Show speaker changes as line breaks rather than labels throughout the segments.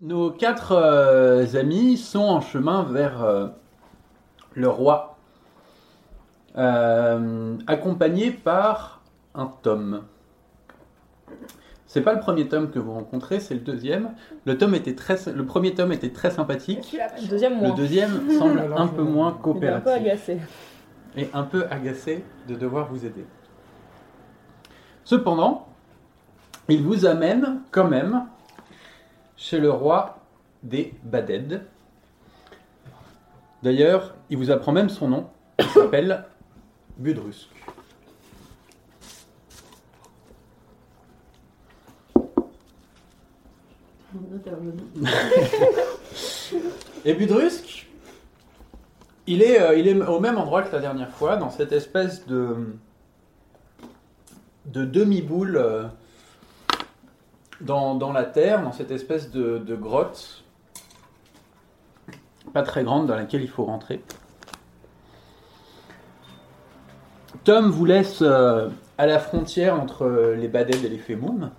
Nos quatre euh, amis sont en chemin vers euh, le roi, euh, accompagnés par un tome. C'est pas le premier tome que vous rencontrez, c'est le deuxième. Le, tome était très, le premier tome était très sympathique.
Le deuxième
Le
moins.
deuxième semble
Alors,
un
je-
peu moins
Il est un peu
coopératif
agacé.
et un peu agacé de devoir vous aider. Cependant, il vous amène quand même chez le roi des Baded. D'ailleurs, il vous apprend même son nom. Il s'appelle Budrusk. Et Budrusk, il est, euh, il est au même endroit que la dernière fois, dans cette espèce de, de demi-boule euh, dans, dans la terre, dans cette espèce de, de grotte, pas très grande, dans laquelle il faut rentrer. Tom vous laisse euh, à la frontière entre euh, les Badel et les Femoum,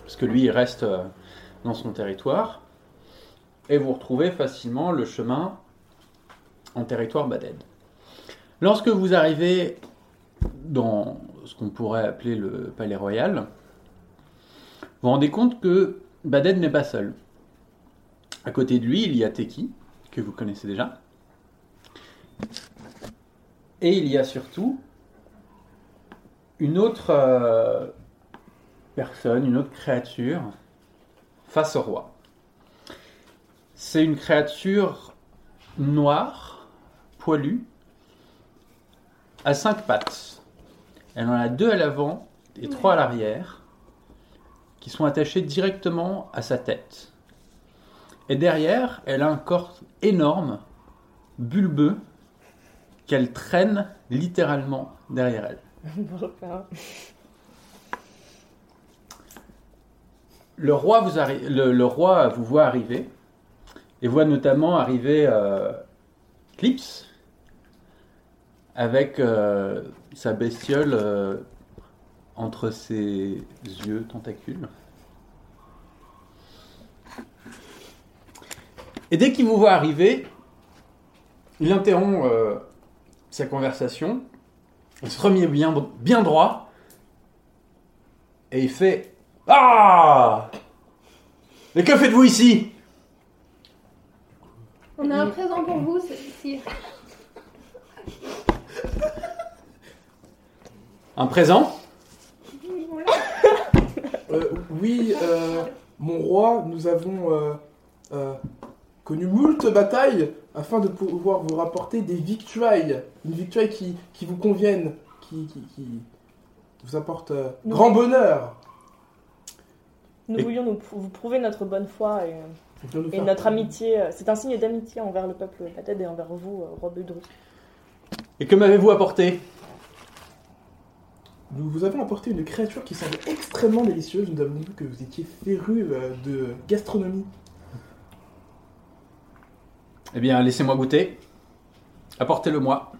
parce que lui, il reste euh, dans son territoire, et vous retrouvez facilement le chemin en territoire Baded. Lorsque vous arrivez dans ce qu'on pourrait appeler le palais royal, vous vous rendez compte que Baded n'est pas seul. À côté de lui, il y a Teki, que vous connaissez déjà. Et il y a surtout une autre euh, personne, une autre créature face au roi. C'est une créature noire, poilue, à cinq pattes. Elle en a deux à l'avant et trois à l'arrière, qui sont attachées directement à sa tête. Et derrière, elle a un corps énorme, bulbeux, qu'elle traîne littéralement derrière elle. Le roi vous, arri- le, le roi vous voit arriver et voit notamment arriver euh, Clips avec euh, sa bestiole euh, entre ses yeux tentacules. Et dès qu'il vous voit arriver, il interrompt euh, sa conversation, il se remet bien, bien droit et il fait Ah Mais que faites-vous ici
On a un présent pour vous, c'est- si.
Un présent
Euh, oui, euh, mon roi, nous avons euh, euh, connu moult batailles afin de pouvoir vous rapporter des victuailles. Une victuaille qui, qui vous convienne, qui, qui, qui vous apporte euh,
Nous-
grand bonheur.
Nous
Et-
voulions nous prou- vous prouver notre bonne foi et, euh,
Vous pouvez nous
et
faire-
notre amitié. euh, C'est un signe d'amitié envers le peuple Patède et envers vous, euh, roi Budrus.
Et que m'avez-vous apporté
Nous vous avons apporté une créature qui semble extrêmement délicieuse. Nous avons vu que vous étiez féru euh, de gastronomie.
Eh bien, laissez-moi goûter. Apportez-le-moi.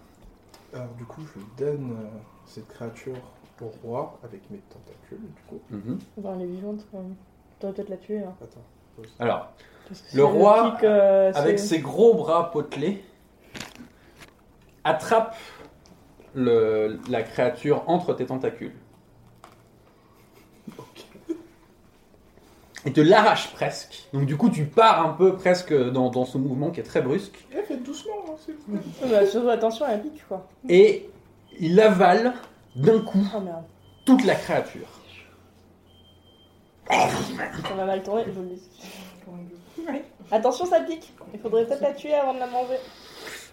Alors du coup, je donne euh, cette créature au roi avec mes tentacules. Du coup,
Mhm.
Enfin, elle est vivante. quand même. Tu dois peut-être la tuer. hein,
attends. pause.
Alors,
parce que
Le
si elle
roi,
pique, euh,
avec
c'est-
ses gros bras potelés, attrape le- la créature entre tes tentacules.
Ok.
Et te l'arrache presque. Donc du coup, tu pars un peu presque dans, dans ce mouvement qui est très brusque.
Eh, faites doucement, hein, s'il vous plaît.
Ouais, bah, surtout attention, elle pique quoi.
Et il avale d'un coup
Oh merde,
toute la créature.
ça va mal tourner, je vous le dis. Attention, ça pique. Il faudrait peut-être la tuer avant de la manger.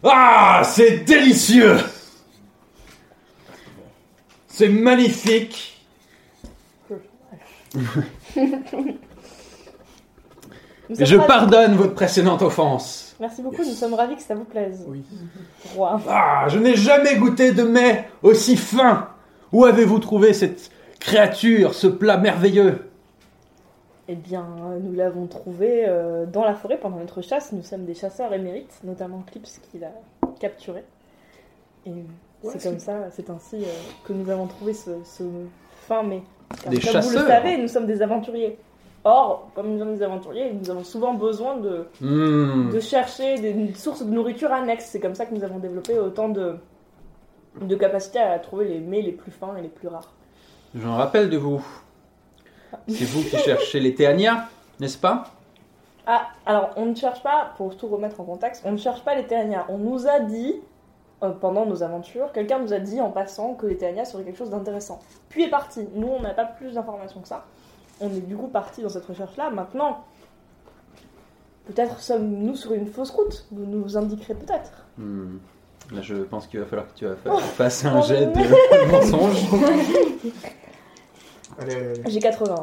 Ah, c'est délicieux C'est magnifique
Nous
Et
sommes
je
ravis-
pardonne votre précédente offense.
Merci beaucoup,
Yes.
nous sommes ravis que ça vous plaise,
Oui.
roi.
Ah, je n'ai jamais goûté de mets aussi fin. Où avez-vous trouvé cette créature, ce plat merveilleux
Eh bien, euh, nous l'avons trouvé euh, dans la forêt pendant notre chasse. Nous sommes des chasseurs émérites, notamment Clips qui l'a capturé. Et c'est
c'est-
comme ça, c'est ainsi euh, que nous avons trouvé ce, ce fin mais
Des
Comme vous le
chasseurs.
savez, nous sommes des aventuriers. Or, comme nous sommes des aventuriers, nous avons souvent besoin de,
Hmm.
de chercher des sources de nourriture annexes. C'est comme ça que nous avons développé autant de, de capacités à trouver les mets les plus fins et les plus rares.
J'en rappelle de vous. C'est vous qui cherchez les Théania, n'est-ce pas
Ah, alors on ne cherche pas, pour tout remettre en contexte, on ne cherche pas les Théania. On nous a dit, euh, pendant nos aventures, quelqu'un nous a dit en passant que les Théania seraient quelque chose d'intéressant. Puis est parti. Nous, on n'a pas plus d'informations que ça. On est du coup parti dans cette recherche-là. Maintenant, peut-être sommes-nous sur une fausse route. Vous nous indiquerez peut-être.
Hmm. Là, je pense qu'il va falloir que tu vas fa- fasses un jet de mensonge.
Allez, allez, allez.
J'ai 80.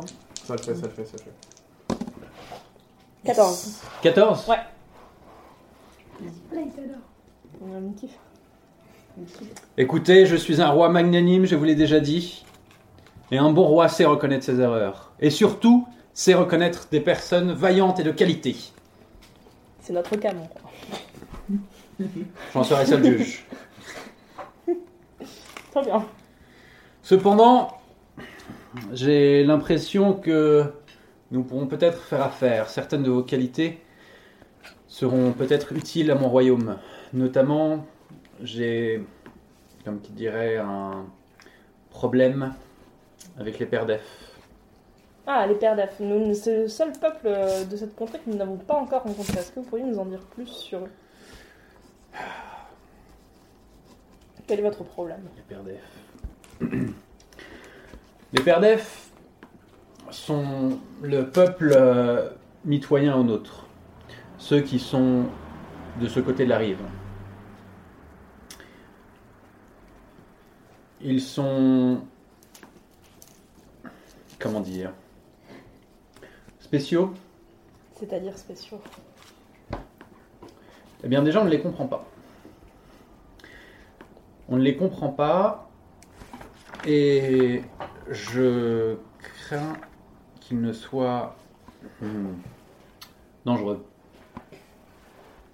Ça le fait, ça le fait, ça le fait.
14.
14
Ouais.
Là, il t'adore.
On a un kiff.
Écoutez, je suis un roi magnanime, je vous l'ai déjà dit. Et un bon roi sait reconnaître ses erreurs. Et surtout, sait reconnaître des personnes vaillantes et de qualité.
C'est notre cas, mon roi.
J'en serai seul juge.
Très bien.
Cependant, j'ai l'impression que nous pourrons peut-être faire affaire. Certaines de vos qualités seront peut-être utiles à mon royaume. Notamment, j'ai, comme qui dirait, un problème avec les pères d'EF.
Ah, les Pères d'Af. Nous, C'est le seul peuple euh, de cette contrée que nous n'avons pas encore rencontré. Est-ce que vous pourriez nous en dire plus sur eux Quel est votre problème
Les pères d'EF. Les pères d'EF sont le peuple euh, mitoyen au nôtre. Ceux qui sont de ce côté de la rive. Ils sont. Comment dire Spéciaux
C'est-à-dire spéciaux.
Eh bien déjà, on ne les comprend pas. On ne les comprend pas. Et je crains qu'ils ne soient hmm, dangereux.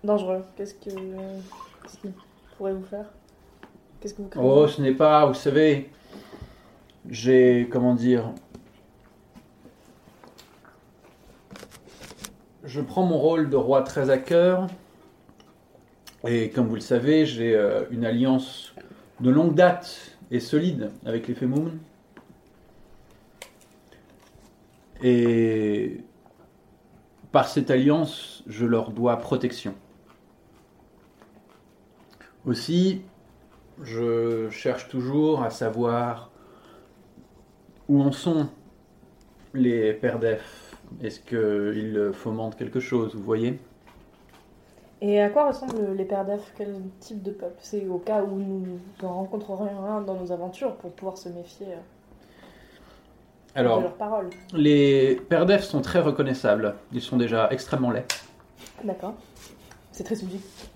Dangereux. Qu'est-ce que. Qu'est-ce qu'ils pourraient vous faire Qu'est-ce que vous craignez
Oh, ce n'est pas, vous savez, j'ai, comment dire, je prends mon rôle de roi très à cœur, et comme vous le savez, j'ai euh, une alliance de longue date et solide avec les Femoun. Et par cette alliance, je leur dois protection. Aussi, je cherche toujours à savoir où en sont les pères d'EF. Est-ce qu'ils fomentent quelque chose, vous voyez
Et à quoi ressemblent les Pères d'Af Quel type de peuple C'est au cas où nous en rencontrerions un dans nos aventures pour pouvoir se méfier euh, de
Alors,
leurs paroles.
les pères d'EF sont très reconnaissables. Ils sont déjà extrêmement laids.
D'accord. C'est très subjectif.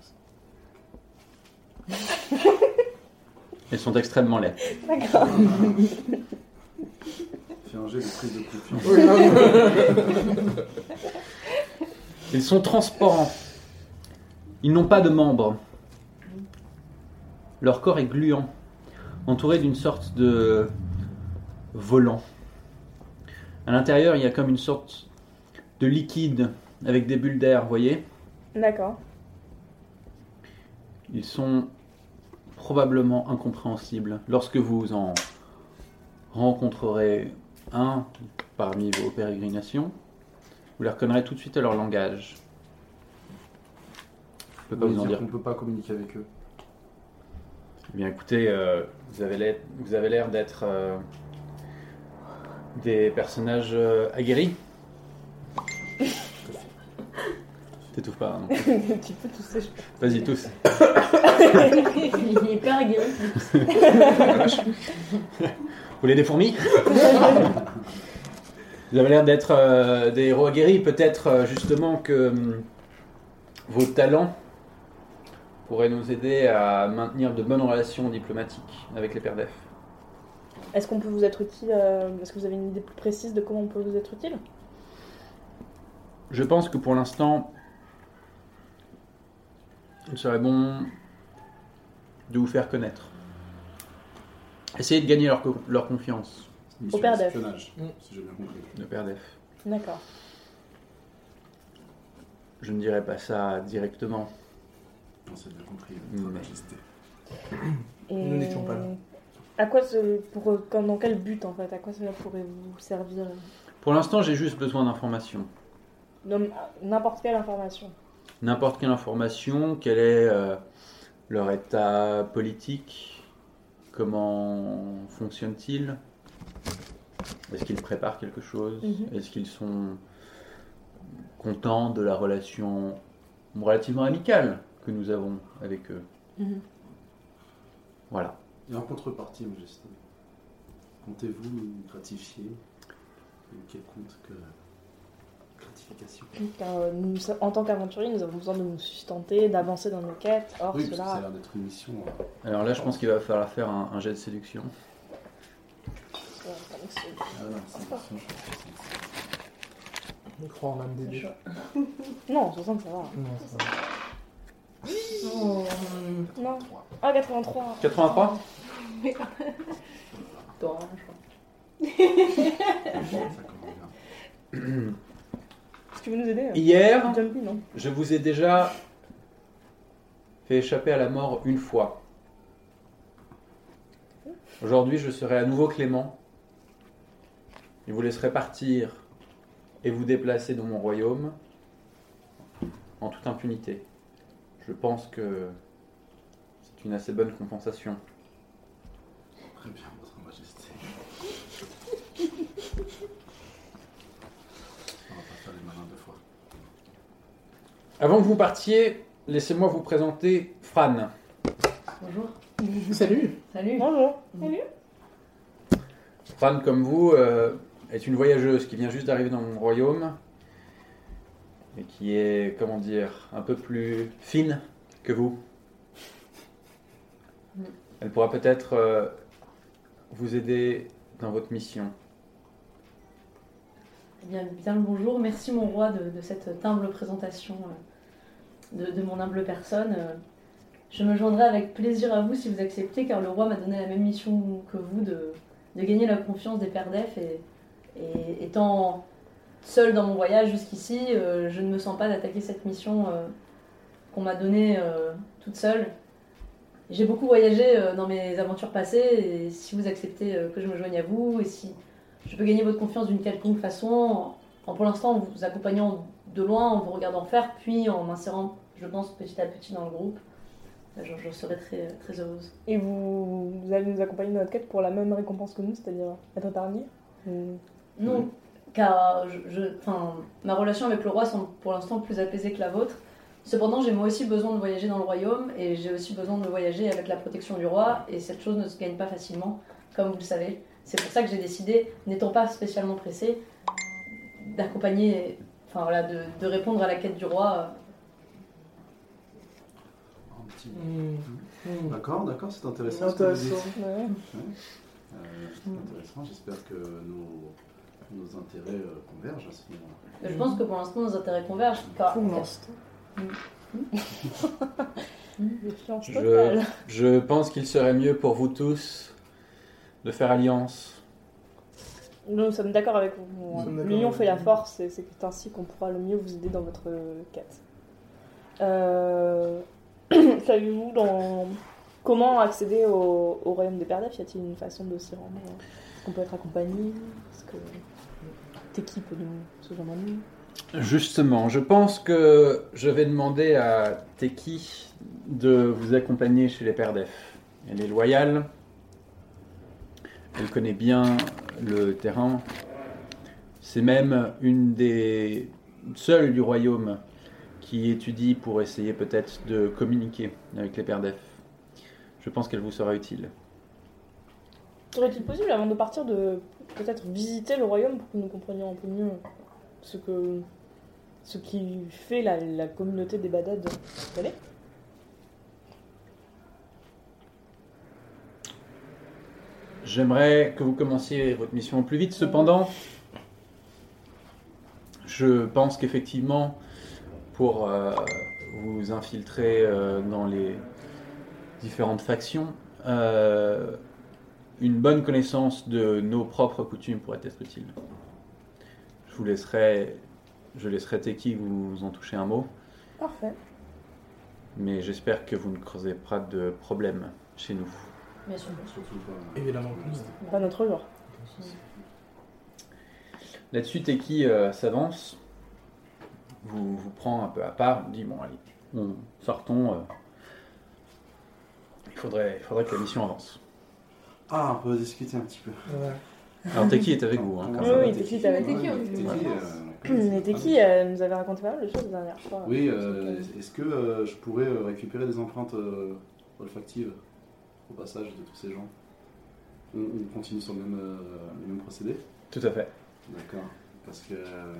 Ils sont extrêmement laids.
D'accord.
Fais un jet de prise de confiance.
Oui, non, mais-
Ils sont transparents. Ils n'ont pas de membres. Leur corps est gluant, entouré d'une sorte de volant. À l'intérieur, il y a comme une sorte de liquide avec des bulles d'air, vous voyez
D'accord.
Ils sont probablement incompréhensibles. Lorsque vous en rencontrerez un parmi vos pérégrinations, vous les reconnaîtrez tout de suite à leur langage. Je peux pas vous en dire
On ne peut pas communiquer avec eux.
Eh bien écoutez, euh, vous avez l'air- vous avez l'air d'être euh, des personnages euh, aguerris. T'étouffes pas, non
tu peux tousser, je
Vas-y, tous.
Il est hyper aguerri.
Vous voulez des fourmis Vous avez l'air d'être euh, des héros aguerris. Peut-être euh, justement que hum, vos talents pourraient nous aider à maintenir de bonnes relations diplomatiques avec les pères d'EF.
Est-ce qu'on peut vous être utile euh, Est-ce que vous avez une idée plus précise de comment on peut vous être utile
Je pense que pour l'instant, il serait bon de vous faire connaître. Essayez de gagner leur, co- leur confiance,
Mission
Père d'Ef.
d'espionnage, si j'ai bien compris.
le père d'EF.
D'accord.
Je ne dirai pas ça directement.
On s'est bien compris,
Mm.
Votre Majesté.
Et
Nous n'étions pas là.
À quoi ce, pour, quand- dans quel but en fait À quoi cela pourrait vous servir
Pour l'instant, j'ai juste besoin d'informations.
Non, N'importe quelle information.
N'importe quelle information, quel est euh, leur état politique, comment fonctionnent-ils, est-ce qu'ils préparent quelque chose,
Mhm.
est-ce qu'ils sont contents de la relation relativement amicale que nous avons avec eux.
Mhm.
Voilà.
Et en contrepartie, Majesté, comptez-vous nous gratifier une quelconque euh, gratification
Car, euh, nous, en tant qu'aventuriers, nous avons besoin de nous sustenter, d'avancer dans nos quêtes. Or,
Oui, parce que ça a
cela.
l'air d'être une mission. euh,
Alors là, je pense qu'il va falloir faire un, un jet de séduction.
euh, comme c'est-
Ah non, c'est une mission, je pense que c'est-
On croit en âme des dieux.
Non, 60 ça va.
Non, ça va.
Non. Ah, 83.
83
T'auras un, je crois.
ça commence bien.
Est-ce que tu veux nous aider euh
Hier,
Jumpy, non
Je vous ai déjà fait échapper à la mort une fois. Aujourd'hui, je serai à nouveau clément. Je vous laisserai partir et vous déplacer dans mon royaume en toute impunité. Je pense que c'est une assez bonne compensation.
Très bien, Votre Majesté. On va pas faire les malins deux fois.
Avant que vous partiez, laissez-moi vous présenter Fran.
Bonjour.
Salut
Salut.
Bonjour.
Fran, comme vous, euh, est une voyageuse qui vient juste d'arriver dans mon royaume et qui est, comment dire, un peu plus fine que vous.
Mm.
Elle pourra peut-être euh, vous aider dans votre mission.
Eh bien, bien le bonjour. Merci, mon roi, de, de cette humble présentation euh, de, de mon humble personne. Euh, Je me joindrai avec plaisir à vous si vous acceptez, car le roi m'a donné la même mission que vous de, de gagner la confiance des pères d'EF. Et, et étant seule dans mon voyage jusqu'ici, euh, je ne me sens pas d'attaquer cette mission euh, qu'on m'a donnée euh, toute seule. J'ai beaucoup voyagé euh, dans mes aventures passées, et si vous acceptez euh, que je me joigne à vous, et si je peux gagner votre confiance d'une quelconque façon, en pour l'instant en vous accompagnant de loin, en vous regardant faire, puis en m'insérant, je pense, petit à petit dans le groupe. Euh, Je, je serai très, très heureuse.
Et vous, vous allez nous accompagner dans notre quête pour la même récompense que nous, c'est-à-dire être épargné Ou-
Non, car je, je- enfin, ma relation avec le roi semble pour l'instant plus apaisée que la vôtre. Cependant, j'ai moi aussi besoin de voyager dans le royaume et j'ai aussi besoin de voyager avec la protection du roi et cette chose ne se gagne pas facilement, comme vous le savez. C'est pour ça que j'ai décidé, n'étant pas spécialement pressée, d'accompagner, enfin voilà, de, de répondre à la quête du roi.
Un petit-
Hmm. Hmm.
D'accord, d'accord, c'est intéressant. ce que vous dites.
Intéressant.
Ouais.
Euh, c'est intéressant, j'espère que nos, nos intérêts euh, convergent à ce moment-là.
Je pense que pour l'instant, nos intérêts convergent. car-
Pour l'instant.
Mm. Défiance
Je,
totale.
je pense qu'il serait mieux pour vous tous de faire alliance.
Nous sommes d'accord avec vous.
Nous sommes d'accord
L'union
avec
fait la
vous.
force et c'est ainsi qu'on pourra le mieux vous aider dans votre euh, quête. Euh, Savez-vous dans... comment accéder au, au royaume des Pères d'Ef Y a-t-il une façon de s'y rendre Est-ce qu'on peut être accompagné Est-ce que t'es qui peut nous sous-joindre à nous
Justement, je pense que je vais demander à Teki de vous accompagner chez les Pères d'Ef. Elle est loyale, elle connaît bien le terrain, c'est même une des seules du royaume qui étudie pour essayer peut-être de communiquer avec les Pères d'Ef. Je pense qu'elle vous sera utile.
Serait-il possible avant de partir de peut-être visiter le royaume pour que nous comprenions un peu mieux ce que ce qui fait la, la communauté des Badades Vous allez
J'aimerais que vous commenciez votre mission au plus vite. Cependant, je pense qu'effectivement, pour euh, vous infiltrer euh, dans les différentes factions, euh, une bonne connaissance de nos propres coutumes pourrait être utile. Je vous laisserai, je laisserai Teki vous en toucher un mot,
Parfait.
mais j'espère que vous ne creusez pas de problème chez nous.
Bien sûr.
Surtout pas.
Évidemment.
Pas notre genre.
Là-dessus, Teki euh, s'avance, vous, vous prend un peu à part, vous dit Bon, allez, on, sortons. euh, il, faudrait, il faudrait que la mission avance.
Ah, on peut discuter un petit peu.
Ouais.
Alors, Teki est avec vous, hein, quand
Oui,
même.
oui, t'es qui, t'es avec
qui, on-
T'es
on
qui,
avance.
euh,
Mais t'es qui euh, nous avait raconté pas mal de choses la dernière fois.
Oui, euh, est-ce que euh, je pourrais euh, récupérer des empreintes euh, olfactives au passage de tous ces gens on, on continue sur le même, euh, le même procédé
Tout à fait.
D'accord. Parce que euh,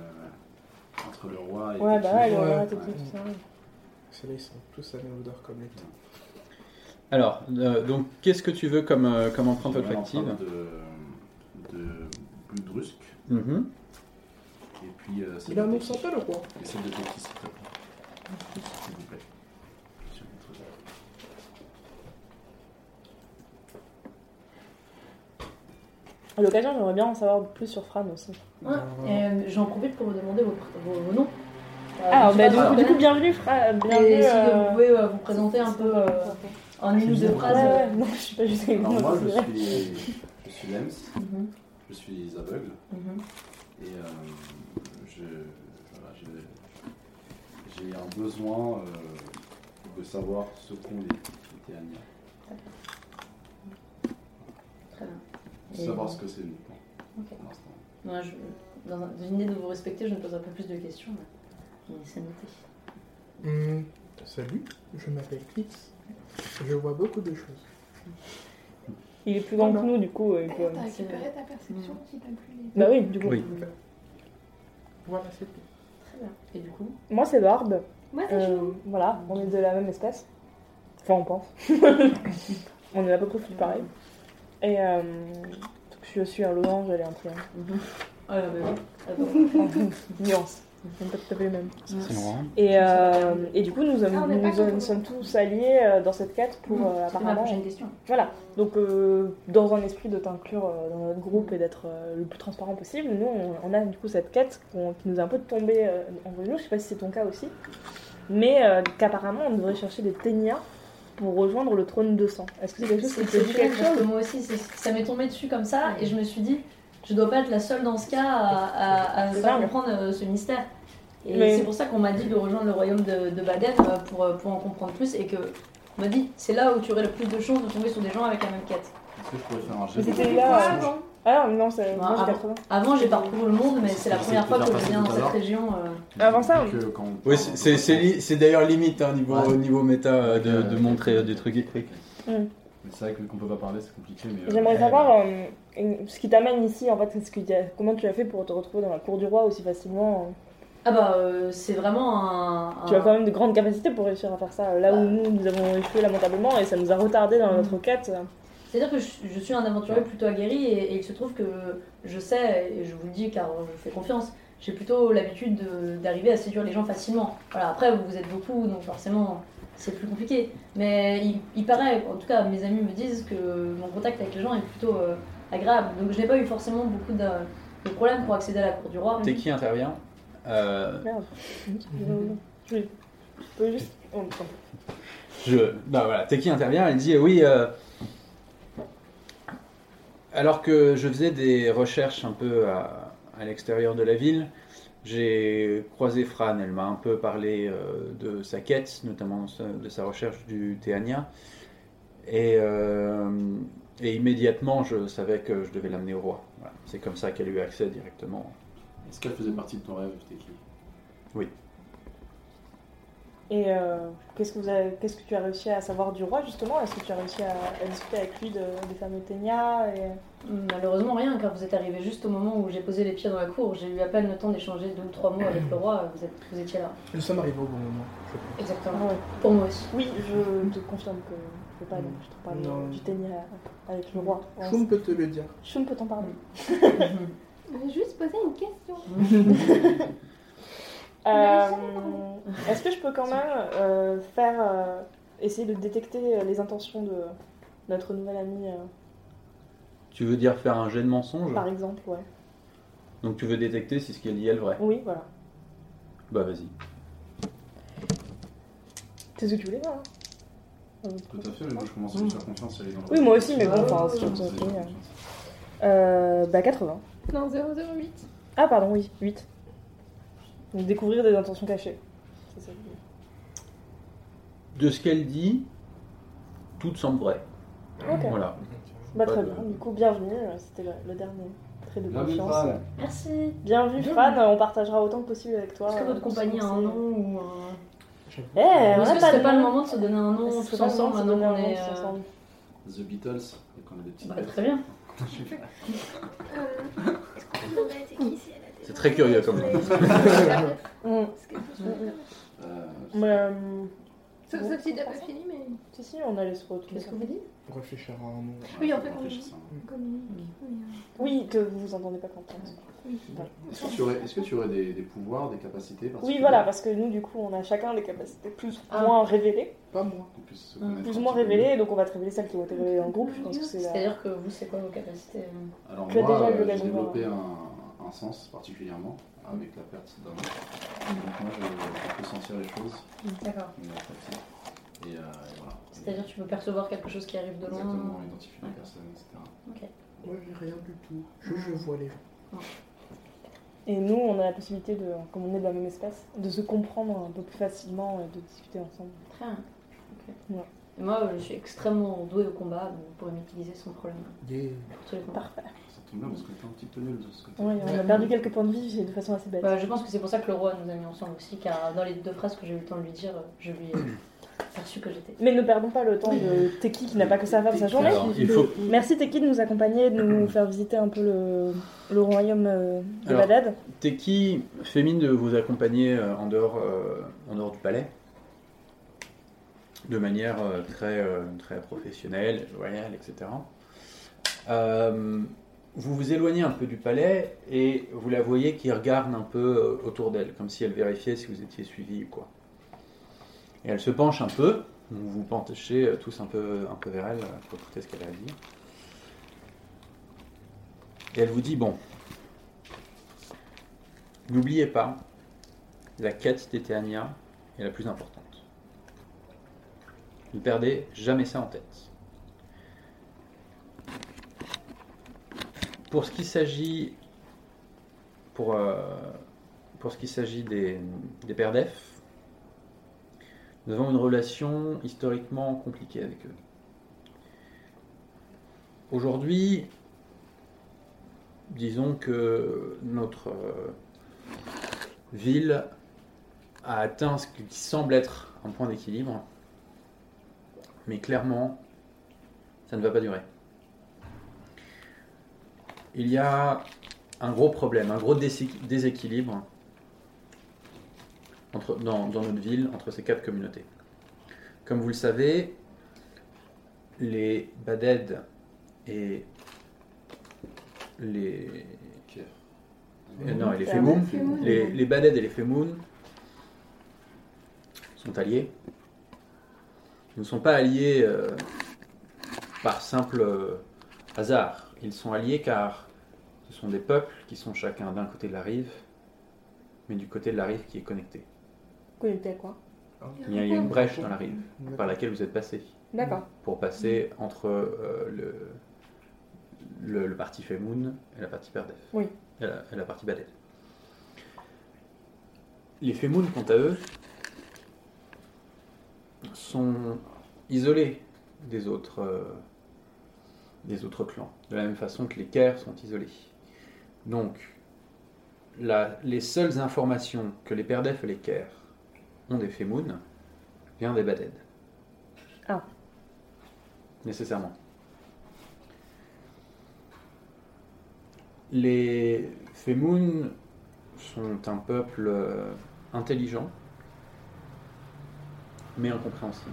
entre le roi et
Ouais,
Teki,
bah ouais,
Ouais.
ouais, t'es qui, tout ça.
C'est là, ils sont tous à la même odeur comme les temps.
Alors, euh, donc, qu'est-ce que tu veux comme, euh, comme empreinte
j'ai une
olfactive
empreinte de, de Budrusk
Mhm.
et puis euh, celle
Il a un
de
nom
Teki.
sympa, le roi.
Et celle de Teki, s'il te plaît. S'il vous plaît. Sur votre-
À l'occasion, j'aimerais bien en savoir plus sur Fran aussi.
Ouais, et, euh, J'en profite pour vous demander vos, pr- vos- vos noms. Euh,
Alors,
je
bah,
sais
du,
pas
coup,
si
du
vous
coup, bienvenue, Fran.
connaissez,
Bienvenue.
et si
euh,
vous pouvez euh, vous présenter un peu euh, en une ou deux
Ouais,
phrases.
ouais, non, je suis pas juste avec
Alors
vous.
moi,
c'est
je
vrai.
suis, je suis Lems,
Mhm,
je suis aveugle
mhm.
et euh, je, voilà, je- j'ai un besoin euh, de savoir ce qu'ont les Théaniens,
Très bien. Et-
savoir ce que c'est uniquement
Ok.
pour l'instant.
Moi, je- dans un- dans une idée de vous respecter, je ne poserai pas plus de questions. Mais, mais c'est noté.
Hum, Salut, je m'appelle Clix. Je vois beaucoup de choses.
Il est plus grand que nous, du coup. euh, il peut-
T'as récupéré ta perception qui t'a plu les...
Bah oui, du coup.
Oui.
Voilà, c'est tout.
Très bien. Et du coup
Moi, c'est Barbe.
Moi, c'est chaud.
Euh, voilà, on est de la même espèce. Enfin, on pense. on est à peu près tous pareils. Et euh, donc, je suis un losange, elle est un triangle.
Ah, bah oui. D'accord.
Nuance. On peut taper les mêmes.
C'est loin.
Et, euh, et du coup, nous, sommes-
Ah, on n'est
nous,
pas Mmh.
nous
contre.
sommes tous alliés euh, dans cette quête pour euh,
C'était ma
apparemment.
prochaine question.
Voilà. Donc, euh, dans un esprit de t'inclure euh, dans notre groupe et d'être euh, le plus transparent possible, nous, on, on a du coup cette quête qu'on- qui nous a un peu tombée euh, entre nous. Je sais pas si c'est ton cas aussi, mais euh, qu'apparemment, on devrait chercher des Ténia pour rejoindre le trône de sang. Est-ce que c'est quelque chose qui
C'est
te dit
quelque
quelque
parce que
chose
moi aussi, c'est- ça m'est tombé dessus comme ça, et je me suis dit, je dois pas être la seule dans ce cas à, à- à
C'est
pas
dingue.
comprendre euh, ce mystère. Et
Mais-
c'est pour ça qu'on m'a dit de rejoindre le royaume de, de Baden euh, pour, euh, pour en comprendre plus, et que on m'a dit, c'est là où tu aurais le plus de chances de tomber sur des gens avec la même quête.
Est-ce que je pourrais faire un jet
Mais
de
c'était
perception
là,
Je-
avant.
Ah non, non, c'est
Ouais,
moi j'ai
avant.
80.
Avant, j'ai parcouru le monde, mais c'est la
Je sais
première
que
fois
t'as
que je
passé
viens
tout
dans
à
cette
l'heure.
région. euh,
je
Avant
dis
ça,
que quand on
Oui,
parle,
c'est-
on
c'est- c'est
parle.
li- c'est d'ailleurs limite hein, niveau,
Ouais.
niveau méta euh, de, de
Euh,
montrer euh, des trucs écrits.
Mm.
Mais c'est vrai que vu qu'on peut pas parler, c'est compliqué. Mais euh,
J'aimerais
eh
savoir euh, une- ce qui t'amène ici, en fait, c'est ce qu'il y a- comment tu as fait pour te retrouver dans la cour du roi aussi facilement.
Ah bah, euh, c'est vraiment un...
Tu as
un-
quand même de grandes capacités pour réussir à faire ça. Là où
Bah.
nous, nous avons échoué lamentablement et ça nous a retardé dans notre quête.
C'est-à-dire que je, je suis un aventurier plutôt aguerri et, et il se trouve que je sais, et je vous le dis car je fais confiance, j'ai plutôt l'habitude de- d'arriver à séduire les gens facilement. Voilà, après vous êtes beaucoup, donc forcément c'est plus compliqué. Mais il, il paraît, en tout cas mes amis me disent que mon contact avec les gens est plutôt euh, agréable. Donc je n'ai pas eu forcément beaucoup de, de problèmes pour accéder à la cour du roi.
T'es qui intervient Euh,
Merde. Je je peux juste. oh, putain.
je... Non, voilà, Teki intervient, elle dit euh, Oui, euh, alors que je faisais des recherches un peu à, à l'extérieur de la ville, j'ai croisé Fran, elle m'a un peu parlé euh, de sa quête, notamment sa- de sa recherche du Théania. Et, euh, et immédiatement, je savais que je devais l'amener au roi. Voilà. C'est comme ça qu'elle a eu accès directement.
Est-ce qu'elle faisait partie de ton rêve, Teki
Et euh, qu'est-ce que vous avez- qu'est-ce que tu as réussi à savoir du roi justement Est-ce que tu as réussi à, à discuter avec lui de- des fameux Ténia et...
Malheureusement rien, car vous êtes arrivé juste au moment où j'ai posé les pieds dans la cour. J'ai eu à peine le temps d'échanger deux ou trois mots avec le roi, vous, êtes- vous étiez là.
Nous sommes arrivés au bon moment, je pense.
Ah
Exactement.
ouais.
Pour moi aussi.
Oui, je te confirme que je peux pas donc, je te parle
Non.
du Ténia avec le roi. Ouais,
Choum peut te le dire.
Choum peut t'en parler.
J'ai juste posé une question. Il
Euh,
a jamais parlé.
Est-ce que je peux quand même euh, faire euh, essayer de détecter les intentions de notre nouvel ami, euh,
Tu veux dire faire un jet de mensonge
par exemple, ouais.
Donc tu veux détecter si ce qu'elle dit est le vrai.
Oui, voilà.
Bah vas-y.
C'est ce que tu voulais voir. hein.
Tout à fait, mais moi je commence à lui faire confiance. Elle est dans le-
Oui, moi aussi, mais
Ah,
bon, enfin, c'est sûr que
je
ça
lui fais
finit, hein.
confiance.
Euh, bah 80.
Non, 008.
Ah pardon, oui, 8. Donc découvrir des intentions cachées. C'est ça.
De ce qu'elle dit, tout semble vrai.
Ok.
Voilà.
Bah
Pas
très
de-
bien, du coup bienvenue, euh, c'était le, le dernier trait de
Bien vu,
confiance.
Fran.
Merci.
Bienvenue
Bienvenue.
Fran, on partagera autant que possible avec toi.
Est-ce que
Euh,
votre compagnie a un
c'est-
nom ou un.
Eh,
Ou
on
est-ce
a pas, de
que ce serait pas le
nom.
moment de se donner un nom
Est-ce que
tous
c'est pas le
ensemble
moment de se
maintenant
donner un
qu'on
nom
est.
tous
euh,
ensemble
The Beatles, et qu'on a des petites
bah,
têtes.
Très bien.
Euh, est-ce qu'on peut demander à Teki si elle a des
C'est très curieux, quand même.
Ouais.
Mm.
Hum.
Parce que tout le monde-
Euh,
Mais, euh,
Sauf sauf si t'as pas fini, mais.
si, si, on allait se retrouver.
Qu'est-ce que vous dites
Réfléchir à un nom.
Oui, en
faut
fait, on-
réfléchir, ça.
Communique. mais,
Oui, que vous vous entendez pas quand on parle.
euh, oui.
Est-ce que tu aurais, est-ce que tu aurais des, des pouvoirs, des capacités
Oui,
particulières
voilà, parce que nous, du coup, on a chacun des capacités plus ou
Ah.
moins révélées.
Pas moi.
qu'on puisse se
Mm,
connaître
Plus
un
ou moins
petit peu
révélées, donc on va te révéler celles qui ont été révélées dans le groupe. Ah, Je pense que c'est la...
C'est-à-dire que vous, c'est quoi vos capacités euh
mieux Alors
que
moi,
déjà
euh,
le
j'ai
laser
développé un, un sens particulièrement avec la perte d'un autre. Donc moi, je, je peux sentir les choses,
D'accord.
mais en fait, et, euh, et voilà.
C'est-à-dire que tu peux percevoir quelque chose qui arrive de loin.
Exactement, identifier les personnes, etc.
Moi, j'ai rien du tout. Je, je vois les gens.
Et nous, on a la possibilité, de, comme on est de la même espèce, de se comprendre un peu plus facilement et de discuter ensemble.
Très bien. Ok.
Ouais.
Et moi, euh, je suis extrêmement douée au combat, donc vous pourrez m'utiliser sans problème
Yeah.
pour tous les combats.
Parfait.
Ça tombe bien parce que t'es un petit peu nul de ce côté.
Oui, on a perdu quelques points de vie j'ai- de façon assez bête.
Bah, je pense que c'est pour ça que le roi nous a mis ensemble aussi, car dans les deux phrases que j'ai eu le temps de lui dire, euh, je lui ai perçu que j'étais.
Mais ne perdons pas le temps de Teki qui n'a pas que ça à faire de sa journée.
Alors, il faut-
Merci Teki de nous accompagner, et de nous faire visiter un peu le, le royaume euh, de
Alors,
Bagdad.
Teki fait mine de vous accompagner euh, en dehors, euh, en dehors du palais, de manière euh, très, euh, très professionnelle, loyale, etc. Euh, vous vous éloignez un peu du palais et vous la voyez qui regarde un peu euh, autour d'elle, comme si elle vérifiait si vous étiez suivi ou quoi. Et elle se penche un peu, vous vous penchez euh, tous un peu, un peu vers elle euh, pour écouter ce qu'elle a à dire. Et elle vous dit, bon, N'oubliez pas, la quête d'Eternia est la plus importante. Ne perdez jamais ça en tête. Pour ce qui s'agit pour, euh, pour ce qui s'agit des, des Pères d'Ef, nous avons une relation historiquement compliquée avec eux. Aujourd'hui, disons que notre euh, ville a atteint ce qui semble être un point d'équilibre. Mais clairement, ça ne va pas durer. Il y a un gros problème, un gros déséqu- déséquilibre entre, dans, dans notre ville entre ces quatre communautés. Comme vous le savez, les Baded et les.
Pierre.
et non, et les
C'est
Femoum
Femoum.
les, les Baded et les Femoun sont alliés. Ils ne sont pas alliés euh, par simple euh, hasard. Ils sont alliés car ce sont des peuples qui sont chacun d'un côté de la rive, mais du côté de la rive qui est connecté.
Connecté à quoi
Il y a une brèche dans la rive par laquelle vous êtes passé
D'accord.
pour passer entre euh, le, le, le parti Femoun et la partie Perdef.
Oui.
Et la, et la partie Badel. Les Femoun, quant à eux, sont isolés des autres, euh, des autres clans, de la même façon que les Kers sont isolés. Donc, la- les seules informations que les Perdef et les Kers ont des Femoun viennent des Baded nécessairement. Les Femoun sont un peuple euh, intelligent, mais incompréhensible.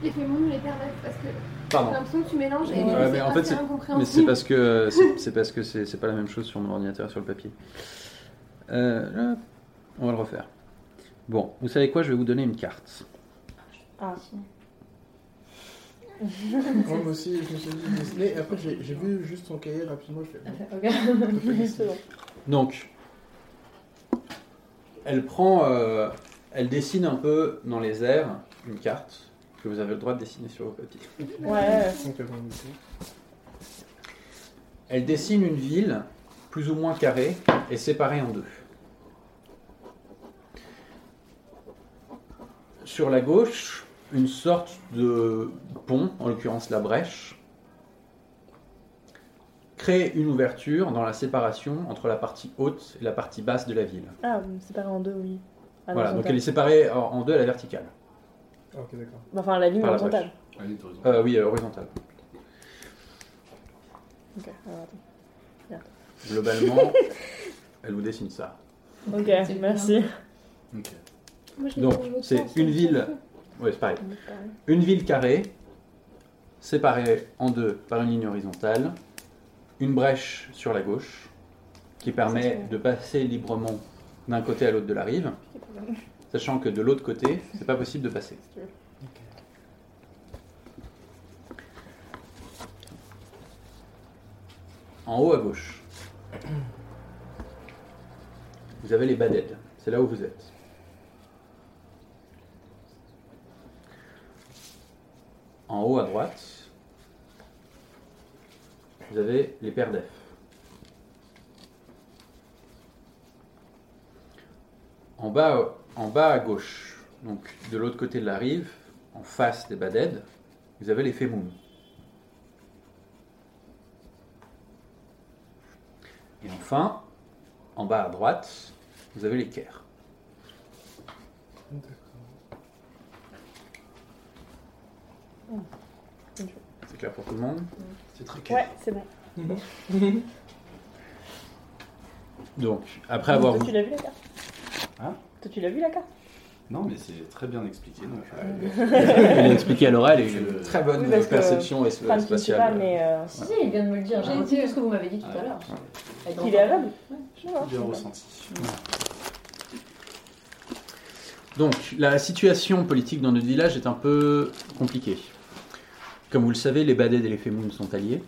Les fémons, les pères parce que j'ai
Pardon.
l'impression que tu mélanges et
Ouais, mais
c'est
en fait,
assez
c'est- Mais c'est
incompréhensible.
parce que c'est- c'est parce que c'est c'est pas la même chose sur mon ordinateur et sur le papier. Euh, là, on va le refaire. Bon, vous savez quoi Je vais vous donner une carte.
Ah.
Moi moi aussi, je me suis dit Disney. Et après, j'ai j'ai vu juste son cahier rapidement. Je fais.
Ok.
bon, je fais Disney.
Selon.
Donc, elle prend, euh, elle dessine un peu dans les airs une carte que vous avez le droit de dessiner sur vos papiers.
Ouais.
Elle dessine une ville plus ou moins carrée et séparée en deux. Sur la gauche, une sorte de pont, en l'occurrence la brèche, crée une ouverture dans la séparation entre la partie haute et la partie basse de la ville.
Ah, vous me séparez en deux, oui. Ah, À
Voilà, donc elle
l'horizontale.
est séparée en en deux à la verticale.
Ah, ok, d'accord.
Enfin, la ligne
Par la
horizontale.
Allez, t'as raison.
Euh, oui, euh, horizontale.
Ok, alors, attends.
Globalement, elle vous dessine ça.
Ok,
C'est
merci.
Ok.
Moi, je l'ai
Donc,
trouvé l'autre
c'est
sens,
une
donc,
ville. Oui, c'est pareil. Une ville carrée, séparée en deux par une ligne horizontale, une brèche sur la gauche, qui permet de passer librement d'un côté à l'autre de la rive, sachant que de l'autre côté, c'est pas possible de passer. En haut à gauche, vous avez les badèdes, c'est là où vous êtes. En haut à droite, vous avez les perdefs. En bas, en bas à gauche, donc de l'autre côté de la rive, en face des Baded, vous avez les Femoum. Et enfin, en bas à droite, vous avez les Caire. C'est clair pour tout le monde
C'est très clair.
Ouais, c'est bon.
Donc, après avoir
Toi, tu l'as vu la carte
Hein
Toi, tu l'as vu la carte
Euh,
Non, mais c'est très bien expliqué. Donc, euh,
Elle l'a expliqué à l'oral et j'ai
Oui,
une très bonne
parce que
perception
Enfin,
esp-
tu ne sais pas,
spatiale.
mais. euh,
Si, si, il vient de me le dire. J'ai
Ah.
dit tout ce que vous m'avez dit tout à l'heure. Elle
Qu'il est
entend.
aveugle Je sais pas.
bien ressenti.
Donc, la situation politique dans notre village est un peu compliquée. Comme vous le savez, les Baded et les Femoun sont alliés.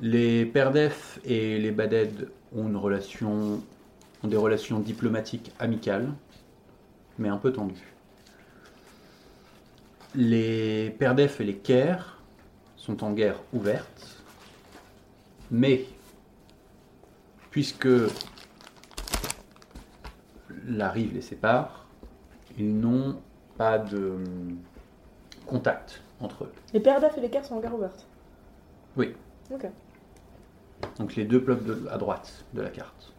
Les Perdef et les Baded ont, une relation, ont des relations diplomatiques amicales, mais un peu tendues. Les Perdef et les Caire sont en guerre ouverte, mais puisque la rive les sépare, ils n'ont pas de hum, contact entre eux.
Les pères d'Af et les cartes sont en gare ouverte.
Oui.
Ok.
Donc les deux peuples de- à droite de la carte.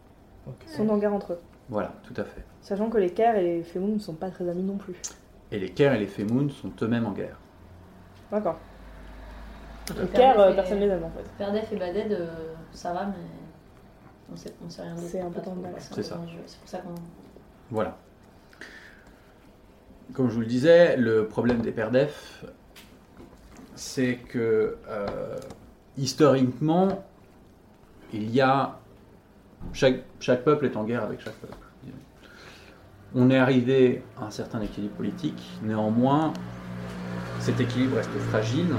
Ils sont en guerre entre eux.
Voilà, tout à fait.
Sachant que les Caire et les Fémoun ne sont pas très amis non plus.
Et les Caire et les Femoun sont eux-mêmes en guerre.
D'accord. Les
Perdef
Caire, euh,
et-
personne ne les aime en fait.
Perdef et Baded, euh, ça va, mais on sait, on sait rien d'autre.
C'est un peu
Pas trop,
tendu, ouais.
un peu
C'est ça.
tendu, C'est pour ça qu'on.
Voilà. Comme je vous le disais, le problème des Perdef, c'est que euh, historiquement, il y a. Chaque, chaque peuple est en guerre avec chaque peuple. disons. On est arrivé à un certain équilibre politique, néanmoins, cet équilibre reste fragile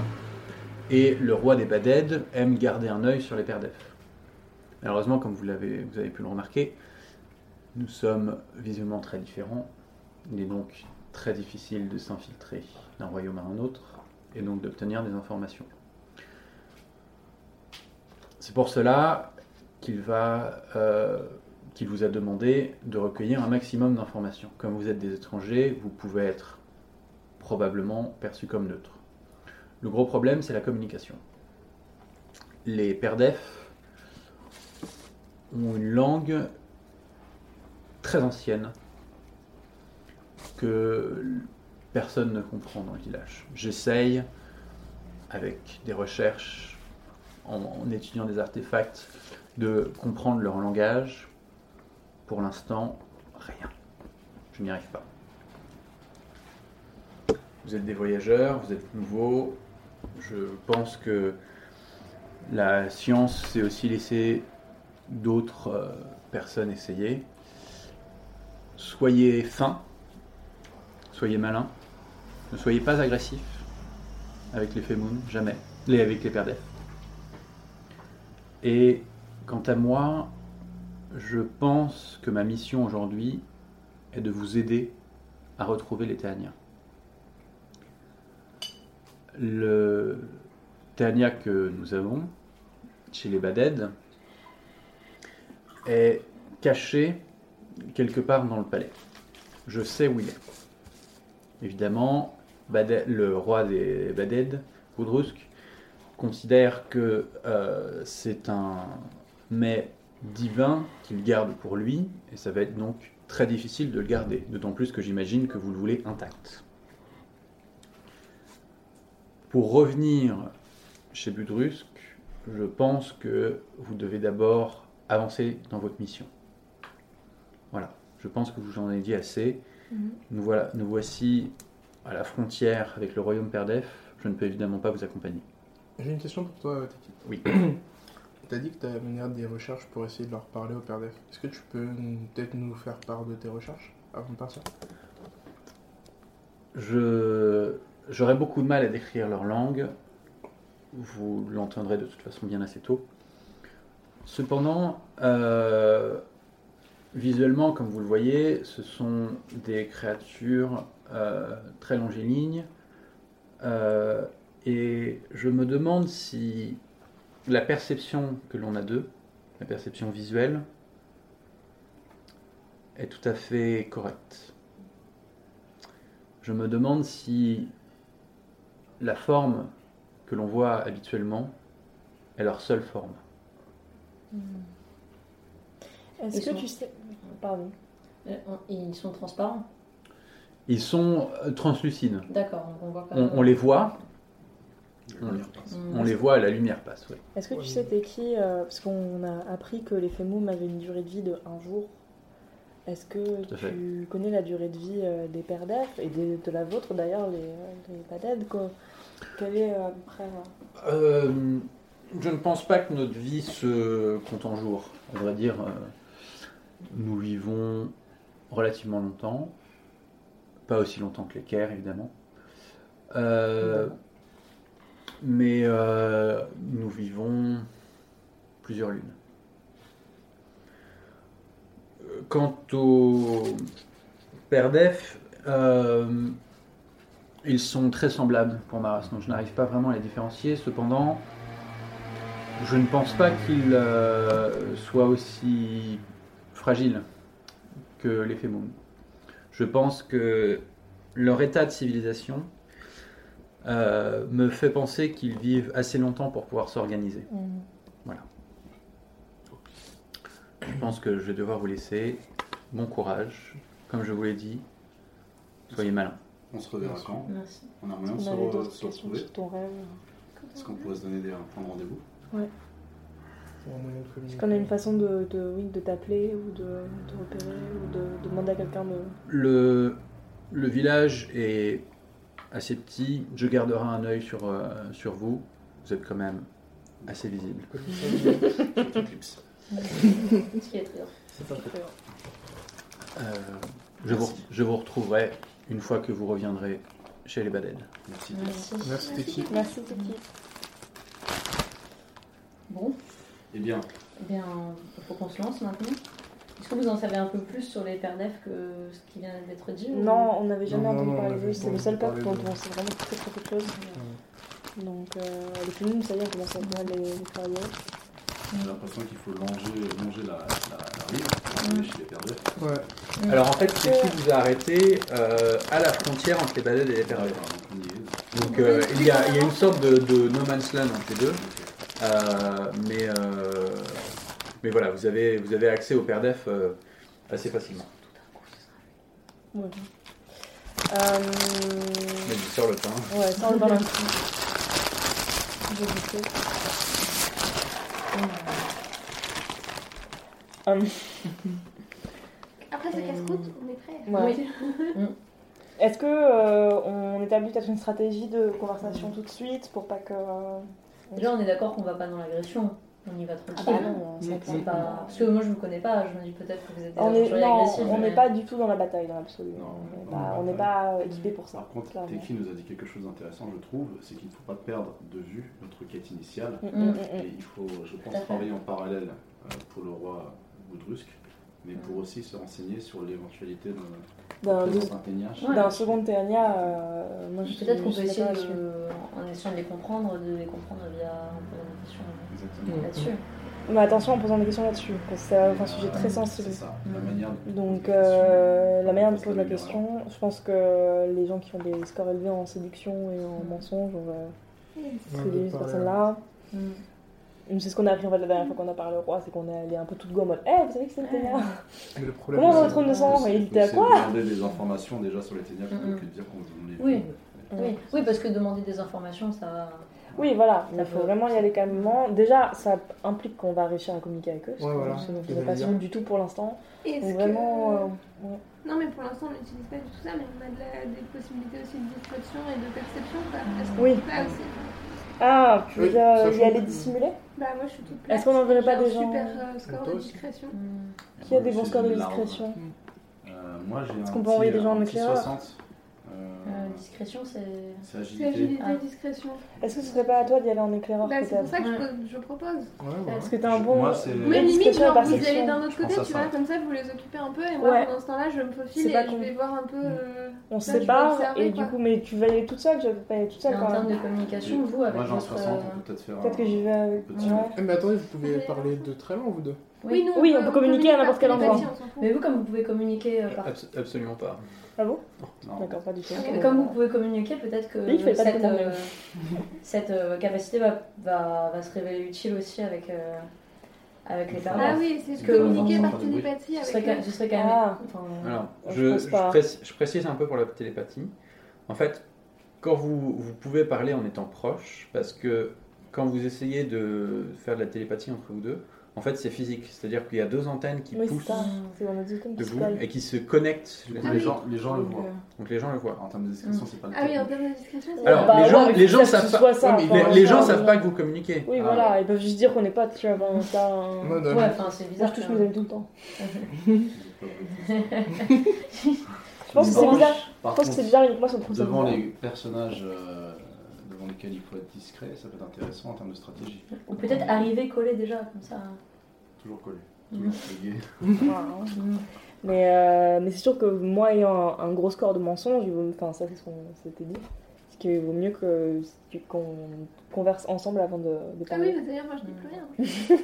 et le roi des Baded aime garder un œil sur les Perdef. Malheureusement, comme vous, l'avez, vous avez pu le remarquer, nous sommes visuellement très différents. Il est donc très difficile de s'infiltrer d'un royaume à un autre et donc d'obtenir des informations. C'est pour cela qu'il va, euh, qu'il vous a demandé de recueillir un maximum d'informations. Comme vous êtes des étrangers, vous pouvez être probablement perçu comme neutre. Le gros problème, c'est la communication. Les perdefs ont une langue très ancienne que personne ne comprend dans le village. J'essaye, avec des recherches, en, en étudiant des artefacts, de comprendre leur langage. Pour l'instant, rien. Je n'y arrive pas. Vous êtes des voyageurs, vous êtes nouveaux. Je pense que la science s'est aussi laissée d'autres euh, personnes essayer soyez fin, soyez malin, ne soyez pas agressif avec les Femoun, jamais, les avec les Perdef. Et quant à moi, Je pense que ma mission aujourd'hui est de vous aider à retrouver les Théania. Le Théania que nous avons chez les Baded est caché quelque part dans le palais. Je sais où il est. Évidemment, Bade- le roi des Baded, Goudrusk, considère que euh, c'est un mets divin qu'il garde pour lui, et ça va être donc très difficile de le garder, d'autant plus que j'imagine que vous le voulez intact. Pour revenir chez Budrusk, je pense que vous devez d'abord avancer dans votre mission. Voilà, je pense que vous en avez dit assez.
Mhm.
Nous, voilà, nous voici à la frontière avec le royaume Perdef. Je ne peux évidemment pas vous accompagner.
J'ai une question pour toi, Teki.
Oui.
T'as dit que t'as mené des recherches pour essayer de leur parler au Père Def. Est-ce que tu peux nous- peut-être nous faire part de tes recherches avant de partir
Je j'aurais beaucoup de mal à décrire leur langue. Vous l'entendrez de toute façon bien assez tôt. Cependant, euh, visuellement, comme vous le voyez, ce sont des créatures euh, très longilignes. Euh, et je me demande si la perception que l'on a d'eux, la perception visuelle, est tout à fait correcte. Je me demande si la forme que l'on voit habituellement est leur seule forme.
Est-ce
Ils
que
sont-
tu sais. Pardon.
Euh, on- Ils sont transparents.
Ils sont euh, translucides.
D'accord, donc on voit pas.
On, on les voit,
La lumière passe.
Hmm.
on les voit, la lumière passe. ouais.
Est-ce que tu
Ouais.
sais t'es qui euh, Parce qu'on a appris que les Fémoum avaient une durée de vie de un jour. Est-ce que
Tout à fait.
tu connais la durée de vie euh, des pères d'Ef et des- de la vôtre d'ailleurs, les, euh, les Baded quoi Quelle est euh, à peu près, euh,
Euh, je ne pense pas que notre vie se compte en jours. On va dire, euh, nous vivons relativement longtemps, pas aussi longtemps que les Caire, évidemment. Euh, mais euh, nous vivons plusieurs lunes. Euh, Quant au Père Def, euh, ils sont très semblables pour ma race, donc je n'arrive pas vraiment à les différencier. Cependant, je ne pense pas qu'ils euh, soient aussi fragiles que les Femoum. Je pense que leur état de civilisation euh, me fait penser qu'ils vivent assez longtemps pour pouvoir s'organiser. Je pense que je vais devoir vous laisser. Bon courage. Comme je vous l'ai dit, soyez malins.
On se reverra quand
Merci.
On a moyen de
On
se,
avait
re-
d'autres
se
questions
retrouver
sur ton rêve.
Mm.
Est-ce qu'on pourrait se donner des prendre rendez-vous
pour un moyen de
Est-ce
communiquer
qu'on a une façon de, de, oui, de t'appeler ou de te repérer ou de, demander à quelqu'un de.
Le, le village est assez petit. Je garderai un œil sur, euh, sur vous. Vous êtes quand même assez visible.
Comme ça,
Eclipse.
Ce qui est hein. très bien.
c'est pas fait.
Euh, je, vous,
Merci.
je vous retrouverai une fois que vous reviendrez chez les Baded.
Merci.
Merci.
Merci Teki.
Merci, Tiki.
Bon,
Eh bien,
eh bien, il faut qu'on se lance maintenant. Est-ce que vous en savez un peu plus sur les pères d'EF que ce qui vient d'être dit ou-
Non, on n'avait jamais
Non, non,
entendu
non, on
parler
n'avait
d'eux.
pas
C'est le
entendu
seul peuple
parler
dont
d'eux.
on sait vraiment très très peu de choses. Donc, euh, les féminines, ça y est, on commence à bien les, les travailler.
j'ai l'impression qu'il faut longer, longer la, la, la rive pour aller chez les perdus.
Ouais.
Alors en fait, c'est qui vous a arrêté euh, à la frontière entre les Baded et les Perdus.
on y est.
Donc euh, il, y a, il y a une sorte de, de no man's land entre les deux.
Ok.
Euh, mais, euh, mais voilà, vous avez, vous avez accès au Perdef euh, assez facilement.
Ouais.
Mais
Euh...
je sors le pain.
Ouais, ça on le balance. Je vais goûter. Hum,
Après ce casse-croûte, on est prêt.
ouais. Mm.
Oui.
Est-ce que euh, on établit peut-être une stratégie de conversation tout de suite pour pas que. euh,
Déjà, on est d'accord qu'on va pas dans l'agression. On y va
Ah
tranquille.
bah non, c'est
C'est pas... Parce que moi, je vous connais pas. Je me dis peut-être que vous êtes des
On est,
aventuriers
non,
agressifs,
on
mais-
n'est pas du tout dans la bataille dans l'absolu.
Non,
On n'est
non,
pas-
non,
on n'est
non.
pas équipé pour ça.
Par contre,
clairement.
Teki nous a dit quelque chose d'intéressant, je trouve, c'est qu'il ne faut pas perdre de vue notre quête initiale.
Mm, mm, mm, mm.
Et il faut, je
à
pense,
fait.
travailler en parallèle euh, pour le roi ou Drusk,
Mm.
mais pour aussi se renseigner sur l'éventualité d'un
D'un
présent atteignage.
Ouais.
d'un second Ternia, euh, moi je suis-
Peut-être qu'on
je
peut
suis
essayer,
d'accord là-dessus.
de, en essayant de les comprendre, de les comprendre via en posant des questions
Exactement.
là-dessus.
Mais attention en posant des questions là-dessus, parce que c'est un sujet
Euh,
très sensible.
C'est ça, la
Mm.
manière de poser
Donc,
la question,
euh, la manière de
ça
poser la
devient
question, je pense que les gens qui ont des scores élevés en séduction et en mensonge, on va séduire cette personne-là.
Mm.
Mais C'est ce qu'on a appris en fait la dernière fois qu'on a parlé au roi, c'est qu'on est allé un peu tout de go en mode Eh, vous savez que c'est le Ténia
Mais le problème,
Comment
c'est-
votre trône de sang
Faut-
Mais Il
faut
était à
essayer
quoi Mm.
de demander des informations déjà sur les ténias plutôt
Mm-mm.
que de dire qu'on vous les
Ouais.
Oui. Oui. oui, parce que demander des informations, ça va.
Oui, voilà,
Ça
il faut
peut-
vraiment y aller calmement. Déjà, ça implique qu'on va réussir à communiquer avec eux, ce
Ouais,
qu'on-
voilà.
ce dont
C'est
ils n'ont pas
bien.
su du tout pour l'instant.
Est-ce
Donc
que-
vraiment, euh, ouais.
Non, mais pour l'instant, on n'utilise pas du tout ça, mais on a de la- des possibilités aussi de discrétion et de perception, quoi. Est-ce qu'on
Oui.
peut pas aussi
Ah, tu veux
Oui,
dire, euh,
sachant
y aller
que-
dissimuler
Bah, moi, je suis toute
Est-ce
plate,
qu'on enverrait
j'ai
pas
un
des gens-
super euh, score
Toi
de
aussi.
discrétion.
Mm.
Qui a des bons
Je suis
scores de
une larve.
discrétion
Euh, Moi, j'ai un.
Est-ce qu'on peut
petit-
envoyer des
un
gens en
petit
éclaireur
60. Euh,
Euh,
Mm.
discrétion, c'est.
C'est
C'est
agilité.
agilité,
Ah.
discrétion.
Est-ce que ce serait pas à toi d'y aller en éclaireur
Bah, c'est
peut-être
pour ça que je, je propose.
Ouais, ouais.
Parce que t'es un
Je-
bon.
moi, c'est-
la
Mais
Mais limite,
discrétion et
genre,
la
vous y
perception.
allez d'un autre
Je
côté,
pense à
tu
ça.
vois, comme ça, vous les occupez un peu, et moi,
Ouais.
pendant ce temps-là, je me faufile
C'est
et
pas
je
con.
vais voir un peu... euh,
On se
Là, je vais
sépare
observer,
et
quoi.
du coup, mais tu vas y aller toute seule, je vais pas y aller toute
Et
seule
en
quand
termes
même.
de communication, vous, avec
Moi, j'ai un
votre.
60, on
euh,
peut peut-être faire
Peut-être
un-
que j'y vais avec.
Petit.
Ouais.
Eh, Mais attendez, vous pouvez parler de très loin, vous deux.
Oui.
nous,
Oui, on peut communiquer à n'importe quel
par
endroit.
télépathie, on s'en fout.
Mais vous, comme vous pouvez communiquer euh, par.
Abs- Absolument pas.
Ah bon
Non.
D'accord, pas du tout.
Ok.
Comme vous pouvez communiquer, peut-être que
Oui, il fallait pas
cette,
le demander.
cette, euh, capacité va, va, va se révéler utile aussi avec, euh, avec les parents.
Ah oui, c'est
Parce
ce
que-
que communiquer
Entendre
par
des bruits.
télépathie
Ce
avec... euh,
serait, quand- ce serait quand même.
Ah.
enfin,
Alors,
Je
je,
pense
je
pas.
précise, je précise un peu pour la télépathie. En fait, quand vous, vous pouvez parler en étant proche, parce que quand vous essayez de faire de la télépathie entre vous deux, en fait, c'est physique. C'est-à-dire qu'il y a deux antennes qui
Oui, c'est
poussent
ça. C'est on a dit comme
de vous
Skype.
et qui se connectent.
Du coup,
Ah
les
oui.
gens, les gens le
Donc,
voient.
euh,
Donc les gens le voient.
En termes de discrétion, c'est pas le
Ah oui, en
cas.
termes de discrétion, c'est...
Alors,
bah
les
ouais,
gens,
mais
les
faut
gens
que ça
savent
se
pas.
soit ça,
Ouais, mais
enfin,
les, les
ça,
gens
euh,
savent pas que vous communiquez.
Oui,
Ah.
voilà, ils peuvent juste dire qu'on est potes, tu vois. ben, ça, un-
Non, non,
Ouais, enfin, c'est
Moi,
bizarre.
je touche
que-
mes amis tout le temps.
Je
pense que c'est bizarre.
Par
Je pense que c'est
contre,
bizarre, mais moi, ça me trouve ça
devant
bizarre.
les personnages euh, devant lesquels il faut être discret, ça peut être intéressant en termes de stratégie.
Ou peut-être arriver collé déjà, comme ça.
Toujours collé.
Mm.
Toujours fouillé.
Voilà, hein. Mais, euh, mais c'est sûr que moi ayant un, un gros score de mensonges, il vaut- enfin ça c'est ce qu'on s'était dit, c'est qu'il vaut mieux que que- qu'on converse ensemble avant de, de
Ah oui,
parler.
mais d'ailleurs, moi, je dis plus rien.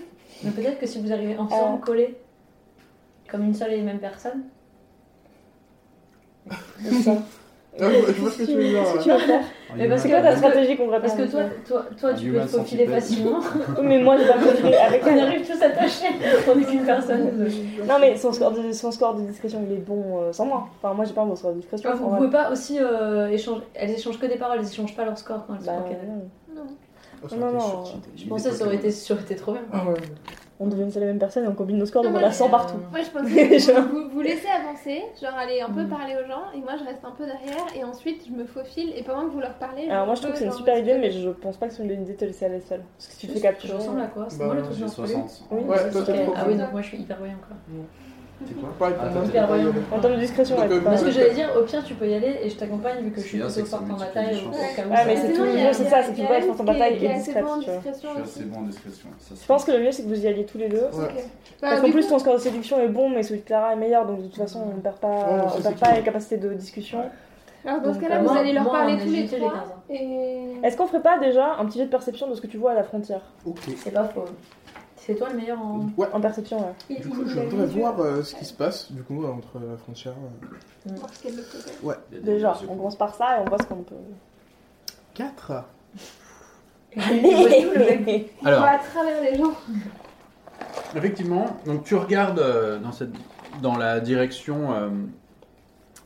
Mais peut-être que si vous arrivez
Euh.
ensemble collés, comme une seule et même personne,
C'est ça.
Ah, je vois- je vois ce que tu veux dire,
Qu'est-ce
ouais.
tu vas faire
Mais parce
C'est
que-
quoi ta
parce
stratégie qu'on va
parce que toi, toi, toi
Un
tu peux te
humain sans
faufiler
pipette.
facilement.
Mais moi j'ai pas profité avec
On arrive tous attachés, on est qu'une personne.
Non mais son score, de, son score de discrétion il est bon euh, sans moi. Enfin moi j'ai pas mon score de discrétion.
Ah, vous
en vrai.
pouvez pas aussi euh, échanger. Elles échangent que des paroles, elles échangent pas leur score quand elles
Bah,
sont en canal.
non.
Non.
Oh, ça
Non,
aurait été
non.
short,
Il
Je
est
pensais que ça
collé.
aurait été, ça aurait été trop bien.
Ah ouais.
On devient une seule et même personne et on combine nos scores donc
Non,
on
moi,
a 100
Euh,
partout.
Moi, je
Déjà.
pensais que vous, vous laissez avancer, genre aller un peu
Mm.
parler aux gens, et moi, je reste un peu derrière, et ensuite, je me faufile, et pendant que vous leur parlez...
Alors moi je
peux,
trouve que c'est une
genre,
super
me-
idée mais je pense pas que c'est une bonne idée de te laisser aller seule. Parce que si tu te fais
Je
capturer.
ressemble à quoi C'est
Bah,
moi le truc
J'ai
genre
60.
Oui.
Ouais, toi, t'es trop
Ah oui,
cool.
donc moi je suis hyper voyante quoi.
C'est quoi
Pareil pour
Ah,
moi,
t'as
c'est
des-
hyper
pareil.
voyante.
En termes de discrétion,
Donc,
ouais,
euh,
c'est pas-
Parce que
Ouais.
j'allais dire, au pire tu peux y aller et je t'accompagne vu que je
Ce
suis
qu'il y a,
plutôt
c'est que ça
forte en
multiplie
bataille.
les
ou
chances.
comme
Ouais,
ça.
mais c'est
Sinon,
tout le
il y a-
mieux, c'est
il y a-
ça, c'est
il
tu
y a
peux
Alice
être en
qui est-
bataille
qui
et
est assez
discrète,
bonne en
tu vois.
Je
discrétion
suis
aussi.
assez bon en discrétion. Ça,
Je
c'est-
pense que le mieux c'est que vous y alliez tous les deux.
Ok.
Ouais.
Bah,
Parce qu'en
du
plus
coup,
ton score de séduction est bon, mais celui de Clara est meilleur, donc de toute façon on ne perd
Ouais,
pas,
ça,
on
c'est
perd pas
cool.
les capacités de discussion.
alors, dans ce
Donc,
cas-là,
euh,
vous
moi-
allez leur
moi,
parler
en
tous les
agilité, hein.
trois,
15 ans.
et...
Est-ce qu'on ferait pas déjà un petit jet de perception de ce que tu vois à la frontière
Ok.
C'est pas faux. C'est toi le meilleur en.
Ouais.
En perception, ouais.
il-
Du
il-
coup,
il
je
a
voudrais
vu,
voir euh, ce qui se passe, du coup, entre la frontière. euh,
voir ce qu'elle le faisait.
Il y a des-
Déjà,
des-
on commence par ça et on voit ce qu'on peut.
4
Allez
On
Alors,
va à travers les gens.
Effectivement, donc tu regardes euh, dans, cette, dans la direction euh,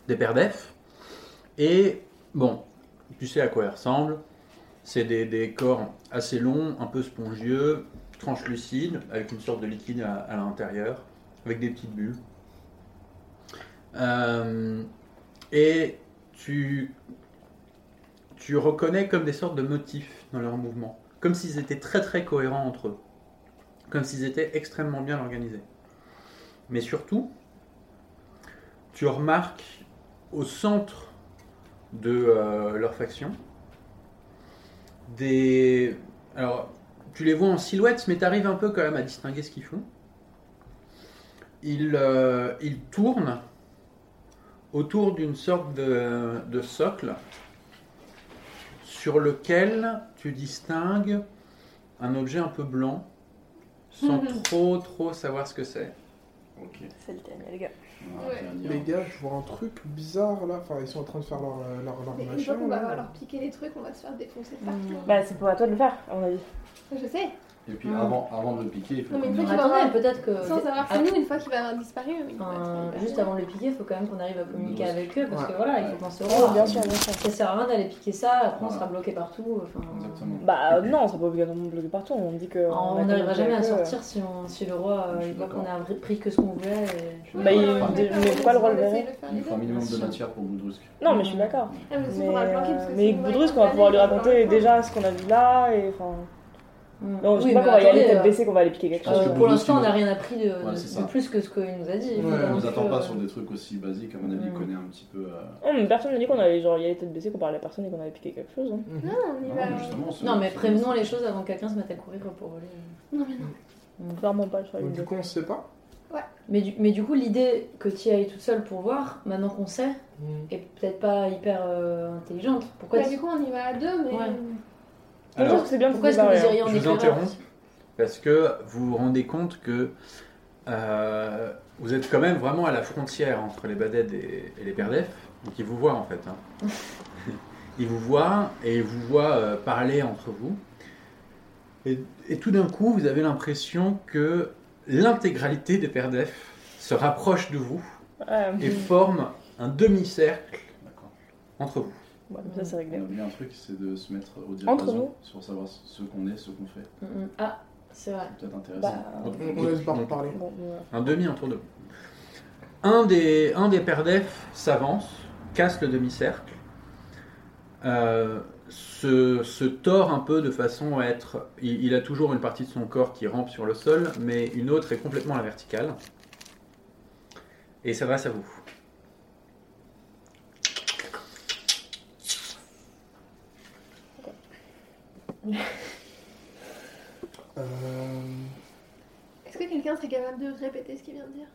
des Perdef, et bon, tu sais à quoi ils ressemblent. C'est des, des corps assez longs, un peu spongieux, translucides, avec une sorte de liquide à, à l'intérieur, avec des petites bulles. Euh, et tu, tu reconnais comme des sortes de motifs dans leurs mouvements, comme s'ils étaient très très cohérents entre eux comme s'ils étaient extrêmement bien organisés. Mais surtout, tu remarques au centre de euh, leur faction des. Alors, tu les vois en silhouette, mais tu arrives un peu quand même à distinguer ce qu'ils font. il, euh, il tourne autour d'une sorte de, de socle sur lequel tu distingues un objet un peu blanc sans trop trop savoir ce que c'est.
Ok.
C'est le Tania, les gars.
Ah,
Ouais.
rien à dire.
Les gars, je vois un truc bizarre là. Enfin, ils sont en train de faire leur, euh, leur, leur
Mais une
machin.
fois qu'on
là.
va leur piquer les trucs, on va se faire défoncer partout.
Bah, c'est pour à toi de le faire, à mon avis.
Je sais.
Et puis
Hmm.
avant, avant de le piquer, il faut.
Non, mais une fois qu'il va
Attendez,
avoir,
peut-être que.
sans savoir
Ah,
c'est nous, une fois qu'il va avoir disparu, il va
enfin,
être-
juste avant de le piquer, il faut quand même qu'on arrive à communiquer
Ouais.
avec eux parce que
Ouais.
voilà, il faut penser au
Oh,
roi.
bien sûr, bien sûr.
Ça sert à rien d'aller piquer ça, après on
Voilà.
sera bloqué partout. Enfin,
Exactement.
Bah, euh, non, ça peut obligatoirement bloquer partout. On dit que.
on
a
n'arrivera
communiqué
jamais à
avec eux.
sortir si, on, si le roi euh,
Je suis
il voit qu'on a
d'accord.
pris que ce qu'on voulait. et-
Ouais,
Bah, il-
on va
mais
faire
mais
les
pourquoi le
deux, on
relever
essaie de le faire les
Il
deux.
faut un minimum de
Bien sûr.
matière pour Boudrusque.
Non, mais je suis d'accord.
Ah, mais aussi,
Mais,
faudra le planquer, parce
euh,
que
mais
sinon, on va
Boudrus,
être
qu'on va pouvoir lui
enfermé, on va
raconter
le prendre.
déjà ce qu'on a vu là, et enfin.
Mm.
Non, je
Oui,
sais pas
mais
qu'on va y aller
attendez,
tête
euh,
baissée, qu'on va aller piquer quelque
euh,
Parce
chose.
que
pour
Boudreau,
l'instant,
c'est
on n'a
une-
rien appris de,
Ouais, c'est ça.
de plus que ce qu'il nous a dit. Il faut
Ouais,
pas
On
non
nous
plus,
attend pas
euh,
sur des trucs aussi basiques, à mon avis, il
Hmm.
connaît un petit peu. euh,
Oh, mais personne n'a dit qu'on allait genre y aller tête baissée, qu'on parlait à personne et qu'on allait piquer quelque chose. hein.
Mm.
Non, on y
non,
va.
mais justement, on se-
Non, mais
se-
prévenons les choses avant que quelqu'un se mette à courir pour voler.
Non, mais non.
Clairement pas, je crois.
Donc, du coup, on sait pas.
Mais du, mais du coup, l'idée que tu y ailles toute seule pour voir, maintenant qu'on sait, est peut-être pas hyper euh, intelligente. Pourquoi
Bah,
tu-
du coup, on y va à deux, mais.
Ouais.
Je pense
Alors,
que c'est bien de
Pourquoi
se
est-ce que vous
séparer,
iriez en
je vous
éclaireur
interromps parce que vous vous rendez compte que euh, vous êtes quand même vraiment à la frontière entre les Baded et, et les Perdef, donc ils vous voient en fait. hein. ils vous voient et ils vous voient euh, parler entre vous. Et, et tout d'un coup, vous avez l'impression que l'intégralité des Perdef se rapproche de vous
hein. Ouais,
et forme un demi-cercle
D'accord.
entre vous.
bon, comme ça c'est
On a
réglé.
oublié un truc, c'est de se mettre au
Entre
diapason
nous.
sur savoir ce qu'on est, ce qu'on fait.
Mm, mm. Ah, c'est vrai.
C'est peut-être intéressant.
Bah,
On, on laisse pas reparler.
bon, euh, voilà.
Un demi autour de vous. Un des, un des perdefs s'avance, casse le demi-cercle, euh, se, se tord un peu de façon à être. Il, il a toujours une partie de son corps qui rampe sur le sol, mais une autre est complètement à la verticale. Et s'adresse à vous.
Euh,
Est-ce que quelqu'un serait capable de répéter ce qu'il vient de dire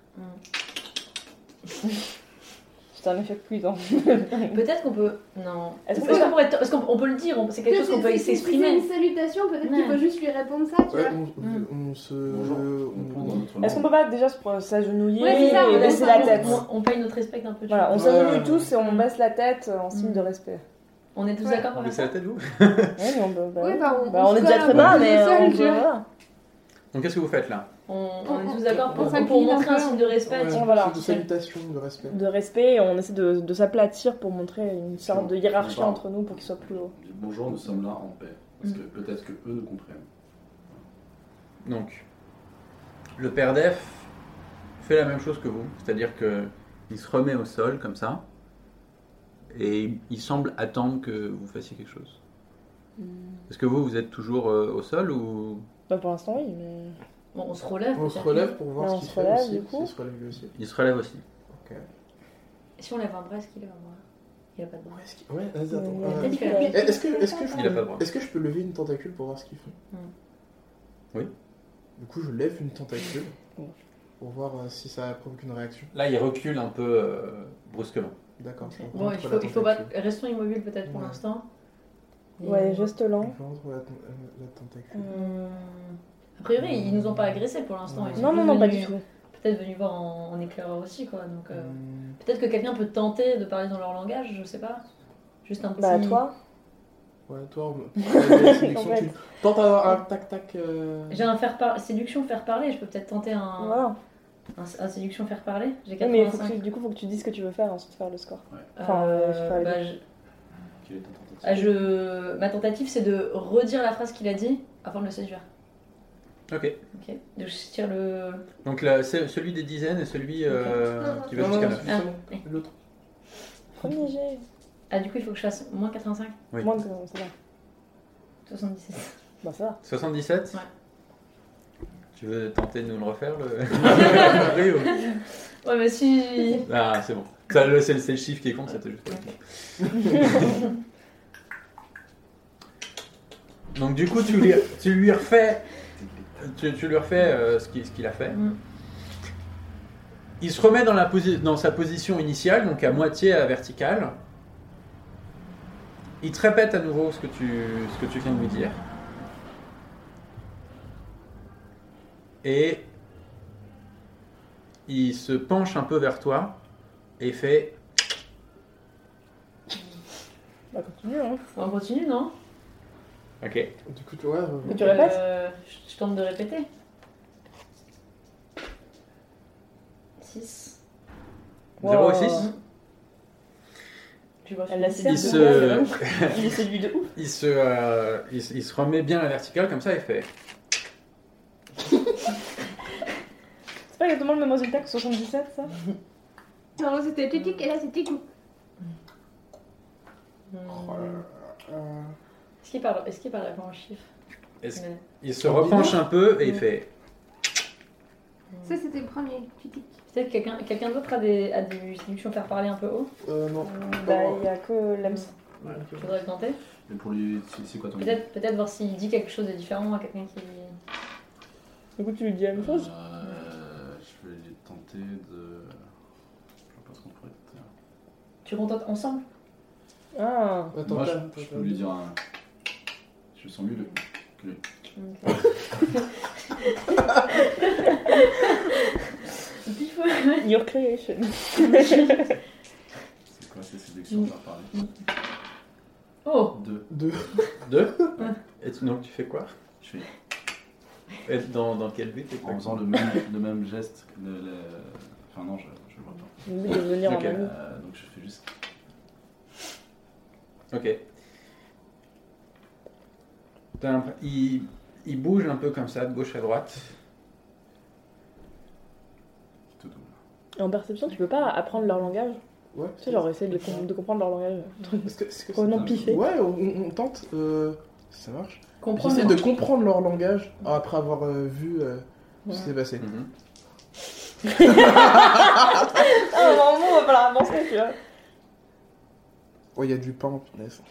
C'est un effet cuit, hein.
Mm. Peut-être qu'on peut. Non.
Est-ce
Est-ce
qu'on
qu'on
peut-
pourrait être- est-ce qu'on- on peut le dire on- C'est quelque chose qu'on peut
Si- si- si C'est
s'exprimer.
une salutation, peut-être qu'il
Ouais.
faut juste lui répondre ça, tu
ouais,
vois.
on,
Mm.
on se.
Bonjour. On prend dans
on-
notre
Est-ce qu'on peut pas déjà se pre- s'agenouiller
Ouais, c'est ça, on
et
laisse
baisser la
on-
tête
On, on paye notre respect un peu. tu
Voilà, on
vois.
s'agenouille
Ouais.
tous et on baisse la tête en signe
Mm.
de respect.
on... est tous
Ouais.
d'accord pour
Baissez la
ça
tête, vous
Ouais, mais on peut- bah,
Oui,
ouais.
bah, on-
Bah,
on
on
se
est déjà
colle
très
à
bas,
peu près
mais euh,
tout seul,
on
tu vois.
voilà.
Donc qu'est-ce que vous faites là
on, on est
on-
tous d'accord pour,
on
pour,
s'incline
montrer
un
un
peu.
signe de respect.
ouais,
tiens, voilà.
c'est de salutation, de respect.
de respect et on essaie de, de s'aplatir pour montrer une sorte de hiérarchie
Bon.
entre nous pour qu'il soit plus haut.
On dit bonjour, nous sommes là en paix.
Mm.
Parce que peut-être que eux nous comprennent.
Donc, le perdef fait la même chose que vous, c'est-à-dire que il se remet au sol comme ça, et il semble attendre que vous fassiez quelque chose.
Mm.
Est-ce que vous, vous êtes toujours euh, au sol ou
Bah, pour l'instant, oui, mais.
Bon, on se relève.
On se
peut-être.
relève pour voir
Ouais, on
ce qu'il
se
fait
relève,
aussi.
du coup.
s'il se relève lui aussi.
il se relève aussi
Si on lève un bras, est-ce qu'il lève un bras Il a pas de bras.
Ouais, est-ce qu'il- ouais, vas-y, attends.
Mais
Euh,
peut-être
qu'il a-
eh, Est-ce que, est-ce que je
Il a pas de bras.
Est-ce que je peux lever une tentacule pour voir ce qu'ils font
Oui.
Du coup, je lève une tentacule
Oui.
pour voir euh, si ça provoque une réaction.
Là, il recule un peu euh, brusquement.
D'accord. je
Bon,
rentre
il faut,
la
il faut pas...
tentacule.
restons immobiles peut-être pour
Ouais.
l'instant. Et-
Ouais, geste lent.
Je rentre la, ten- euh, la tentacule.
Euh, A priori, ils nous ont pas agressés pour l'instant. ils sont
Non, non,
tous
non, pas du
venus-
tout.
Peut-être venus voir en, en éclaireur aussi, quoi. Donc, euh,
Hum,
peut-être que quelqu'un peut tenter de parler dans leur langage, je sais pas. Juste un petit.
Bah, toi
Euh, Ouais, toi, on- la sélection,
En fait.
tu tentes un, un tac-tac. euh,
J'ai un faire par... séduction faire parler, je peux peut-être tenter
Ah,
un,
Voilà.
un, un séduction faire parler. J'ai
Ouais, mais faut que
85.
tu- du coup, faut que tu dises ce que tu veux faire ensuite faire le score.
Euh,
enfin, euh, je sais pas,
bah, je...
Quelle est ta
ah,
tentative
je- Ma tentative c'est de redire la phrase qu'il a dit avant de le séduire.
Ok.
Ok. Donc je tire le.
Donc là, c'est celui des dizaines et celui euh, qui va
Non, non,
jusqu'à
non,
9.
c'est
Ah,
bon,
oui.
L'autre.
Premier jet.
Ah, du coup il faut que je fasse moins 85
Oui.
Moins de ça va.
77.
Bah, ça va.
77
Ouais.
Tu veux tenter de nous le refaire le... Oui, ou-
Ouais, mais si.
Ah, c'est bon. Ça, le- C'est c'est le chiffre qui compte, c'était juste. Donc du coup, tu lui, tu lui refais, tu, tu lui refais euh, ce qu'il ce qu'il a fait.
Mm.
Il se remet dans, la posi- dans sa position initiale, donc à moitié à la verticale. Il te répète à nouveau ce que tu, ce que tu viens de lui dire. Et il se penche un peu vers toi et fait
Bah, continue, hein.
On continue, non
Ok.
Du coup, ouais. euh,
Mais tu répètes
Euh, je, je tente de répéter. 6.
0
Wow.
et 6
Tu vois,
Elle l'a
c'est
saisi.
Il
bizarre.
se,
Il est séduit de ouf.
il, se, euh, il, se- il se remet bien à la verticale comme ça et fait
C'est pas exactement le même résultat que 77, ça
Alors c'était tic et là c'était tic.
oh là là, euh,
Hmm. Est-ce qu'il parle, est-ce qu'il parle pas en chiffres
Est-ce-
Mais-
Il se repenche un peu et il
Mm.
fait
Ça c'était le premier tic.
Peut-être que quelqu'un, quelqu'un d'autre a des, a des séductions à faire parler un peu haut
euh, non.
Bah, il y a que l'AMS.
Je voudrais tenter.
Mais pour lui, c'est c'est quoi ton
Peut-être, peut-être voir s'il dit quelque chose de différent à quelqu'un qui.
Du coup, tu lui dis la même chose
Euh, Je vais tenter de. Je vois pas ce qu'on pourrait tenter.
Tu contentes ensemble
Ah
Attends,
Moi,
attends,
je, je peux lui
attends.
dire un. Je me sens mieux le.
Ok. Bifou.
Your creation.
C'est quoi ces sélections On va parler.
Oh
Deux.
Deux.
2 Et tu- donc tu fais quoi
Je fais
Et dans, dans quel but
en
exactement
faisant le même, le même geste que le, le- Enfin, non, je, je le vois pas.
Il de devenir
Ok.
un ami.
Euh, donc je fais juste.
Ok. T'as l'impr- Il, il bouge un peu comme ça, de gauche à droite.
Tout double.
Et en perception, tu peux pas apprendre leur langage
Ouais.
Tu sais, genre essayer de, les com- de comprendre leur langage.
Est-ce que- est-ce que
Oh non,
un-
piffé.
Ouais, on, on tente. euh, ça marche.
Comprends.
J'essaie de comprendre leur langage après avoir euh, vu euh,
Ouais.
ce qui s'est passé.
Hmm.
Mhm.
Ah, vraiment, on va falloir avancer, tu vois.
Oh, il y a du pain, punaise.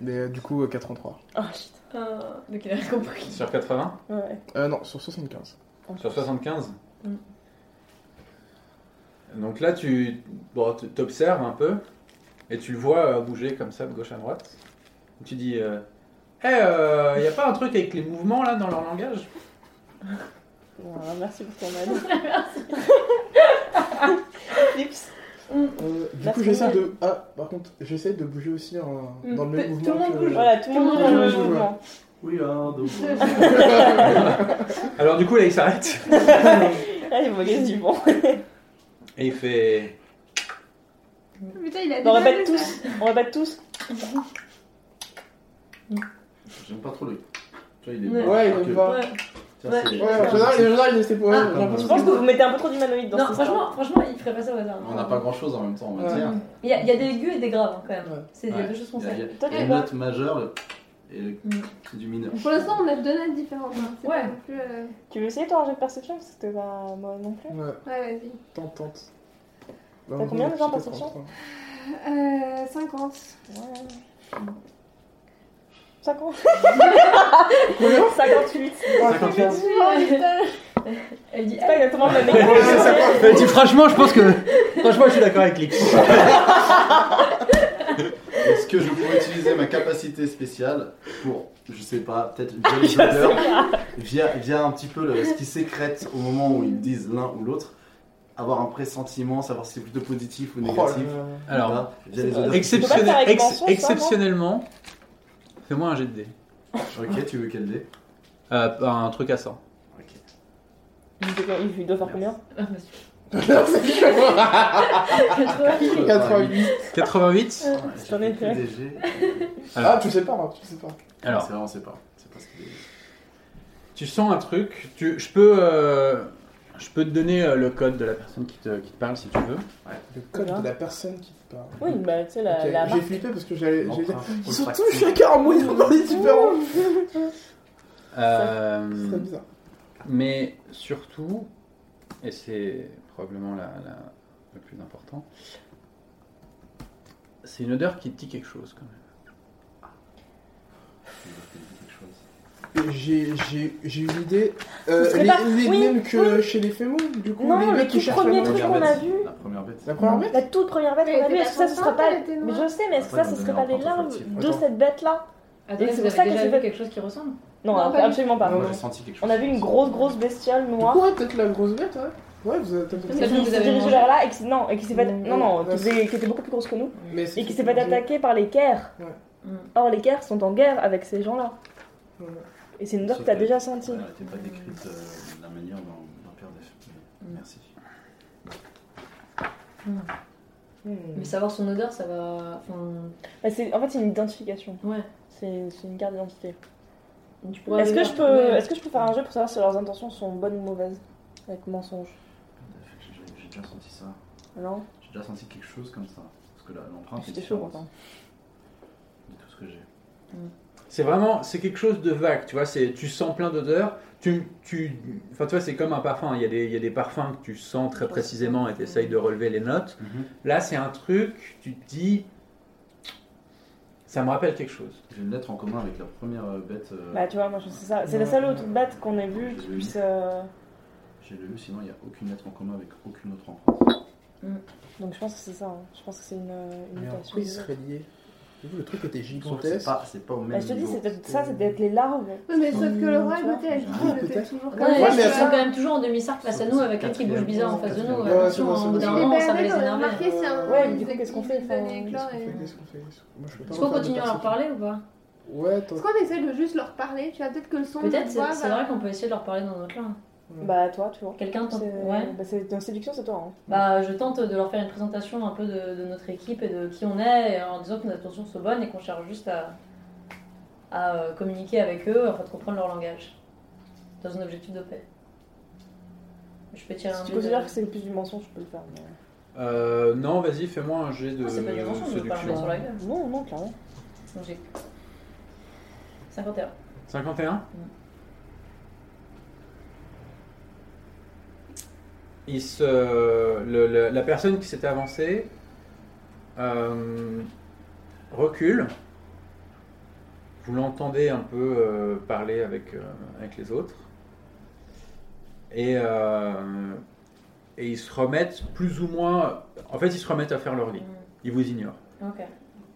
Mais euh, du coup, euh, 83.
Ah, shit.
Donc il a Euh, compris.
Sur 80
Ouais.
Euh, non, sur 75.
Sur 75
Mm.
Donc là, tu bon, t- t'observes un peu et tu le vois euh, bouger comme ça de gauche à droite. Tu dis euh, Eh, il a pas un truc avec les mouvements là dans leur langage
Voilà, merci pour ton aide. Flips.
Euh, du
La
coup, j'essaie
semaine.
de. Ah, par contre, j'essaie de bouger aussi en-
Mm.
dans le
Tout
même
le
mouvement.
monde
que-
bouge.
Voilà, euh, tout le monde
Tout
dans le
le
monde
même
joue,
mouvement.
We are the.
Alors du coup, là, il s'arrête
Ah, il voguait du bon.
et il fait
Putain, il a
On
déjà
répète
fait ça.
tous. On répète tous.
J'aime pas trop le. Tu vois, il est.
Ouais.
Ouais,
que-
il va.
Ouais.
Tiens,
Ouais,
c'est-
en général, en général, il essaie pour
Ah,
elle. j'ai l'impression
Je
que-
pense que vous mettez un peu trop d'humanoïde dans
Non,
cette
franchement, franchement, il ferait pas ça au hasard.
On n'a pas grand chose en même temps, on va
Ouais.
dire.
Il y, a, il y a des aigus et des graves hein, quand même.
Ouais.
C'est, Il y a
Ouais.
deux choses qu'on
Il y a-
sait.
il y a une note majeure le- et le-
Mm.
c'est du mineur.
Pour l'instant, on a deux notes différentes. hein. C'est
Ouais.
pas non plus, euh,
Tu veux essayer toi un jeu de perception Parce que t'es pas moi non plus.
Ouais,
Ouais, vas-y.
tente, tente.
T'as combien déjà en perception
Euh, 50.
Ouais. 50.
Combien
58.
Ah,
Cinquante-huit.
Elle dit
C'est pas exactement le même mécanisme.
Franchement, je pense que. Franchement, je suis d'accord avec Lix.
Est-ce que je pourrais utiliser ma capacité spéciale pour, je sais pas, peut-être via les odeurs, via, via un petit peu le- ce qui sécrète au moment où ils disent l'un ou l'autre, avoir un pressentiment, savoir si c'est plutôt positif
Oh
ou négatif.
Alors,
Voilà, via
C'est
les
pas- Tu peux pas
odeurs.
faire
exceptionnel-
avec
ex-
mention, ça, non
exceptionnellement, fais-moi un jet de dés.
Ok, tu veux quel dé
Euh, un truc à 100.
Ok.
Il doit faire combien
Ah, bah, c'est-
Je peux
88.
88
pas,
C'est
j'ai
un
fait
effet.
que des jets.
Ah, tu sais pas, hein, tu sais pas.
Alors,
C'est vrai, on sait pas. C'est pas ce qu'il est.
Tu sens un truc, tu, je, peux, euh, je peux te donner euh, le code de la personne qui te, qui te parle si tu veux.
Le code
Combien
de la personne qui te parle.
Oui, bah tu sais, la,
Ok,
la
J'ai
marque.
flippé parce que j'allais. j'allais dire,
L'empreinte
Ils sont tous
olfactive.
chacun un moyen de parler différent.
Mm.
Euh,
C'est très bizarre.
mais surtout, et c'est probablement la, la- le plus important, c'est une odeur qui te dit quelque chose quand même.
Quelque chose.
Et j'ai j'ai- j'ai une idée. Euh,
Ce serait
les,
pas-
les
oui,
mêmes que chez les Fémous, du coup,
Non,
les
le
mecs qui
tout
cherchent
premier
la
truc
mort.
qu'on Mm. a vu.
La première bête.
La première bête
La toute première bête
Mais
qu'on a
elle
vue,
était
est-ce que ça,
pas
ce serait pas.
enceinte, elle était
Mais
noire.
je sais, mais est-ce que
Après,
ça, ce
on
serait pas
est
des
en
larmes
tentative.
de
Attends.
cette bête-là
Attendez,
c'est
vous
pour ça que
avez déjà
j'ai
vu
fait-
quelque chose qui ressemble
Non,
Non, pas du
absolument pas.
Moi, j'ai senti quelque chose.
On a vu une grosse, grosse bestiole
Du
noire.
coup, ouais, peut-être la grosse bête, ouais. Ouais, vous avez peut-être-
Celle que
qui
vous
se
avez
dirigeait
mangée.
vers là et qui, s'est- non, et qui s'est pas,
Mm,
non, non,
ouais.
qui, faisait- qui était beaucoup plus grosse que nous
Mais c'est-
et qui s'est fait attaquer par les Kers.
Ouais.
Mm.
Or, les Kers sont en guerre avec ces gens-là.
Ouais.
Et c'est une odeur
C'est
que t'as
vrai.
déjà sentie.
Elle n'était pas décrite euh, de la manière dont dont Père
Mm.
des Merci.
Mais savoir son odeur, ça va. Enfin,
Mm. Bah, c'est- en fait, c'est une identification.
ouais.
C'est c'est une carte d'identité.
Tu pourras
Est-ce
aller
que,
la
je peux,
retrouver.
est ce que je peux faire un jeu pour savoir si leurs intentions sont bonnes ou mauvaises Avec mensonge.
J'ai- J'ai déjà senti ça.
Non
J'ai déjà senti quelque chose comme ça. Parce que la- l'empreinte est
J'étais chaud
différente
pourtant.
de tout ce que j'ai.
C'est vraiment, c'est quelque chose de vague, tu vois. C'est, tu sens plein d'odeurs. Tu, tu, enfin, tu vois, c'est comme un parfum. Il y, a des, il y a des parfums que tu sens très précisément et tu essayes de relever les notes. Là, c'est un truc, tu te dis, ça me rappelle quelque chose.
J'ai une lettre en commun avec la première euh, bête. euh,
Bah, tu vois, moi je sais ça. C'est
Ouais.
la seule autre bête qu'on ait vue qui
Oui.
puisse. euh,
J'ai le eu, sinon il n'y a aucune lettre en commun avec aucune autre empreinte.
Donc je pense que c'est ça. hein. Je pense que c'est une, euh, une
Mais en
mutation.
quoi ils seraient liés Du coup, le truc était
Sauf que c'est
gigantesque.
pas, c'est pas au
Bah,
même
je te dis,
niveau.
c'est peut-être ça, c'est peut-être les larves.
Oui, mais sauf que le roi,
Tu
à
vois.
côté, elle dit
Ah,
elle était
peut-être.
toujours
Ouais,
comme
Ouais,
mais
mais
elles
ça-
sont quand même toujours en demi-cercle face à nous avec un qui bouge bizarre en face de nous.
Ouais,
Attention,
c'est bon, c'est
hein, au bout d'un
bon.
moment,
Mais
ça va les
d'accord,
énerver.
remarquez, c'est un.
Ouais, mais
un
du coup, qu'est-ce qu'on
qui
fait,
nous donne
enfin,
éclore
Qu'est-ce qu'on
et-
fait, qu'est-ce qu'on fait, qu'est-ce qu'on- Moi, je peux pas
Est-ce qu'on
refaire de
continue à leur
classique.
parler ou pas
Ouais, attends.
Est-ce qu'on essaie de juste leur parler Tu vois, peut-être que le son.
Peut-être,
de
c'est
voix
c'est
va-
vrai qu'on peut essayer de leur parler dans notre langue.
Bah, toi, tu vois.
Quelqu'un tente.
C'est
Ouais.
bah, c'est- dans séduction, c'est toi. hein.
Bah, je tente de leur faire une présentation un peu de, de notre équipe et de qui on est, et en disant que nos intentions sont bonnes et qu'on cherche juste à, à euh, communiquer avec eux, afin de comprendre leur langage, dans un objectif de paix. Je peux tirer un
Si tu
dé de-
considères que c'est plus du mensonge, je peux le faire. mais-
Euh, non, vas-y, fais-moi un jet de
Ah, c'est pas du mensonge de parler
séduction.
sur la gueule.
Non, non, clairement.
Donc j'ai 51.
51 Il se, le- le- la personne qui s'était avancée euh, recule. Vous l'entendez un peu euh, parler avec, euh, avec les autres. Et, euh, et ils se remettent plus ou moins... En fait, ils se remettent à faire leur lit.
Mm.
Ils vous ignorent.
Ok.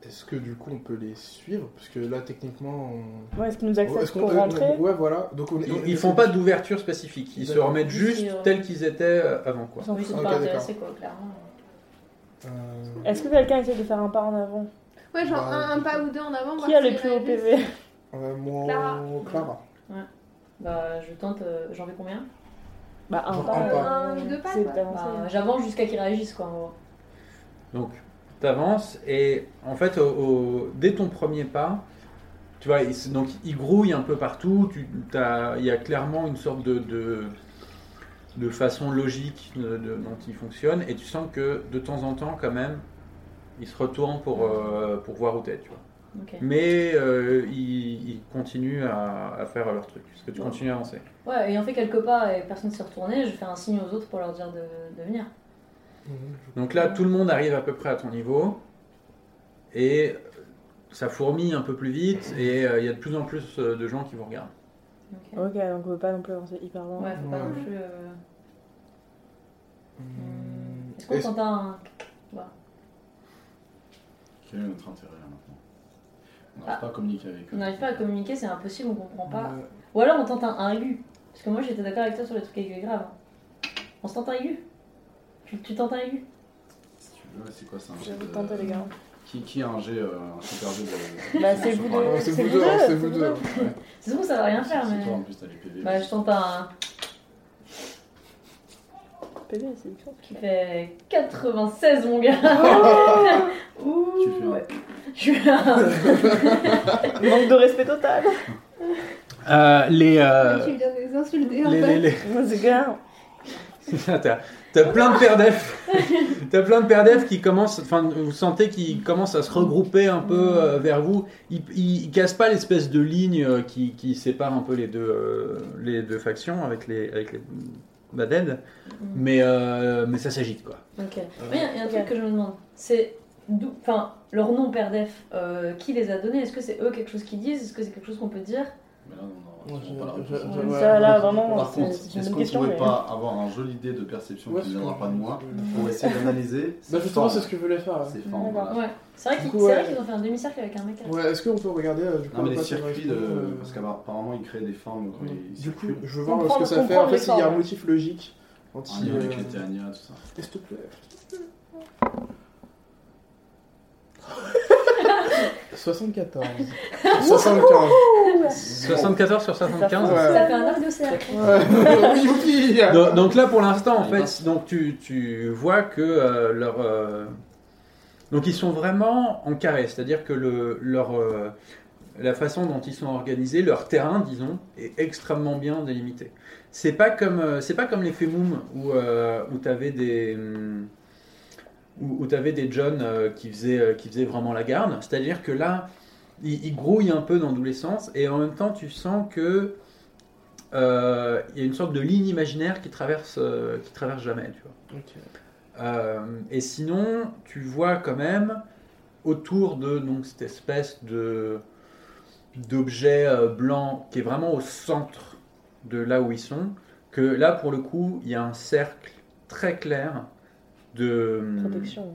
Est-ce que du coup on peut les suivre Parce que là techniquement on...
Ouais, est-ce qu'ils nous
Est-ce
acceptent
qu'on-
pour
euh,
rentrer
Ouais voilà. Donc on,
Ils,
on-
ils font pas d'ouverture spécifique. Ils se
D'accord.
remettent juste
Ici, euh,
tels qu'ils étaient euh, avant quoi.
Ils sont juste
Ok,
pas
d'accord.
intéressés, quoi, clairement.
Euh,
Est-ce que quelqu'un essaie de faire un pas en avant
Ouais, genre
Bah,
un, un pas ou deux en avant. voir
Qui a
si
le plus haut
réagissent.
PV
euh, moi
Clara.
Clara.
Bah, je tente. euh, J'en fais combien
Bah, un
Genre
pas.
un
Euh,
pas.
Un ou deux pas.
C'est
quoi.
Bah,
d'avancer.
J'avance jusqu'à qu'ils réagissent, quoi, en gros.
Donc, t'avances et en fait, au- au- dès ton premier pas, tu vois, il, se- donc il grouille un peu partout. Tu, t'as- il y a clairement une sorte de, de, de façon logique de- de- dont il fonctionne et tu sens que de temps en temps, quand même, il se retourne pour, euh, pour voir où t'es, tu vois.
Ok.
Mais euh, ils il continuent à, à faire leur truc. Est-ce que tu continues à avancer
Ouais, ayant fait quelques pas et personne s'est retourné, je fais un signe aux autres pour leur dire de, de venir.
Mhm.
Donc là, tout le monde arrive à peu près à ton niveau. Et ça fourmille un peu plus vite. Et euh, il y a de plus en plus euh, de gens qui vous regardent.
Ok.
Ok, donc on veut pas non plus avancer hyper loin.
Ouais, faut pas
Ouais.
non plus. euh,
Mhm.
Est-ce qu'on
Est-ce-
tente un.
Quel est notre intérêt là maintenant On
Ah.
n'arrive pas à communiquer avec eux.
On n'arrive pas à communiquer, c'est impossible, on comprend pas.
Euh,
Ou alors on tente un, un aigu. Parce que moi j'étais d'accord avec toi sur les trucs aigus et graves. On se tente un aigu tu, tu tentes un aigu
Si tu veux, c'est quoi ça un
Je
jet
vais
de-
tenter, les gars.
Qui, qui a un jet, euh, un super jet de.
Bah,
de-
c'est
de-
vous
de-
deux.
ouais, c'est vous deux, hein, c'est vous deux.
C'est sûr que ça va rien faire,
C'est
mais.
toi en plus, t'as les PV.
Bah, je tente un
PV, c'est écrit.
qui fait 96, mon gars. Ouh.
Tu fais un-
Je suis un.
Manque de respect total.
Euh, les,
Tu viens de les insulter en
les,
fait.
Moi, c'est grave.
t'as, t'as plein de paires d'EF. t'as plein de paires d'EF qui commencent. Enfin, vous sentez qu'ils commencent à se regrouper un peu euh, vers vous. Ils, ils- ils cassent pas l'espèce de ligne euh, qui, qui sépare un peu les deux, euh, les deux factions avec les, avec les Baded. Mais, euh, mais ça s'agite quoi.
Ok. Mais il y a un truc
Ok.
que je me demande, c'est d'où, enfin, leur nom Père Def, euh, qui les a donnés Est-ce que c'est eux quelque chose qu'ils disent Est-ce que c'est quelque chose qu'on peut dire
Mais là, on
Moi,
n'aura
je-
sûrement
Ça,
je- je-
pas la réponse.
ouais,
Ah, là,
ouais.
vraiment,
Par
c'est
contre,
c'est une
est-ce
bonne
qu'on ne
question.
pourrait
mais-
pas avoir un joli dé de perception
Ouais,
qui
c'est
ne viendra
que-
pas de moi
Bah,
pour essayer
Bah,
d'analyser
justement,
ces
c'est
formes
ce que je voulais faire. hein.
Ces formes,
D'accord.
voilà.
Ouais. C'est vrai
Du
qu'ils
coup,
c'est vrai
ouais.
qu'ils ont fait un demi-cercle avec un mec. à-
Ouais, est-ce qu'on peut regarder euh, du coup
Non, mais
à
les
quoi ça
circuits,
correspond,
de...
euh,
parce qu'apparemment, ils créent des formes quand ils
Du coup,
circulent.
je veux voir
Comprendre-
ce que ça fait. En
comprendre
fait,
les
s'il y a un
formes.
motif logique
En
anti.
lien avec
euh,
les Théania, tout ça.
S'il te plaît. 74. 75.
74 sur 75
Ouais.
Ça fait un arc de cercle.
Ouais. oui, youpi
Donc, donc là, pour l'instant, en
Il est
fait, donc tu, tu vois que euh, leur. euh, donc ils sont vraiment en carré, c'est-à-dire que le, leur, euh, la façon dont ils sont organisés, leur terrain, disons, est extrêmement bien délimité. C'est pas comme, euh, c'est pas comme les Femoum où, euh, où tu avais des. hum, Où, tu avais des John euh, qui, faisaient, euh, qui faisaient vraiment la garde. C'est-à-dire que là, ils, ils grouillent un peu dans tous les sens et en même temps, tu sens que euh, il y a une sorte de ligne imaginaire qui traverse, euh, qui traverse jamais, tu vois.
Ok.
Euh, et sinon, tu vois quand même autour de donc cette espèce de d'objet euh, blanc qui est vraiment au centre de là où ils sont, que là pour le coup, il y a un cercle très clair de
Hmm.
Protection.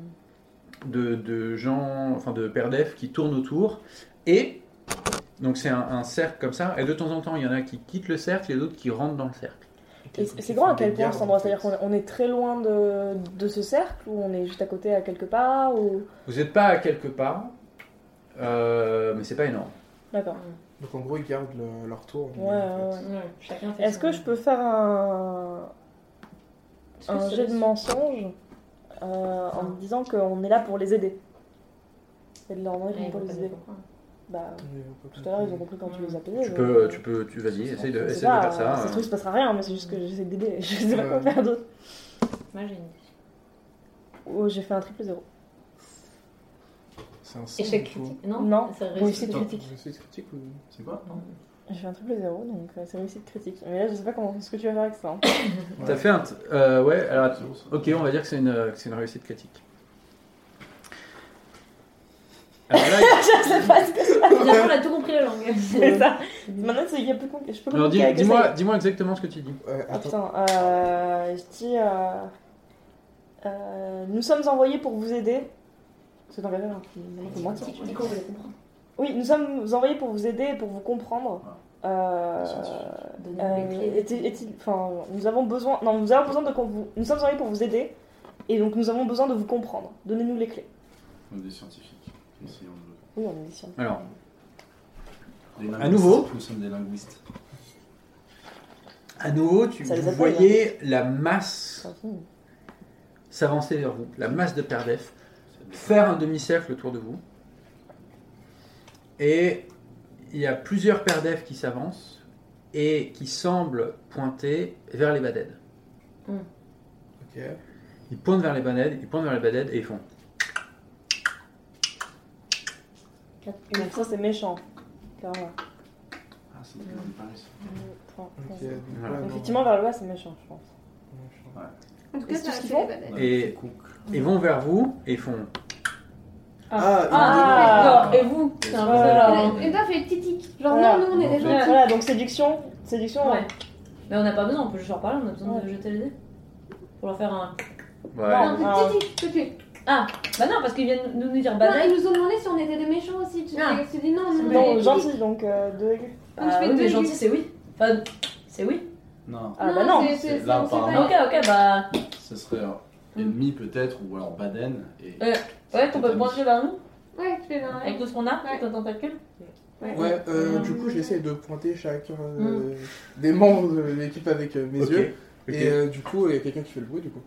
de, de gens, enfin de perdef qui tournent autour. Et donc c'est un, un cercle comme ça. Et de temps en temps, il y en a qui quittent le cercle et d'autres qui rentrent dans le cercle.
Et c'est c'est grand à quel point cet endroit C'est-à-dire qu'on on est très loin de, de ce cercle ou on est juste à côté à quelque part ou...
Vous n'êtes pas à quelque part, euh, mais c'est pas énorme.
D'accord.
Donc en gros, ils gardent le- leur tour.
Ouais, ouais, ouais.
Ouais, chacun fait
Est-ce
son-
que je peux faire un,
Est-ce que
un
ça-
jet de mensonge euh,
Ah.
en me disant qu'on est là pour les aider Et de leur demander
Ouais,
qu'on peut
ils
les
comprennent
aider.
pourquoi.
Bah,
Mais on peut
tout à l'heure, ils ont compris quand tu les as payés.
Tu peux, tu peux, tu vas-y, essaye de,
C'est
essaye de faire ça. euh.
Ça se trouve, il se passera rien, mais c'est juste que j'essaie d'aider. Je sais pas
Ouais.
quoi faire d'autre.
Moi, j'ai une-
Oh, j'ai fait un triple zéro.
C'est un signe,
Échec
du coup.
critique. Non,
Non.
c'est
Réussite
réussite.
critique.
Réussite critique ou...
C'est quoi
J'ai fait un triple zéro, donc euh, c'est réussite critique. Mais là, je sais pas comment, ce que tu vas faire avec ça. hein.
T'as fait un. t- euh, ouais, alors
Zéro, ça.
Ok, on va dire que c'est une, que c'est une réussite critique. Alors là, il-
je sais pas ce que c'est.
Finalement, on a tout compris la langue.
c'est ça. Maintenant, c'est- il y a plus compliqué. Je peux
alors, dis-
compliquer avec
dis-moi
ça.
dis-moi exactement ce que tu dis.
Ouais,
Ah
attends.
putain, euh, je dis. euh, euh, nous sommes envoyés pour vous aider. C'est dans la verre, hein, qui- on peut mentir.
Dis qu'on veut les comprendre.
Oui, nous sommes envoyés pour vous aider et pour vous comprendre. Euh,
Donner
euh,
les clés.
est-il- est-il- enfin, nous avons besoin. Non, nous avons besoin de qu'on vous. Nous sommes envoyés pour vous aider et donc nous avons besoin de vous comprendre. Donnez-nous les clés.
On est des scientifiques. Essayons de-
Oui, on est ici.
Alors,
Des
À nouveau
linguistes, Nous sommes des linguistes.
à nouveau, tu
Ça les
vous
appelle,
voyez la masse
Enfin, hmm.
s'avancer vers vous, la masse de perdef,
Ah,
faire un demi-cercle autour de vous. Et il y a plusieurs perdef qui s'avancent et qui semblent pointer vers les badèdes.
Ok.
Ils pointent vers les badèdes, ils pointent vers les badèdes et ils font.
Donc ça, c'est méchant. Car, euh,
Ah, c'est des Paris.
point, point.
Ok, donc,
Voilà.
ouais, non.
Effectivement, vers le bas, c'est méchant, je pense.
En tout
Et
cas,
c'est
ça a
ce qu'ils
fait
font
les baleines.
Et ils vont vers vous et ils font.
Ah,
Ah, et vous C'est un
Voilà.
voilà.
Et toi, fait titique. Genre,
Voilà.
non, nous, on est des gens.
Ouais.
Voilà, donc séduction, séduction,
Ouais. Mais on n'a pas besoin, on peut juste leur parler, on a besoin de jeter les dés. Pour leur faire un.
Ouais.
Non,
Ah.
fait titique, tout de suite.
Ah Bah non, parce qu'ils viennent nous, nous dire bah,
Non,
badaille.
Ils nous ont demandé si on était des méchants aussi. Tu
Ah.
t'es- tu dis non, nous, on est
Non,
des
gentil, donc euh, deux aigus.
Donc, je
Ah
fais
oui, mais
deux
gentil,
dés.
c'est oui. Enfin, c'est oui.
Non,
Ah bah non.
c'est- c'est-
C'est là,
on sait pas.
apparemment.
Ah, ok, ok, bah.
ce serait euh, ennemi peut-être, ou alors Baden. Et...
Euh, Ouais, qu'on peut pointer vers nous,
Ouais, je fais un.
avec tout ce qu'on a,
Ouais.
avec nos tentacules.
Ouais, euh, du coup, j'essaie de pointer chacun euh, des membres de l'équipe avec euh, mes
Ok,
yeux.
ok.
Et euh, du coup, il y a quelqu'un qui fait le bruit, du coup.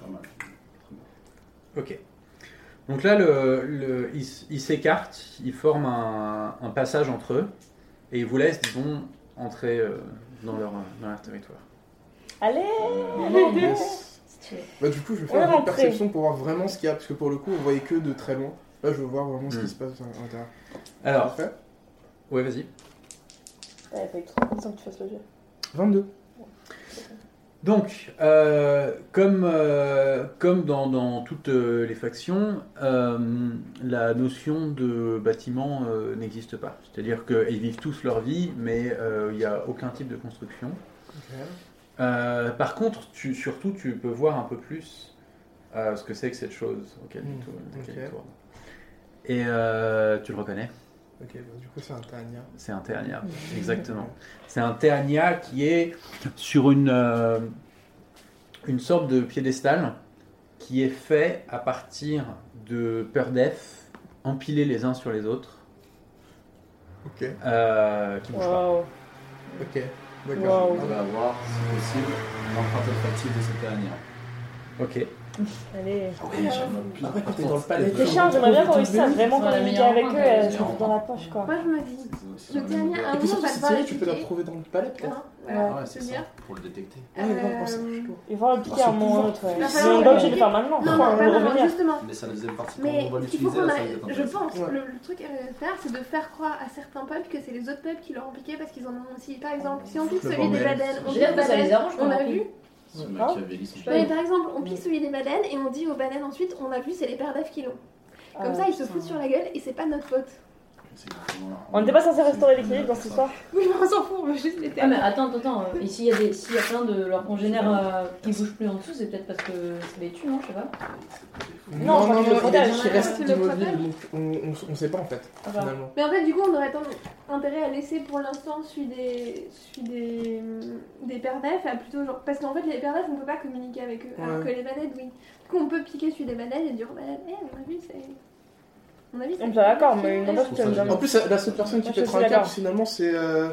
Pas mal.
Ok. Donc là, le, le- ils s- ils s'écartent, ils forment un, un passage entre eux et ils vous laissent, disons, entrer euh, dans, leur, dans leur territoire.
Allez
Euh,
Bah, du coup, je vais
On est
faire une
rentré.
perception pour voir vraiment ce qu'il y a, parce que pour le coup, on voyait que de très loin. Là, je veux voir vraiment ce
Mm. Ah.
qui se passe à l'intérieur.
Alors,
Parfait.
ouais, vas-y.
Ouais, fait trop content que tu fasses le jeu.
22.
Donc, euh, comme, euh, comme dans, dans toutes euh, les factions, euh, la notion de bâtiment euh, n'existe pas. C'est-à-dire qu'ils vivent tous leur vie, mais euh, il n'y a aucun type de construction. Euh, par contre, tu- surtout, tu peux voir un peu plus euh, ce que c'est que cette chose auquel
Mm,
tu tournes- auquel
ok.
tu tournes. Et euh, tu le reconnais,
Ok, bah, du coup, c'est un Tania.
c'est un Ternia. Exactement. C'est un Ternia qui est sur une, euh, une sorte de piédestal qui est fait à partir de peur d'EF, empilés les uns sur les autres,
Ok,
euh, qui bougent pas.
Waouh.
ok. D'accord. Ah, bah.
Wow.
On va voir, si possible, l'empreinte olfactive de cette dernière.
Ok.
Allez.
Oui, j'aime
Après, quand t'es dans le palais,
Les chiens, j'aimerais bien qu'on réussisse à vraiment
C'est la
communiquer
meilleure
avec eux,
main,
euh,
la meilleure
dans la
main.
poche quoi.
Moi, je me dis. Le dernier, à un moment,
Et puis
on
surtout,
va
si c'est
devoir
tu peux la retrouver dans le palais, peut-être.
Hein, voilà,
Ah ouais,
c'est
c'est ça,
bien.
pour le détecter.
Ah, mais non,
Euh,
non, c'est plutôt.
Ils vont le piquer
Ah,
à
c'est
un moment ou
bizarre.
l'autre. ouais.
La
Ils
façon
sont
dont
pas
on
obligés de
les
le faire maintenant.
Non, non,
quoi,
pas
on va
vraiment,
revenir.
justement.
Mais ça la deuxième partie, quand
Ah. Mais
on va
il faut
l'utiliser,
qu'on
la
a,
salle d'attente.
je pense,
Ouais.
le, le truc à faire, c'est de faire croire à certains peuples que c'est les autres peuples qui leur ont piqué parce qu'ils en ont aussi. Par exemple, si on pique
Le
celui des
bordel.
baleines, on pique
J'ai l'air que ça
baleines,
les arrange.
on a
a
vu.
Ce
Ah.
machiavélisme.
Je
Non,
Ouais.
mais par exemple, on pique celui des baleines et on dit aux baleines ensuite, on a vu, c'est les pères d'Ève qui l'ont. Comme
Euh,
ça, ils se foutent sur la gueule et c'est pas notre faute.
C'est exactement-
Euh. On n'était pas censé restaurer l'équilibre dans cette histoire
Oui, mais on s'en fout, on veut juste les
Ah, mais
termes.
attends, attends, attends. euh, Et s'il y, a des- s'il y a plein de leurs congénères euh, qui bougent plus en dessous, c'est peut-être parce que c'est les tue, non Je sais pas.
Non, je crois qu'il le
il a
protège.
dit qu'il reste
Il le
immobile,
protège.
donc on, on, on sait pas en fait,
Ah, bah.
finalement.
Mais en fait, du coup, on aurait tant- intérêt à laisser pour l'instant celui des, celui des, hum, des pères d'Ève à plutôt genre. Parce qu'en fait, les pères d'Ève, on peut pas communiquer avec eux, alors que
Ouais.
les baleines, oui. Du coup, on peut piquer celui des baleines et dire aux baleines, Eh, on a vu, c'est. On a vu,
On est d'accord,
c'est-
mais
c'est-
n'empêche que
ça,
nous
j'aime
En
avons-
plus, la seule personne qui
Moi,
peut
je
être
suis
un cap,
d'accord.
finalement, c'est euh,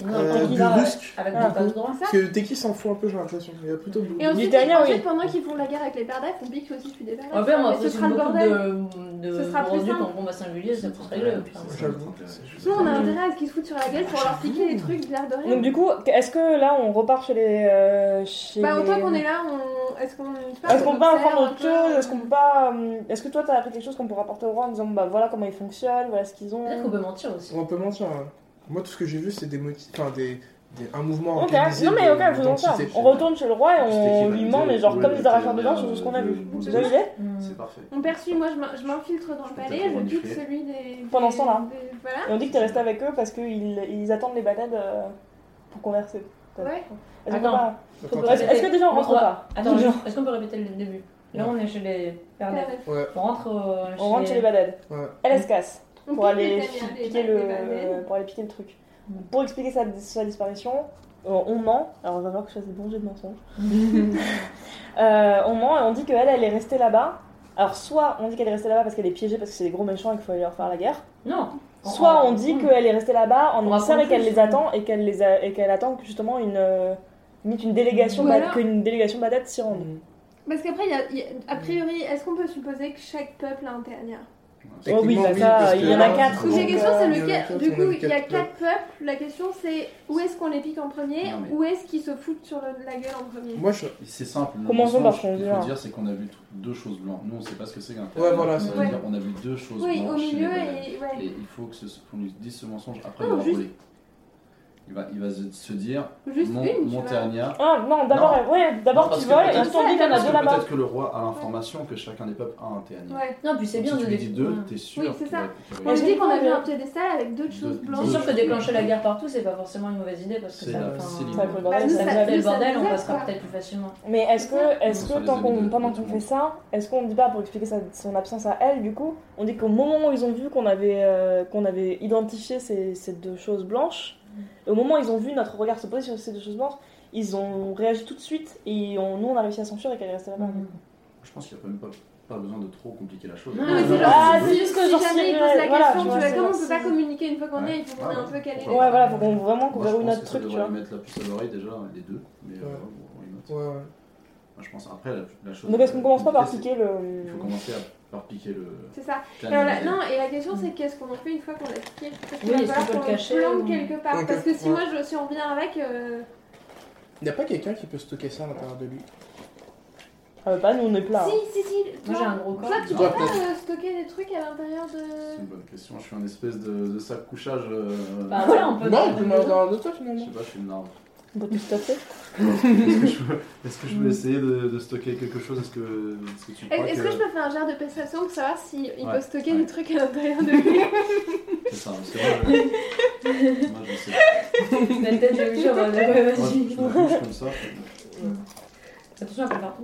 Ils ont un
euh,
plan qui
du
va, euh,
Brusque.
Avec
Ah,
des passe droits.
Ça.
Parce que Teki s'en fout un peu, j'ai l'impression. Il y a plutôt Blue.
Et ensuite,
dernières,
ensuite,
oui.
pendant qu'ils font la guerre avec les pères d'Ève, on pique aussi celui des baleines.
En fait, on va
Mais ce
faire
sera le
beaucoup
bordel.
de, de
Ce sera plus
rendus
simple.
en combat singulier, ça peut se régler. enfin.
J'avoue.
Nous, on a
Mm.
intérêt à ce qu'ils se foutent sur la gueule pour leur piquer les trucs de l'air de rien.
Donc du coup, est-ce que là on repart chez les. euh, chez...
bah, autant qu'on est là, on... est-ce qu'on. je sais pas,
Est-ce qu'on peut pas
observe
apprendre
un
autre
peu
chose Est-ce qu'on peut pas. euh, Est-ce que toi t'as appris quelque chose qu'on peut rapporter au roi en disant bah voilà comment ils fonctionnent, voilà ce qu'ils ont
Peut-être qu'on peut mentir aussi.
On peut mentir. hein. Moi, tout ce que j'ai vu, c'est des motifs. Enfin, des, des- un mouvement.
Ok,
organisé
non mais
de-
ok, faisons ça.
d'entités.
On retourne chez le roi et on
C'était
lui
qui
ment, mais genre
validait
comme
le-
des arracheurs de dents
le-
sur tout ce qu'on a vu.
le-
C'est ça l'idée
Mm.
Hmm.
C'est parfait.
On perçut, moi je m'in- je m'infiltre dans le
Je peux
palais,
peut-être
je pique
renifler.
celui des.
Pendant
des-
ce temps-là.
des- Voilà.
Et on dit que t'es resté avec eux parce qu'ils ils attendent les baleines euh, pour converser.
Ouais.
Est-ce qu'on peut
Attends.
pas-
Attends,
Faut
Est-ce est-ce que déjà on
On
rentre
va-
pas
Attends,
Déjà,
est-ce qu'on peut répéter le début Là, on est chez les
Ah,
pères
Père
d'Ève.
d'Ève.
Ouais,
On rentre euh,
On rentre chez les baleines.
ouais.
Elle elle se casse.
On
pour
pique les
aller
baleines, les-
piquer
les
le
baleines.
pour aller piquer le truc.
Mm.
Pour expliquer sa, sa disparition, euh, on ment. Alors on va voir que je fasse des bons jets de mensonges. Euh, on ment et on dit qu'elle, elle est restée là-bas. Alors soit on dit qu'elle est restée là-bas parce qu'elle est piégée parce que c'est des gros méchants et qu'il faut aller leur faire la guerre.
Non
Soit on dit qu'elle est restée là-bas en
Oh. On va
mystère et
prendre
qu'elle
plus.
les attend et qu'elle les a- et qu'elle attend que justement une euh, limite une délégation
Ou
ba-
alors-
qu'une délégation badette s'y rende.
Parce qu'après, il y a- il y a- a priori, est-ce qu'on peut supposer que chaque peuple a un dernier
Oh oui,
Techniquement,
bah
oui,
ça,
parce
il
que
y en a
là,
quatre,
on-
Donc la
Donc,
question
euh,
c'est
il y en a
lequel.
quatre,
Du
on
coup,
a
il y a
quatre
quatre peuples. La question c'est où est-ce qu'on les pique en premier
Non, mais-
Où est-ce qu'ils se foutent sur le- la gueule en premier
Moi, je.
C'est simple. le
Commençons par
mensonge,
changer,
Ce qu'il
hein.
faut dire, c'est qu'on a vu t- deux choses blanches. Nous, on sait pas ce que c'est qu'un
Ouais, voilà,
Ça
c'est
veut
ça.
dire On a vu deux choses
Oui, au
blanches. chez
milieu
les baleines.
et. Ouais.
Et il faut que ce- qu'on lui dise ce mensonge après
Non,
l'avoir
juste-
volé. Il va, il va se se dire
Juste
mon,
une, tu
mon
vois.
Ternia.
Ah non, d'abord
Non.
ouais, d'abord
Non, parce
tu
que
voles et
peut-être-
ensuite on dit qu'il y en a
Parce
deux
que
là-bas.
peut-être que le roi a l'information que chacun des peuples a un Ternia.
Ouais.
Non, puis c'est
Donc,
bien
si
de
tu lui dis deux, t'es sûr
Oui, c'est
qu'il
ça.
va- qu'il va-
On
Mais
se dit
je
qu'on a vu
comprends,
un piédestal avec d'autres choses
Deux-
C'est
blanches.
deux-
sûr que déclencher la guerre partout, c'est pas forcément une mauvaise idée parce que
C'est
ça
la-
fait
c'est
un-
l'idée.
Ça fait le bordel,
Bah, nous,
ça
Ça
fait-
nous,
fait le
ça
bordel, on
nous
passera
aide,
peut-être plus facilement.
Mais est-ce que, est-ce
Sur
que
les
tant qu'on,
amis de-
pendant
de
qu'on
tout le
fait ça, est-ce qu'on ne dit pas pour expliquer sa- son absence à elle, du coup, on dit qu'au moment où ils ont vu qu'on avait, euh, qu'on avait identifié ces, ces deux choses blanches, et au moment où ils ont vu notre regard se poser sur ces deux choses blanches, ils ont réagi tout de suite et on- nous on a réussi à s'enfuir et qu'elle est restée là-bas.
Mm.
Je pense qu'il n'y a pas même pas, pas besoin de trop compliquer la chose.
Non,
Non, mais c'est
Ah,
genre,
Ah,
si-
c'est juste que
si
genre,
jamais
si-
ils posent la
voilà,
question,
tu
tu
vois,
vois,
c'est-
comment on peut pas
c'est-
communiquer une fois qu'on est,
Ouais.
il faut qu'on ait un peu calé. les-
Ouais,
Ouais, voilà, faut qu'on, vraiment qu'on
Moi, je
verrouille
pense
notre
que ça
truc, tu
devrait
vois.
lui mettre la puce à l'oreille déjà, les deux. Mais euh,
Ouais.
on y note.
Ouais, ouais.
Moi, je pense après la, la chose.
Donc est-ce qu'on commence pas par
compliquée,
piquer
c'est-
le.
Il faut commencer à, par piquer le.
C'est ça.
Ternia.
Alors là, non, et la question c'est qu'est-ce qu'on en fait une fois qu'on l'a piqué Parce qu'il
Oui,
va
est-ce
falloir
qu'on peut le
qu'on
cacher,
plante
ou-
quelque part.
Ok,
Parce que si
ouais.
moi, je- si on vient avec, euh,
Il n'y a pas quelqu'un qui peut stocker ça à l'intérieur de lui.
Ah, bah, nous on est plein. hein.
si, si, si,
Moi j'ai
toi,
un gros corps.
toi, tu peux
Ouais,
pas
peut-être.
euh, stocker des trucs à l'intérieur
C'est une
de.
bonne question. Je suis un espèce de, de sac couchage. euh,
Bah voilà, on peut.
Non, il peut m'en avoir un de toi,
Je
finalement.
sais pas, je suis une arbre.
Bon, tout à fait.
Est-ce que je peux, est-ce que je peux essayer de, de stocker quelque chose Est-ce que, est-ce que tu
Est-ce
crois
est-ce
que...
que je peux faire un genre de perception pour savoir s'il il
Ouais,
peut stocker
ouais.
des trucs à l'intérieur de lui
C'est ça, parce que moi, je- moi, je sais.
La tête de Lucio, ouais, ouais,
Moi, je
vas-y.
me bouge comme ça.
Attention à pas partout.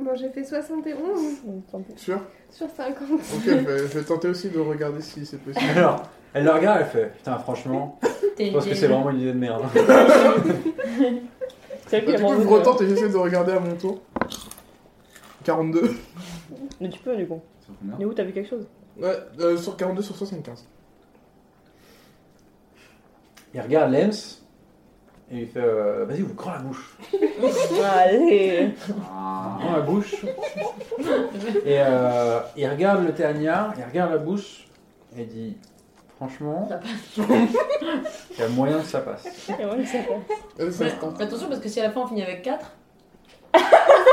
Bon, j'ai fait 71
Donc, tant pis.
Sûr
sur 50.
Ok, je vais, je vais tenter aussi de regarder si c'est possible.
Alors, elle le regarde, elle fait Putain, franchement,
T'es
je pense que
gay.
c'est vraiment une idée de merde.
C'est vrai
Du
Bah,
qu'il y a
coup, je
vraiment-
retente et j'essaie de regarder à mon tour. 42.
Mais tu peux, du coup.
C'est combien
Mais où t'as vu quelque chose
Ouais, euh, sur 42 sur 75.
Il regarde Lems et il fait euh, Vas-y, vous grand la bouche.
Allez
Ah.
Grand la bouche. et euh, il regarde le Ternia, il regarde la bouche et il dit Franchement,
Ça
il y a moyen que ça passe.
Et ouais, ça passe.
Euh, ça,
Ouais,
se tente.
fais Attention parce que si à la fin on finit avec 4,
Ça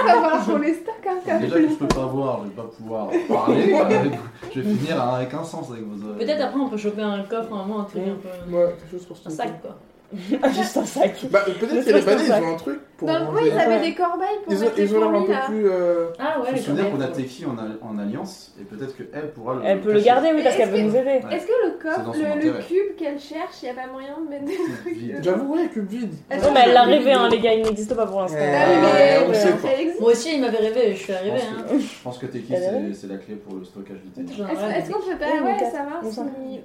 va falloir qu'on les stocke hein, quand
Déjà que
même.
je peux pas voir, je vais pas pouvoir parler. quoi, avec vous. Je vais finir avec un sens avec vos.
peut-être après on peut choper un coffre, un moment, un truc un peu.
Ouais, quelque chose pour
Un
stocker.
sac quoi.
Juste un sac.
Bah, euh,
Le
peut-être qu'il y a les
sac,
badés, ils
un sac.
ont un truc pour.
Dans le coin,
manger.
ils avaient
Ouais.
des corbeilles pour
Ils ont
mettre les
ils ont l'air un
fourmis
peu
là.
plus. euh,
Ah ouais,
Je me
les
souviens
coffres.
qu'on a Teki en, a- en alliance et peut-être que elle pourra le.
Elle peut le
cacher.
garder, oui, parce qu'elle veut nous aider.
Ouais.
Est-ce que le
C'est dans
coffre,
son
le, le
intérêt.
cube qu'elle cherche, il a pas moyen de mettre des trucs
Vide.
dedans
J'avoue, ouais, cube vide.
Est-ce
Non, mais elle l'a rêvé, hein,
hein
les gars, il n'existe pas pour l'instant.
Euh,
Ah oui,
Ah,
mais
on
voilà,
sait pas.
ça existe.
Moi aussi il m'avait rêvé, je suis
Je
arrivée.
pense,
Hein.
que, je pense que Teki,
Elle est
c'est, c'est la clé pour le stockage du Teki.
Genre,
Est-ce
ouais.
est-ce qu'on peut
Oui,
pas ouais,
quatre.
savoir
On s'en-
si.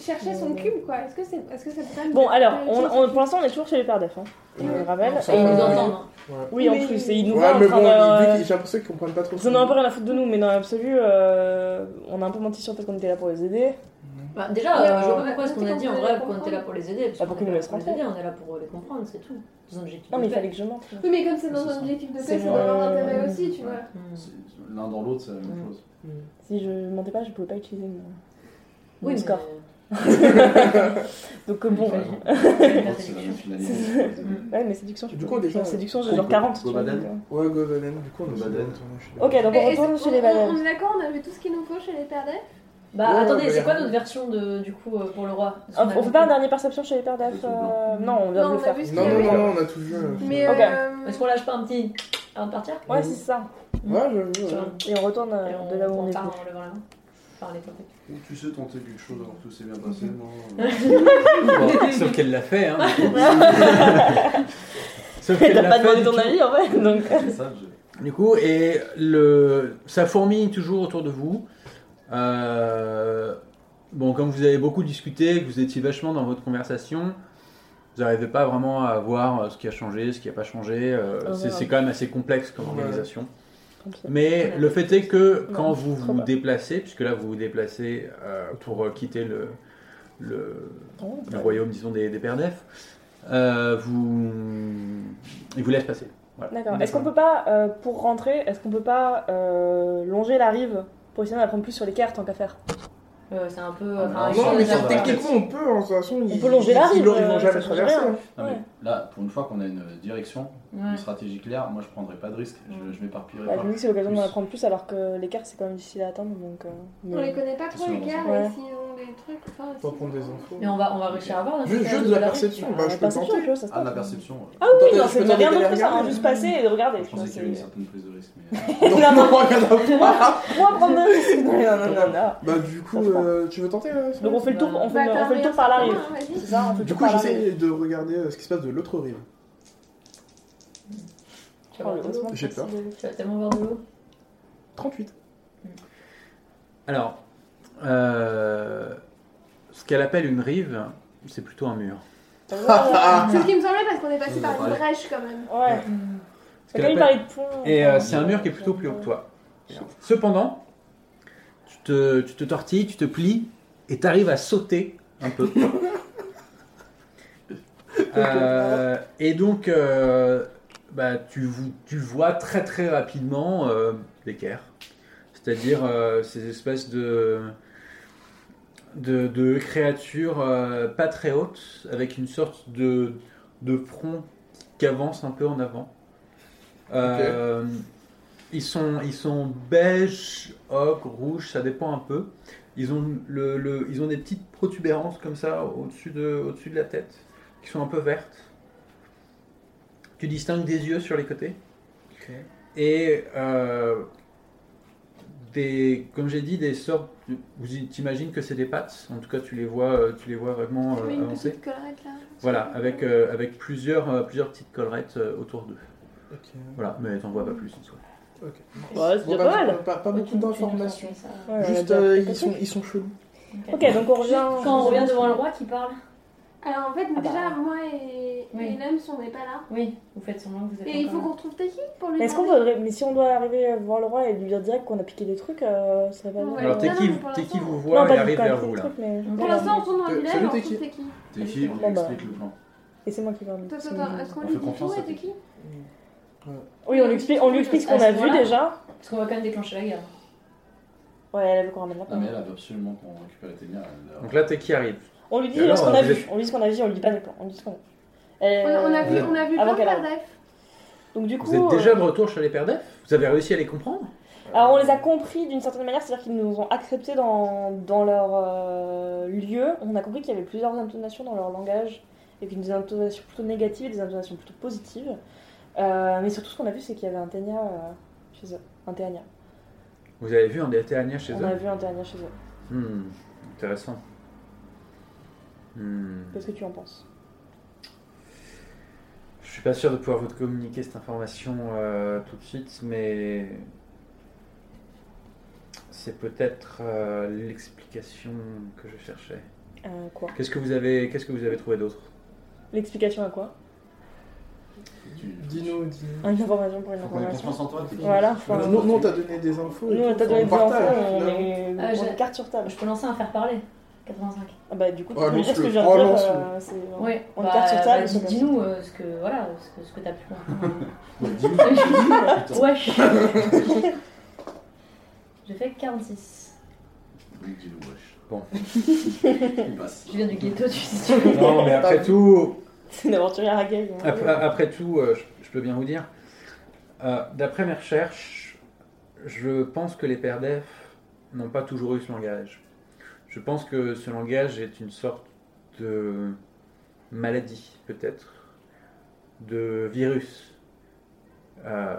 Chercher son cube quoi, est-ce que c'est est -ce c'est
Bon, alors, on, on- pour l'instant, on est toujours chez les pères d'EF, hein. je
Ouais.
le rappelle.
Non, ça
Et ils
va.
nous
Et-
entendent. hein.
Oui, en
Oui.
plus, et ils nous voient
Ouais,
en
mais
train
bon,
de-
vu qu'ils- j'ai l'impression qu'ils comprennent pas trop
Ils en ont un peu rien à foutre de nous, mais dans l'absolu, euh, on a un peu menti sur le fait qu'on était là pour les aider.
Bah, déjà,
Ouais,
euh, je
ouais.
vois pas pourquoi est-ce qu'on a dit en
Peut-être
vrai
qu'on
qu'on était là pour les aider. parce
Bah, pour
qu'on
qu'ils nous
est pas
laissent
pour les
rentrer.
aider, On est là pour les comprendre, c'est tout. Dans un objectif
Non, mais
de
il
paix.
fallait que je mente.
Oui, mais comme c'est dans
C'est
un
ça.
objectif de paix,
C'est
c'est dans leur
vrai.
intérêt aussi, tu vois.
Hmm.
C'est- L'un dans l'autre, c'est la même
Mm.
chose.
Si je mentais pas, je pouvais pas utiliser mon...
Oui,
mon
mais-
score. Donc euh, bon,
Par
ouais,
exemple,
Ouais.
c'est la même finalité.
mais séduction, je
Du
peux-
coup, on est
genre,
pas-
séduction, j'ai
on
genre
peut-
40. tu
on
vois,
peut-
donc, euh.
Ouais, Gozanen, du coup, on a
Gozanen.
Ok, donc on
Et- et
retourne
c'est-
chez les baleines.
On est d'accord, on avait tout ce qu'il nous faut chez les pères d'Ef
Bah
Ouais,
attendez,
ouais,
c'est quoi
ouais. Ah,
notre version de, du coup euh, pour le roi Parce
On,
qu'on a
on fait
compris.
pas un dernier perception chez les pères d'Af
C'est
euh,
blanc.
Non, on doit
Non,
le
on a
faire.
vu ce
Non,
qu'il y
non,
avait.
non, on a tout vu. euh,
Mais
Ok.
euh,
Est-ce qu'on lâche pas un petit avant de partir
Ouais, c'est ça.
Ouais, j'avoue. ouais.
Sur un-
Et on retourne euh,
Et on,
de là où on
on
est
part
venu.
en levant la main. Par les tempêtes.
Ou tu sais tenter quelque chose alors que tout s'est bien passé, euh, non
Bon, sauf qu'elle l'a fait, hein. sauf qu'elle
T'as
l'a
pas
fait,
demandé
du
ton
coup.
avis en fait, donc.
C'est ça, je...
Du coup, et le, ça fourmille toujours autour de vous. Euh, bon, comme vous avez beaucoup discuté, que vous étiez vachement dans votre conversation, vous n'arrivez pas vraiment à voir euh, ce qui a changé, ce qui n'a pas changé. euh,
Ah,
c'est
merde.
c'est quand même assez complexe comme
Ouais.
organisation.
Comme ça.
Mais le fait est que
Non,
quand vous
trop
vous
bas.
déplacez, puisque là vous vous déplacez euh, pour euh, quitter le, le,
Oh,
le
bah,
royaume, disons, des, des Pères d'Ef, euh, vous... il vous laisse passer. Voilà.
D'accord. Est-ce qu'on peut pas, euh, pour rentrer, est-ce qu'on peut pas euh, longer la rive pour essayer d'en apprendre plus sur les cartes tant qu'à faire
Euh, c'est un peu.
Ah,
enfin,
non,
avec
Non,
les
mais
ça
gens,
c'est-
va.
euh,
techniquement, on peut, en toute façon.
peut longer la rive,
Ils l'auront
euh,
jamais
ça change
traversé.
rien.
hein.
Non, mais
Ouais.
là, pour une fois qu'on a une euh, direction,
Ouais.
une stratégie claire, moi je prendrai pas de risque, je, je m'éparpillerai
Bah,
pas.
Je me dis que c'est l'occasion
Plus.
d'en apprendre plus alors que les cartes c'est quand même difficile à atteindre donc. euh, mais-
on les connaît pas trop
Sur
les
le-
gars,
Ouais.
et s'ils ont des trucs. enfin,
Faut
s'ils
prendre des
ont-
infos.
Mais on va, on va réussir à voir. dans
Juste
cette
juste
carrière
de la
rive.
perception,
Ah,
bah je peux
perception, tu
tenter.
vois, ça se
Ah, la
tente.
perception, ouais.
Ah oui,
Attends,
non,
je
c'est
peux
de rien
tenter
d'autre
de
que ça, hein,
regarder.
juste passer et de regarder.
je
tu vois,
pensais qu'il y
c'est-
avait une certaine prise de risque, mais...
Non,
la main.
non, regarde pas.
Pourquoi prendre de risques Non, non, non, non, non.
Bah du coup,
Ça se
euh, tu veux tenter euh, ça
Donc on fait le tour, on fait,
Bah,
le-
t'as
on fait le
un
tour par la
meilleur
rive.
point, hein, vas-y.
C'est ça, on fait le
Du
tour
coup,
par la rive.
j'essaie de regarder euh, ce qui se passe de l'autre rive.
Tu
Oh,
vas voir de l'eau.
J'ai peur.
Tu vas tellement voir de l'eau.
38.
Alors, euh, ce qu'elle appelle une rive, c'est plutôt un mur.
C'est
Ouais,
ce qui me semblait parce qu'on est
Ça,
passé
ça
par une
paraît.
brèche quand même.
Ouais.
Ce qu'elle
Mais quand il
appelle-
parlait de pont.
Et
enfin,
euh, c'est un mur qui est plutôt plus haut que toi. Cependant, tu te, tu te tortilles, tu te plies, et tu arrives à sauter un peu. Euh, et donc, euh, bah, tu, vo- tu vois très très rapidement euh, l'équerre. C'est-à-dire euh, ces espèces de, de, de créatures euh, pas très hautes, avec une sorte de, de front qui avance un peu en avant. Euh, ils, sont, ils sont beige, ocre, rouge, ça dépend un peu. Ils ont, le, le- ils ont des petites protubérances comme ça au-dessus de, au de la tête, qui sont un peu vertes. Tu distingues des yeux sur les côtés
Ok.
et euh, des, comme j'ai dit, des sortes. de- Vous y- t'imagines que c'est des pattes. En tout cas, tu les vois, euh, tu les vois vraiment
Tu
euh,
mets une
avancer.
petite collerette là.
Voilà, avec euh, avec plusieurs euh, plusieurs petites collerettes euh, autour d'eux.
Ok.
Voilà, mais t'en vois pas plus en soi.
Ok.
Ouais, c'est
Bon,
déjà
bah,
pas mal.
Pas, pas
Tu- tu
beaucoup
nous
d'informations.
transmets ça.
Ouais, on a
Juste,
bien
euh,
fait
ils,
quelques
sont,
trucs.
ils sont chelous.
Ok, donc on revient.
Quand on revient devant le roi qui parle.
Alors en fait,
Ah bah.
déjà, moi et,
Oui.
et l'homme sont n'est pas là.
Oui, vous faites semblant que vous êtes.
Et il faut
encore
qu'on retrouve Taki pour lui
Mais est-ce qu'on
demander.
faudrait. Mais si on doit arriver voir le roi et lui dire direct qu'on a piqué des trucs, euh, ça serait pas bien.
Ouais.
Alors
non,
t'es qui,
non, pour
t'es qui
l'instant,
vous
Non,
voit et
pas
arrive
qu'on a
vers
piqué
vous
des
là.
trucs, mais.
Pour
Pour l'instant, on
Voilà.
tourne dans
Euh,
le village,
salut,
on
Teki.
retrouve Taki.
T'es qui On lui
Bon, bah.
explique le plan.
Et c'est moi qui parle.
Toi, toi,
C'est-
toi, Est-ce qu'on
On
lui
fait
dit
confiance
tout
à
et Taki
Oui, on lui explique, on lui explique ce qu'on a vu déjà.
Parce qu'on va quand même déclencher la guerre.
Ouais, elle veut qu'on ramène la
Non, mais elle
pomme.
avait absolument qu'on récupère les ténières. elle, euh,
Donc là, t'es qui arrive
On lui dit
Et alors,
ce qu'on a
vous
vu. On lui dit ce qu'on a vu, on lui dit pas les plans. On lui dit ce qu'on a
on,
Euh,
a- on a vu,
Euh,
on a vu
avant
plein de
qu'elle arrive.
Pardef.
Donc du coup.
Vous êtes
euh,
déjà de retour chez les Pères Def Vous avez réussi à les comprendre
Alors on les a compris d'une certaine manière, c'est-à-dire qu'ils nous ont acceptés dans, dans leur euh, lieu. On a compris qu'il y avait plusieurs intonations dans leur langage, et puis des intonations plutôt négatives et des intonations plutôt positives. Euh, mais surtout ce qu'on a vu, c'est qu'il y avait un ténia euh, chez eux. Un ténia.
Vous avez vu un des Théania chez
On
eux
a vu un ténia chez eux.
Hmm, Intéressant. Hmm.
Qu'est-ce que tu en penses
Je suis pas sûr de pouvoir vous communiquer cette information euh, tout de suite, mais c'est peut-être euh, l'explication que je cherchais.
Euh, Quoi
Qu'est-ce que vous avez, qu'est-ce que vous avez trouvé d'autre
L'explication à quoi
tu-
Dis-nous, dis-nous.
Une information pour une
Faut qu'on ait
information.
confiance en toi, Teki.
Voilà, faut-
Non, non, non, t'as donné des infos. et
Nous, on
tout,
t'a donné
on
des infos,
partage,
on
finalement.
est
Ah,
on
j'ai-
est carte sur table.
Je peux lancer un faire-parler. 85.
Ah, bah du coup, tu
Ah,
peux me dire ce que je viens de
lance-le.
dire.
Ah, lance-le.
euh, c'est-
Ouais,
On
bah,
carte sur
bah,
table.
dis- Dis-nous euh, ce que voilà, ce que, ce que t'as pu comprendre.
Ouais, dis-nous, dis-nous, putain.
Wesh J'ai fait 46.
Oui, dis-nous, wesh.
Bon.
Il passe.
Je viens du ghetto, tu sais.
Non, mais après
Pas-
tout,
C'est une aventurière à gag. hein.
après, après tout, euh, je, je peux bien vous dire. euh, D'après mes recherches, je pense que les pères d'EF n'ont pas toujours eu ce langage. Je pense que ce langage est une sorte de maladie, peut-être, de virus euh,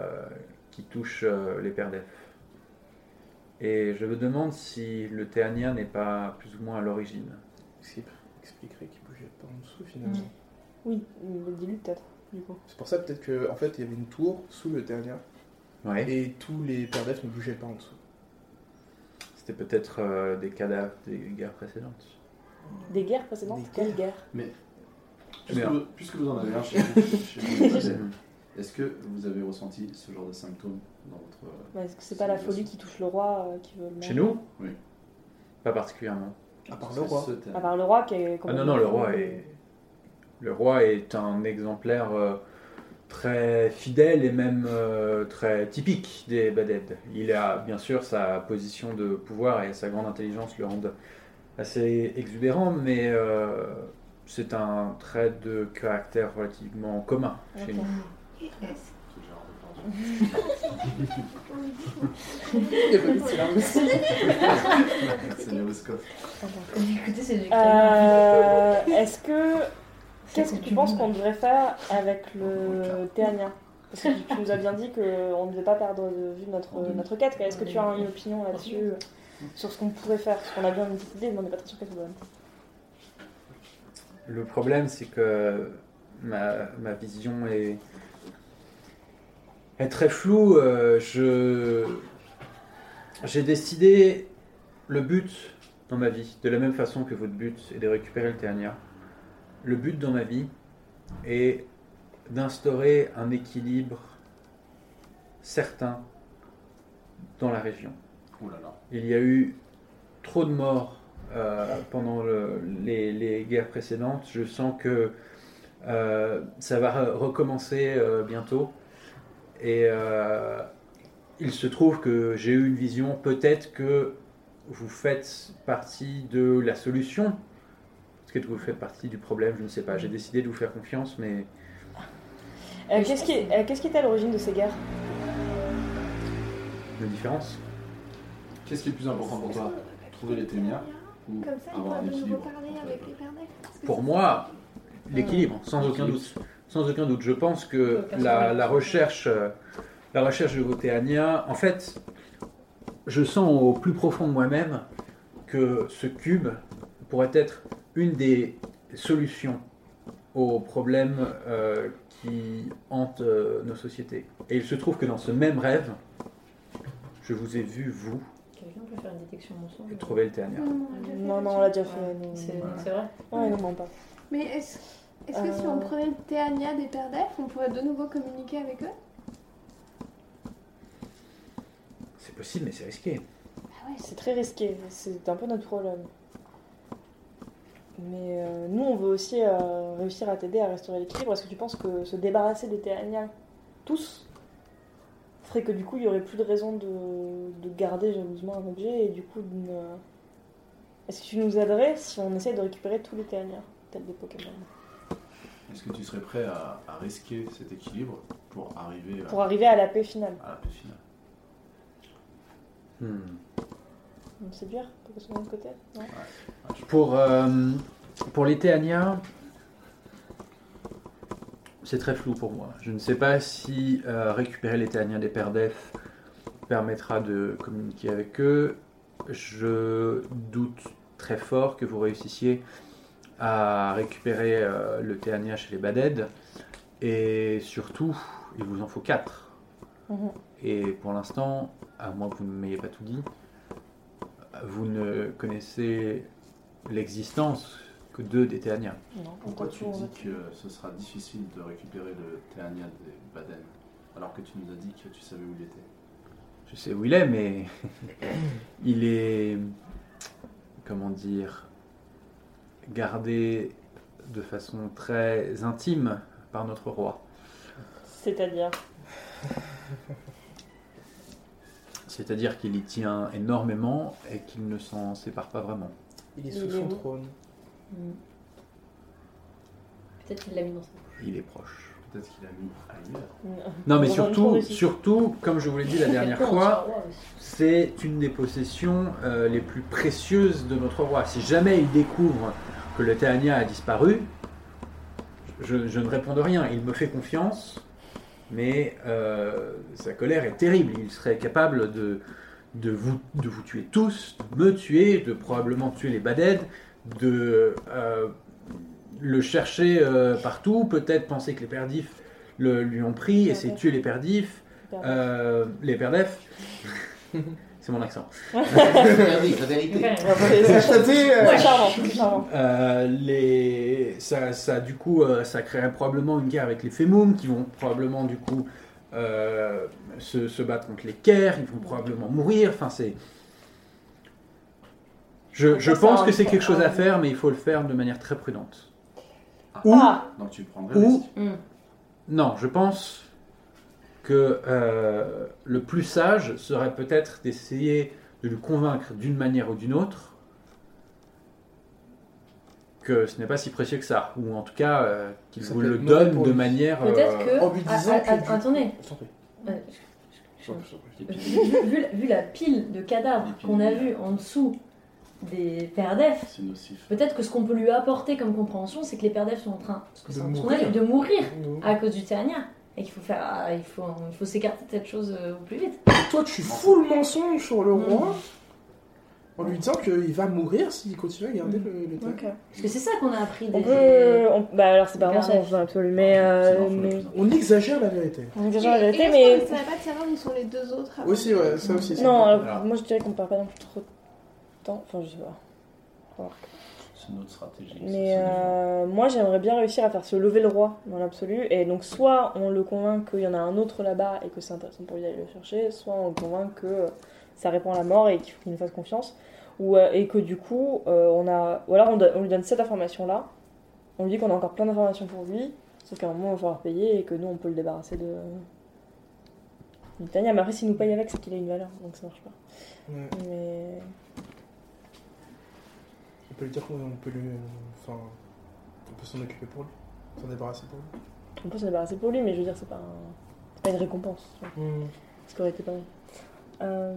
qui touche euh, les pères d'EF. Et je me demande si le Théania n'est pas plus ou moins à l'origine.
Parce qu'il expliquerait qu'il bougeait pas en dessous finalement.
Mm.
Oui, le dilue peut-être, du coup.
C'est pour ça peut-être que en fait il y avait une tour sous le dernier
Ouais.
et tous les perdefs ne bougeaient pas en dessous.
C'était peut-être euh, des cadavres des guerres précédentes.
Des guerres précédentes
Des
Quelle guerre
Puisque
Merde.
vous- puisque vous en avez un chez vous, chez vous,
C'est-
est-ce que vous avez ressenti ce genre de symptômes dans votre. euh,
Bah, Est-ce que c'est pas la folie qui touche le roi euh, qui veut le
Chez
manger
nous
Oui.
Pas particulièrement.
À part le roi.
ce thème
À part le roi qui est.
Ah non, non, le roi est, le roi est un exemplaire euh, très fidèle et même euh, très typique des Baded. Il a bien sûr sa position de pouvoir et sa grande intelligence le rendent assez exubérant, mais euh, c'est un trait de caractère relativement commun chez
Ok.
nous.
ce genre de pardon.
Il y avait une silence.
C'est le Westcott.
Écoutez, c'est du
Euh, Est-ce que.
C'est
Qu'est-ce que tu
compliqué.
penses qu'on devrait faire avec le Théania Parce que tu- tu nous as bien dit qu'on ne devait pas perdre de vue notre, notre quête. quoi. Est-ce que tu as une opinion là-dessus euh, Sur ce qu'on pourrait faire Parce qu'on a bien une petite idée, mais on n'est pas très sûr qu'elle soit bonne.
Le problème, c'est que ma, ma vision est, est très floue. Euh, je, j'ai décidé le but dans ma vie, de la même façon que votre but est de récupérer le Ternia. Le but dans ma vie est d'instaurer un équilibre certain dans la région.
Oh là là.
Il y a eu trop de morts euh, pendant le- les, les guerres précédentes. Je sens que euh, ça va re- recommencer euh, bientôt. Et euh, il se trouve que j'ai eu une vision. Peut-être que vous faites partie de la solution. Peut-être que vous faites partie du problème, je ne sais pas. J'ai décidé de vous faire confiance, mais
Euh, Qu'est-ce qui, euh, qu'est-ce qui était à l'origine de ces guerres
la différence.
Qu'est-ce qui est le plus important pour toi Trouver les ténières ou
Comme ça, il
avoir
pourra
un
de nouveau
équilibre
parler avec les perdefs. Parce que
Pour
c'est-
moi, l'équilibre, sans aucun doute. Sans aucun doute. Je pense que
personne
la,
ne-
la recherche, euh, la recherche de Votéania, en fait, je sens au plus profond de moi-même que ce cube pourrait être une des solutions aux problèmes euh, qui hantent euh, nos sociétés. Et il se trouve que dans ce même rêve, je vous ai vu, vous,
Quelqu'un peut faire une détection mensonge
trouver le dernier.
Non, non, on l'a déjà fait. nous.
C'est
Ouais,
c'est vrai
on ne ment pas.
Mais est-ce est-ce que si
Euh.
on prenait Théania des Pères d'Elfes, on pourrait de nouveau communiquer avec eux
C'est possible, mais c'est risqué.
C'est très risqué, c'est un peu notre problème. Mais euh, nous, on veut aussi euh, réussir à t'aider à restaurer l'équilibre. Est-ce que tu penses que se débarrasser des Théania, tous, ferait que du coup, il n'y aurait plus de raison de, de garder jalousement un objet et du coup, de ne- est-ce que tu nous aiderais si on essaie de récupérer tous les Théania, tels des Pokémon,
Est-ce que tu serais prêt à, à risquer cet équilibre pour
Bah.
arriver à,
pour arriver à la paix finale
à la paix finale
On sait bien, pour que ce soit de côté non
Ah,
Pour, euh, pour les Théania, c'est très flou pour moi. Je ne sais pas si euh, récupérer les Théania des Pères d'Ef permettra de communiquer avec eux. Je doute très fort que vous réussissiez à récupérer euh, le Théania chez les Baded. Et surtout, il vous en faut 4.
Mhm.
Et pour l'instant, à moins que vous ne m'ayez pas tout dit, vous ne connaissez l'existence que deux des Théaniens.
Non,
Pourquoi
peut-être
tu
qu'on va-
dis que ce sera difficile de récupérer le Théania des Baden alors que tu nous as dit que tu savais où il était
Je sais où il est, mais il est, comment dire, gardé de façon très intime par notre roi.
C'est-à-dire
C'est-à-dire qu'il y tient énormément et qu'il ne s'en sépare pas vraiment.
Il est
Il
sous
est
son
où
trône.
Hmm. Peut-être qu'il l'a mis dans sa
Il est proche.
Peut-être qu'il a mis ailleurs.
Non, mais
Dans un trou
surtout,
ici.
surtout, comme je vous l'ai dit la dernière
Quelqu'un en
fois,
sera roi aussi.
C'est une des possessions euh, les plus précieuses de notre roi. Si jamais il découvre que le Théania a disparu, je, je ne réponds de rien. Il me fait confiance, mais euh, sa colère est terrible. Il serait capable de, de, vous, de vous tuer tous, de me tuer, de probablement tuer les Baded, de euh, le chercher euh, partout, peut-être penser que les Perdifs le- lui ont pris, essayer de tuer les Perdifs. Euh, les perdefs. C'est mon accent.
la vérité.
Ah,
Ouais.
bah, C'est charmant, c'est charmant.
Euh, les... ça, ça, du coup, euh, ça créerait probablement une guerre avec les Femoum qui vont probablement, du coup, euh, se, se battre contre les Kerr, ils vont probablement mourir. Enfin, c'est. Je, je
Ça, ça
pense que
arrive
c'est
pas.
quelque chose à faire, mais il faut le faire de manière très prudente. Ou,
Ah,
Donc tu prendrais le
Ou-
risque.
Hmm.
non, je pense que euh, le plus sage serait peut-être d'essayer de le convaincre d'une manière ou d'une autre que ce n'est pas si précieux que ça, ou en tout cas euh, qu'il
Ça
vous
peut
le
être mauvais
donne
pour
de
lui.
manière. euh,
Peut-être que.
en lui
Ah,
disant
ah,
que
ah,
du-
Attendez.
Je t'en prie.
Ouais, je- je-
Je- je- je-
je-
je-
vu, vu la, vu la pile de cadavres qu'on a vu en dessous des pères d'EF,
C'est nocif.
peut-être que ce qu'on peut lui apporter comme compréhension, c'est que les pères d'EF sont en train parce que
De
c'est un
mourir.
tournage, de mourir
Non.
Ah,
à cause du Théania. Et qu'il faut faire, ah, il faut, il faut s'écarter de cette chose euh, au plus vite.
Toi, tu fous le mensonge sur le
Mm.
roi en lui disant qu'il va mourir s'il continue à garder
Mm.
le, le truc.
Mm. ok.
Parce que c'est ça qu'on a appris des.
On peut. on- Bah alors c'est pas un
Euh, Garde.
mensonge absolu, mais.
C'est
Euh,
l'info la
mais...
plus importante.
On exagère la vérité.
On exagère la
Et- et
vérité,
est-ce qu'on
mais.
essaierait pas de savoir où sont les deux autres avant
Aussi, ouais, ça aussi. c'est
Non,
important.
alors, moi je dirais qu'on perd pas non plus trop de temps. Enfin, je sais pas. Faut voir.
C'est notre stratégie.
Mais
C'est-
euh, moi j'aimerais bien réussir à faire se lever le roi dans l'absolu. Et donc, soit on le convainc qu'il y en a un autre là-bas et que c'est intéressant pour lui d'aller le chercher, soit on le convainc que euh, ça répand à la mort et qu'il faut qu'il nous fasse confiance. Ou, euh, et que du coup, euh, on a. Ou alors on, do- on lui donne cette information-là, on lui dit qu'on a encore plein d'informations pour lui, sauf qu'à un moment on va falloir payer et que nous on peut le débarrasser de. du Tania, mais après s'il nous paye avec, c'est qu'il a une valeur, donc ça marche pas.
Ouais.
Mais.
On peut lui dire qu'on peut lui. Enfin. On peut s'en occuper pour lui. S'en débarrasser pour lui.
On peut se débarrasser pour lui, mais je veux dire, c'est pas, un- c'est pas
Mm.
une récompense. tu vois. Ce qui aurait été pas mal. Euh,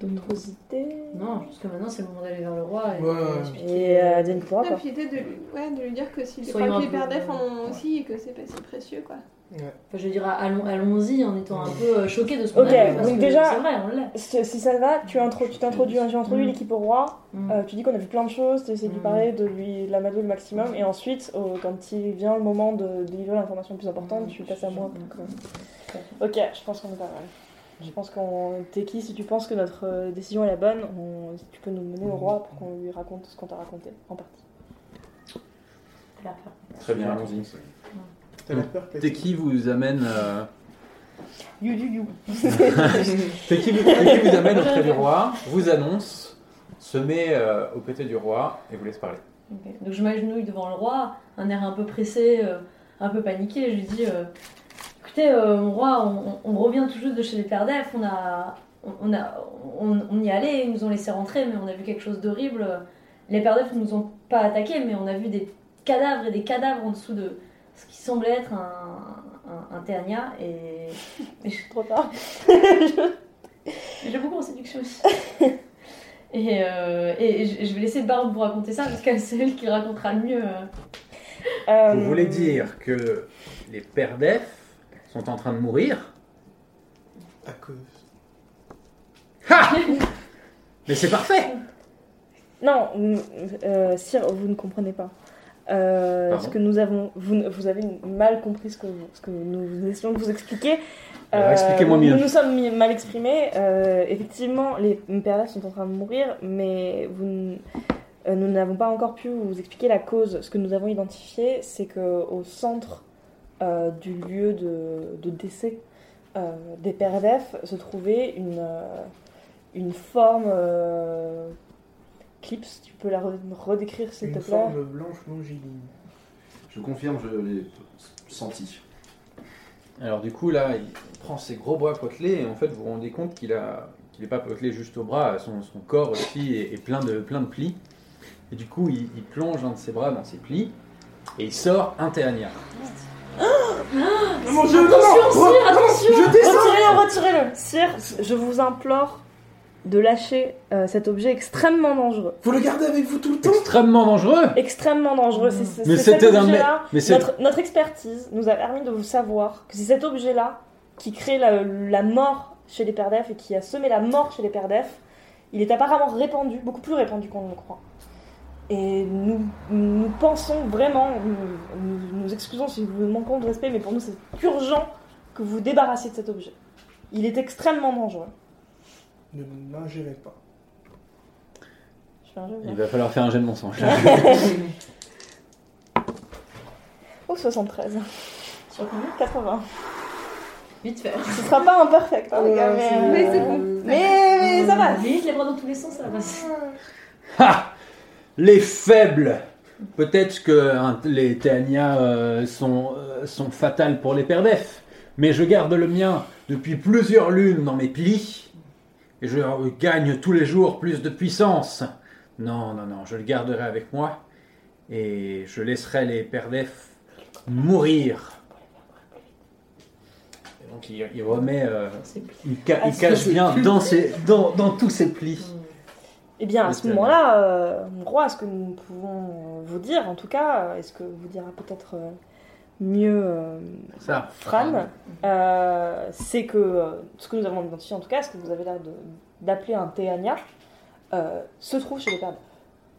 D'autres idées
Non, jusque maintenant, c'est le moment d'aller vers le roi et
Ouais.
de lui expliquer.
Et euh, d'une fois,
La
quoi.
piété de lui, ouais, de lui dire que si les
Soyons
croix
un
de
peu-
l'éperdef en ont
ouais.
aussi et que c'est pas si précieux quoi.
Enfin, je veux dire, allons- allons-y en étant un peu euh, choqués de ce qu'on
Ok,
a vu. parce
donc
que
déjà-
C'est vrai, on l'a.
Si si ça va, tu introduis, tu t'introduis, tu introduis
Mm.
l'équipe au roi,
Mm.
euh, tu dis qu'on a vu plein de choses, tu essaies de lui
Mm.
parler, de lui de l'amadouer le maximum, et ensuite, euh, quand il vient le moment de délivrer l'information la plus importante,
Mm.
tu passes à moi.
Mm.
quoi. Ok, je pense qu'on est pas mal. Je pense qu'on. T'es qui Si tu penses que notre euh, décision est la bonne, on- tu peux nous mener au roi pour qu'on lui raconte ce qu'on t'a raconté, en partie.
Elle a peur.
Très bien, allons-y.
T'as l'air perplexe.
Teki vous amène. euh,
You, you, you.
C'est qui, vous- c'est qui vous amène auprès du roi, vous annonce, se met euh, aux côtés du roi et vous laisse parler.
Ok. Donc je m'agenouille devant le roi, un air un peu pressé, euh, un peu paniqué. Je lui dis euh, Écoutez, euh, mon roi, on, on- on revient tout juste de chez les Pères d'Ef, on, a, on, on a, on, on y allait, ils nous ont laissé rentrer, mais on a vu quelque chose d'horrible. Les Pères d'Ef ne nous ont pas attaqués, mais on a vu des cadavres et des cadavres en dessous de ce qui semblait être un, un, un Théania. Et
Trop tard.
j'ai beaucoup en séduction aussi. Et, euh, et je je vais laisser Barbe vous raconter ça parce qu'elle c'est elle qui racontera le mieux. euh,
Euh,
Vous voulez dire que les pères d'Ef sont en train de mourir
À cause.
Ha Mais c'est parfait
Non, mm, euh, sire, vous ne comprenez pas. Euh,
Pardon
ce que nous avons, vous, vous avez mal compris ce que, ce que nous essayons de vous expliquer. Euh,
Alors, Euh, expliquez-moi mieux.
Nous nous sommes mi- mal exprimés. Euh, effectivement, les perlas sont en train de mourir, mais vous, n- euh, nous n'avons pas encore pu vous expliquer la cause. Ce que nous avons identifié, c'est que au centre euh, du lieu de, de décès euh, des Perdef se trouvait une, euh, une forme. euh, Clips, tu peux la re- redécrire s'il te
Une
plaît
forme blanche longiligne.
Je confirme, je l'ai senti.
Alors du coup là, il prend ses gros bras potelés et en fait vous vous rendez compte qu'il a qu'il n'est pas potelé juste au bras, son, son corps aussi est, est plein, de, plein de plis. Et du coup il, il plonge un de ses bras dans ses plis et il sort un Théania.
Non, non, je, non,
Attention,
non,
sire,
non,
attention
je descends
Retirez-le, retirez-le Sire, je vous implore de lâcher euh, cet objet extrêmement dangereux.
Vous le gardez avec vous tout le temps
Extrêmement dangereux
Extrêmement dangereux. C'est, c'est-
Mais
c'est cet
c'était d'un
objet-là.
Mais c'est
Notre, notre expertise nous a permis de vous savoir que c'est cet objet-là qui crée la, la mort chez les perdefs et qui a semé la mort chez les perdefs. Il est apparemment répandu, beaucoup plus répandu qu'on ne le croit. Et nous, nous pensons vraiment, nous, nous- nous excusons si nous vous manquons de respect, mais pour nous c'est urgent que vous vous débarrassiez de cet objet. Il est extrêmement dangereux.
Ne m'ingérez pas.
Je fais un jeu, hein.
Il
là.
va falloir faire un jet de mensonge.
Oh, 73.
Sur combien
80.
Vite fait.
Ce sera pas imperfect, hein, les gars, mais, euh,
Mais c'est bon.
mais- mais ça va.
Limite les bras dans tous les sens, ça va passer.
Ha Les faibles Peut-être que hein, les Théania euh, sont, euh, sont fatales pour les perdefs, mais je garde le mien depuis plusieurs lunes dans mes plis, et je gagne tous les jours plus de puissance. Non, non, non, je le garderai avec moi, et je laisserai les perdefs mourir. Et donc il, il remet, euh,
C'est plus.
il, ca-
Ah,
il
ça,
cache
c'est
bien dans, ses, dans, dans tous ses plis.
Eh bien, à
Mais
ce
c'est-
moment-là, euh, mon roi, ce que nous pouvons euh, vous dire, en tout cas, euh, est-ce que vous dira peut-être euh, mieux euh,
Ça.
Fran, euh, c'est que euh, ce que nous avons identifié, en tout cas, ce que vous avez l'air de- d'appeler un Théania, euh, se trouve chez les perdants.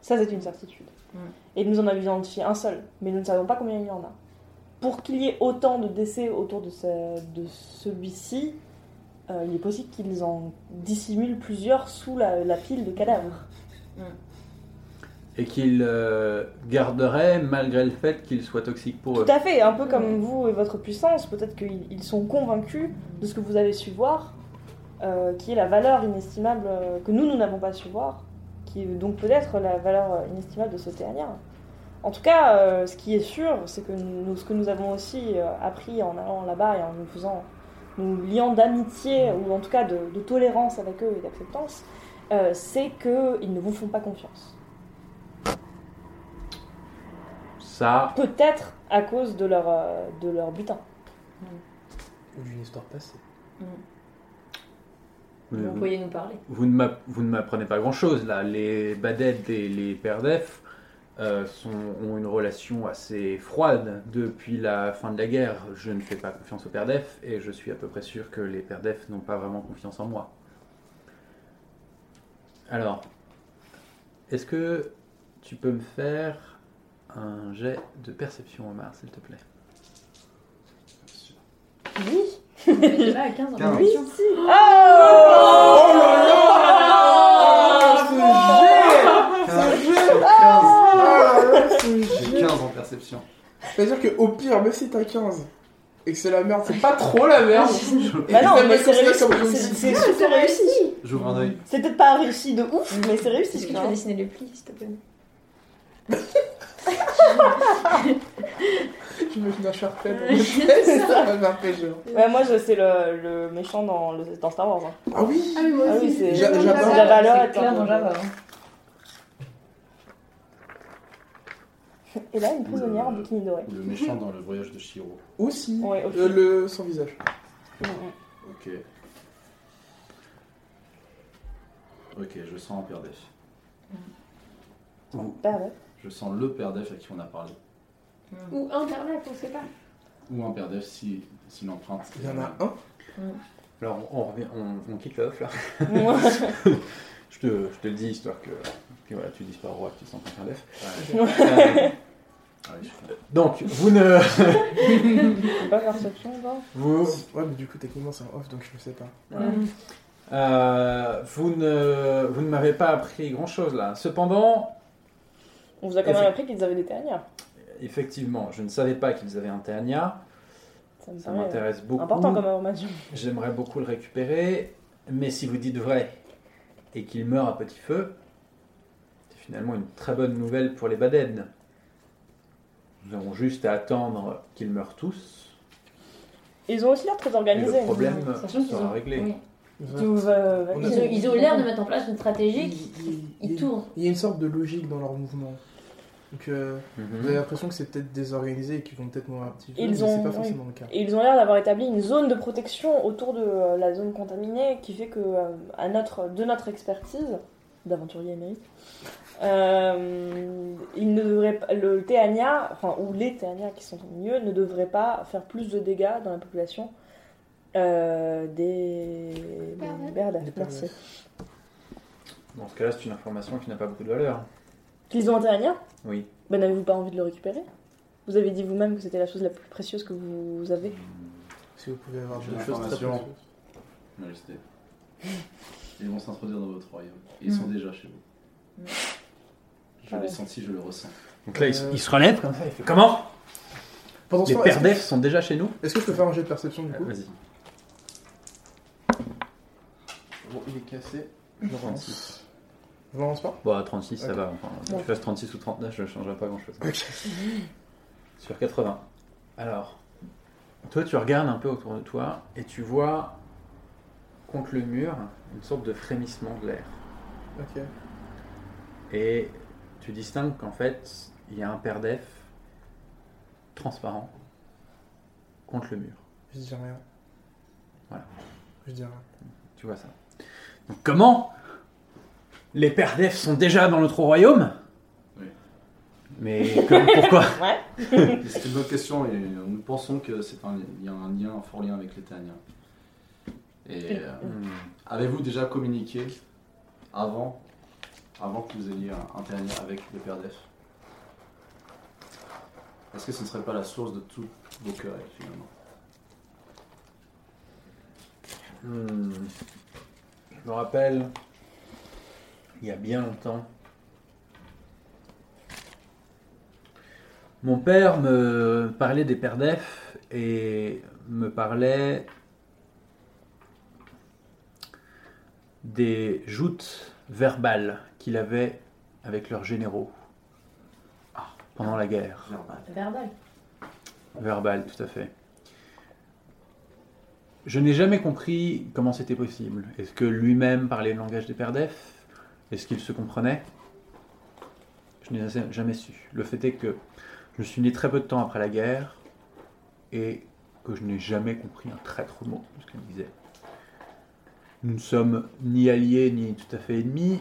Ça, c'est une certitude.
Mm.
Et nous en avons identifié un seul, mais nous ne savons pas combien il y en a. Pour qu'il y ait autant de décès autour de, ce- de celui-ci, euh, il est possible qu'ils en dissimulent plusieurs sous la, la pile de cadavres.
et qu'il euh, garderait malgré le fait qu'il soit toxique pour eux.
Tout à fait, un peu comme vous et votre puissance, peut-être qu'ils ils sont convaincus de ce que vous avez su voir, euh, qui est la valeur inestimable euh, que nous, nous n'avons pas su voir, qui est donc peut-être la valeur euh, inestimable de ce dernier. En tout cas, euh, ce qui est sûr, c'est que nous, ce que nous avons aussi euh, appris en allant là-bas et en nous faisant, nous liant d'amitié, ou en tout cas de, de tolérance avec eux et d'acceptance, euh, c'est qu'ils ne vous font pas confiance.
Ça,
Peut-être à cause de leur, euh, de leur butin.
Ou d'une histoire passée.
Mais
Vous
vous-
pourriez nous parler.
euh, vous ne m'app- vous ne m'apprenez pas grand-chose là. Les Badettes et les Perdef euh, sont- ont une relation assez froide depuis la fin de la guerre. Je ne fais pas confiance aux Perdef et je suis à peu près sûr que les Perdef n'ont pas vraiment confiance en moi. Alors, est-ce que tu peux me faire un jet de perception, Omar, s'il te plaît
Oui.
J'étais là à 15 ans.
Quinze.
Oui,
Attention.
si. Oh
Oh là là
Ah,
Ce
J'ai
jeu Ce jeu
15.
Oh là là, ce
J'ai
jeu
15 en perception.
C'est-à-dire que au pire, même si t'as 15 et que c'est la merde, c'est pas trop la merde. Et
Bah
que
non,
ça va
mais
être
c'est
considéré
réussi.
comme
C'est-
réussi.
C'est super réussi.
J'ouvre un œil.
C'est peut-être pas réussi de ouf, mais c'est réussi.
Est-ce que
tu
tu
vois.
as dessiné les plis, s'il te plaît
J'imagine un charpette.
Ouais,
C'est ça, un arpège.
Ouais, moi je sais le, le méchant dans, le, dans Star Wars. hein.
Ah oui
Ah, mais moi
Ah oui,
aussi.
c'est
Ja-
Dans
Jabba.
la
Jabba.
salle.
Valeur
C'est clair
est en
dans Java. hein.
Et là, une prisonnière en bikini doré.
Le méchant dans le voyage de Shiro.
Aussi.
Ouais, aussi.
Euh, le sans visage.
Ok. Ok, je sens un père d'EF. Ou
Bah ouais.
je sens le père d'EF à qui on a parlé.
Ou Internet, on sait pas.
Ou un père d'EF si, si l'empreinte.
Il y en a un.
Alors, on, revient- on- on quitte le off là.
Moi,
Je te, je te le dis histoire que puis voilà, tu dises pas au roi que tu sens ton Perdef.
Ouais,
Euh,
ouais, je fais-
donc, vous ne.
c'est pas perception, genre.
Vous,
Ouais, mais du coup, techniquement, c'est un off donc je le sais pas.
Voilà.
Mm.
Euh, vous ne, vous ne m'avez pas appris grand-chose là. Cependant,
On vous a quand même appris qu'ils avaient des dernières.
effectivement, je ne savais pas qu'ils avaient un Ternia.
Ça me
Ça
paraît euh,
m'intéresse beaucoup.
important comme information.
J'aimerais beaucoup le récupérer. Mais si vous dites vrai et qu'il meurt à petit feu, c'est finalement une très bonne nouvelle pour les Badèdes. Nous avons juste à attendre qu'ils meurent tous.
Ils ont aussi l'air très
Et le
organisés.
problème
Sachant qu'ils
sera
ont-
réglé.
oui.
Ils ont- euh,
On a-
Ils ont- ils ont l'air de mettre en place une stratégie qui
il-
qui tourne.
Il y a une sorte de logique dans leur mouvement. Donc, euh,
Mhm.
vous avez l'impression que c'est peut-être désorganisé et qu'ils vont peut-être mourir un petit peu,
Ils
mais
ont-
c'est pas
oui.
forcément le cas.
Et ils ont l'air d'avoir établi une zone de protection autour de euh, la zone contaminée qui fait que, euh, à notre, de notre expertise, d'aventurier émérite, euh, il ne devrait pas- le Théania, enfin, ou les Théania qui sont au milieu, ne devraient pas faire plus de dégâts dans la population euh, des.
Perdef.
Perdef,
Des Perdef.
merci.
Dans ce cas-là, c'est une information qui n'a pas beaucoup de valeur.
Qu'ils ont un Théania
Oui.
Ben n'avez-vous pas envie de le récupérer Vous avez dit vous-même que c'était la chose la plus précieuse que vous avez.
Si vous pouvez avoir
J'ai
des choses très
l'information.
précieuses.
Majesté. Ils vont s'introduire dans votre royaume. Et ils sont déjà chez vous.
Mm.
Je
Ah
l'ai
ouais.
senti, je le ressens.
Donc là, il,
se-
se-
Euh.
il se relève comme ça. Il fait comment
Pendant ce
Les
temps, est-ce
pères
que,
d'EF sont déjà chez nous
est-ce que je peux faire un jet de perception du coup
Ah, Vas-y.
Bon, il est cassé.
Je le relance. Je le relance pas
Bon, à 36, ça
Ok.
va. Enfin, que
Ouais.
tu fasses 36 ou 39, je ne changerai pas grand-chose.
Ok.
Sur 80. Alors, toi, tu regardes un peu autour de toi et tu vois, contre le mur, une sorte de frémissement de l'air.
Ok.
Et tu distingues qu'en fait, il y a un père d'EF transparent contre le mur.
Je dis rien.
Voilà.
Je dis rien.
Tu vois ça. Donc comment Les pères d'EF sont déjà dans notre royaume
Oui.
Mais comme- pourquoi
C'est une bonne question et nous pensons que c'est un, il y a un lien, un fort lien avec les Taniens. Et euh,
Hmm.
avez-vous déjà communiqué avant, avant que vous ayez un, un Théanien avec le Père d'Ef Est-ce que ce ne serait pas la source de tous vos querelles finalement
Hmm. Je me rappelle, il y a bien longtemps, mon père me parlait des pères d'EF et me parlait des joutes verbales qu'il avait avec leurs généraux ah, pendant la guerre.
Verbal.
Verbal.
Verbal, tout à fait. Je n'ai jamais compris comment c'était possible. Est-ce que lui-même parlait le langage des pères d'EF Est-ce qu'il se comprenait Je n'ai jamais su. Le fait est que je suis né très peu de temps après la guerre et que je n'ai jamais compris un traître mot de ce qu'il disait. Nous ne sommes ni alliés ni tout à fait ennemis.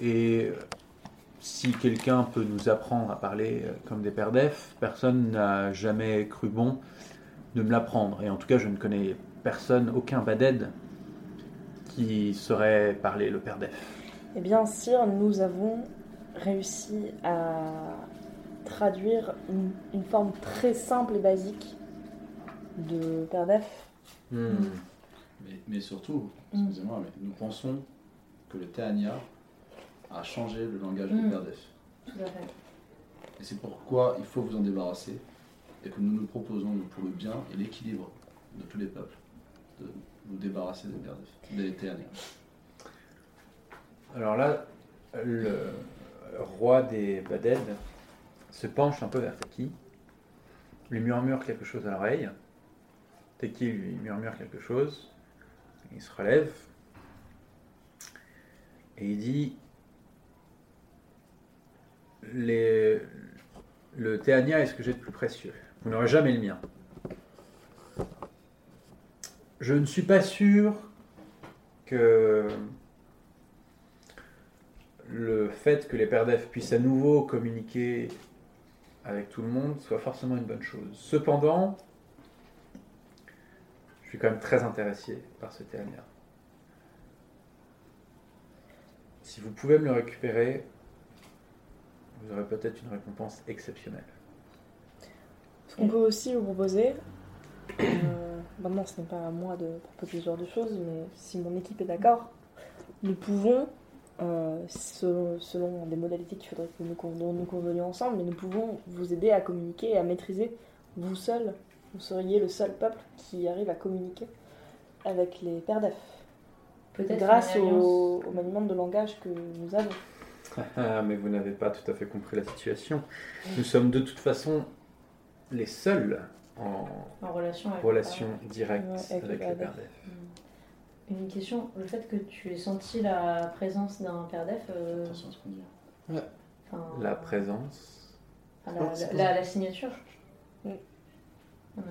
Et euh, si quelqu'un peut nous apprendre à parler euh, comme des pères d'EF, personne n'a jamais cru bon de me l'apprendre. Et en tout cas, je ne connais personne, aucun baded qui saurait parler le père d'EF.
Eh bien, Sire, nous avons réussi à traduire une, une forme très simple et basique de Perdef.
Mais, mais surtout,
Mm.
excusez-moi, mais nous pensons que le Théania a changé le langage
Mm.
de Perdef.
Tout à fait.
Et c'est pourquoi il faut vous en débarrasser et que nous nous proposons, nous, pour le bien et l'équilibre de tous les peuples, de nous débarrasser des Perdef, des Théania.
Alors là, le roi des Baded se penche un peu vers Teki, lui murmure quelque chose à l'oreille. Teki lui murmure quelque chose, il se relève et il dit Les- Le Théania est ce que j'ai de plus précieux. Vous n'aurez jamais le mien. Je ne suis pas sûr que le fait que les pères d'EF puissent à nouveau communiquer avec tout le monde soit forcément une bonne chose. Cependant, je suis quand même très intéressé par ce Théania. Si vous pouvez me le récupérer, vous aurez peut-être une récompense exceptionnelle.
Ce qu'on peut aussi vous proposer, euh, maintenant ce n'est pas à moi de proposer ce genre de choses, mais si mon équipe est d'accord, nous pouvons, euh, selon, selon des modalités qu'il faudrait que nous, con- dont nous convenions ensemble, mais nous pouvons vous aider à communiquer et à maîtriser vous seul. Vous seriez le seul peuple qui arrive à communiquer avec les pères d'EF,
Peut-être
grâce
une
au,
alliance.
au maniement de langage que nous avons.
Ah, mais vous n'avez pas tout à fait compris la situation. Nous sommes de toute façon les seuls en
en relation avec.
relation directe
Ouais, avec
avec, les
les pères
pères
d'EF.
d'EF.
Hmm. Une question, le fait que tu aies senti la présence d'un père d'EF, euh,
Attention à ce qu'on dit.
enfin,
La présence
enfin, la, la- la- la signature.
Mm.
Euh, Ah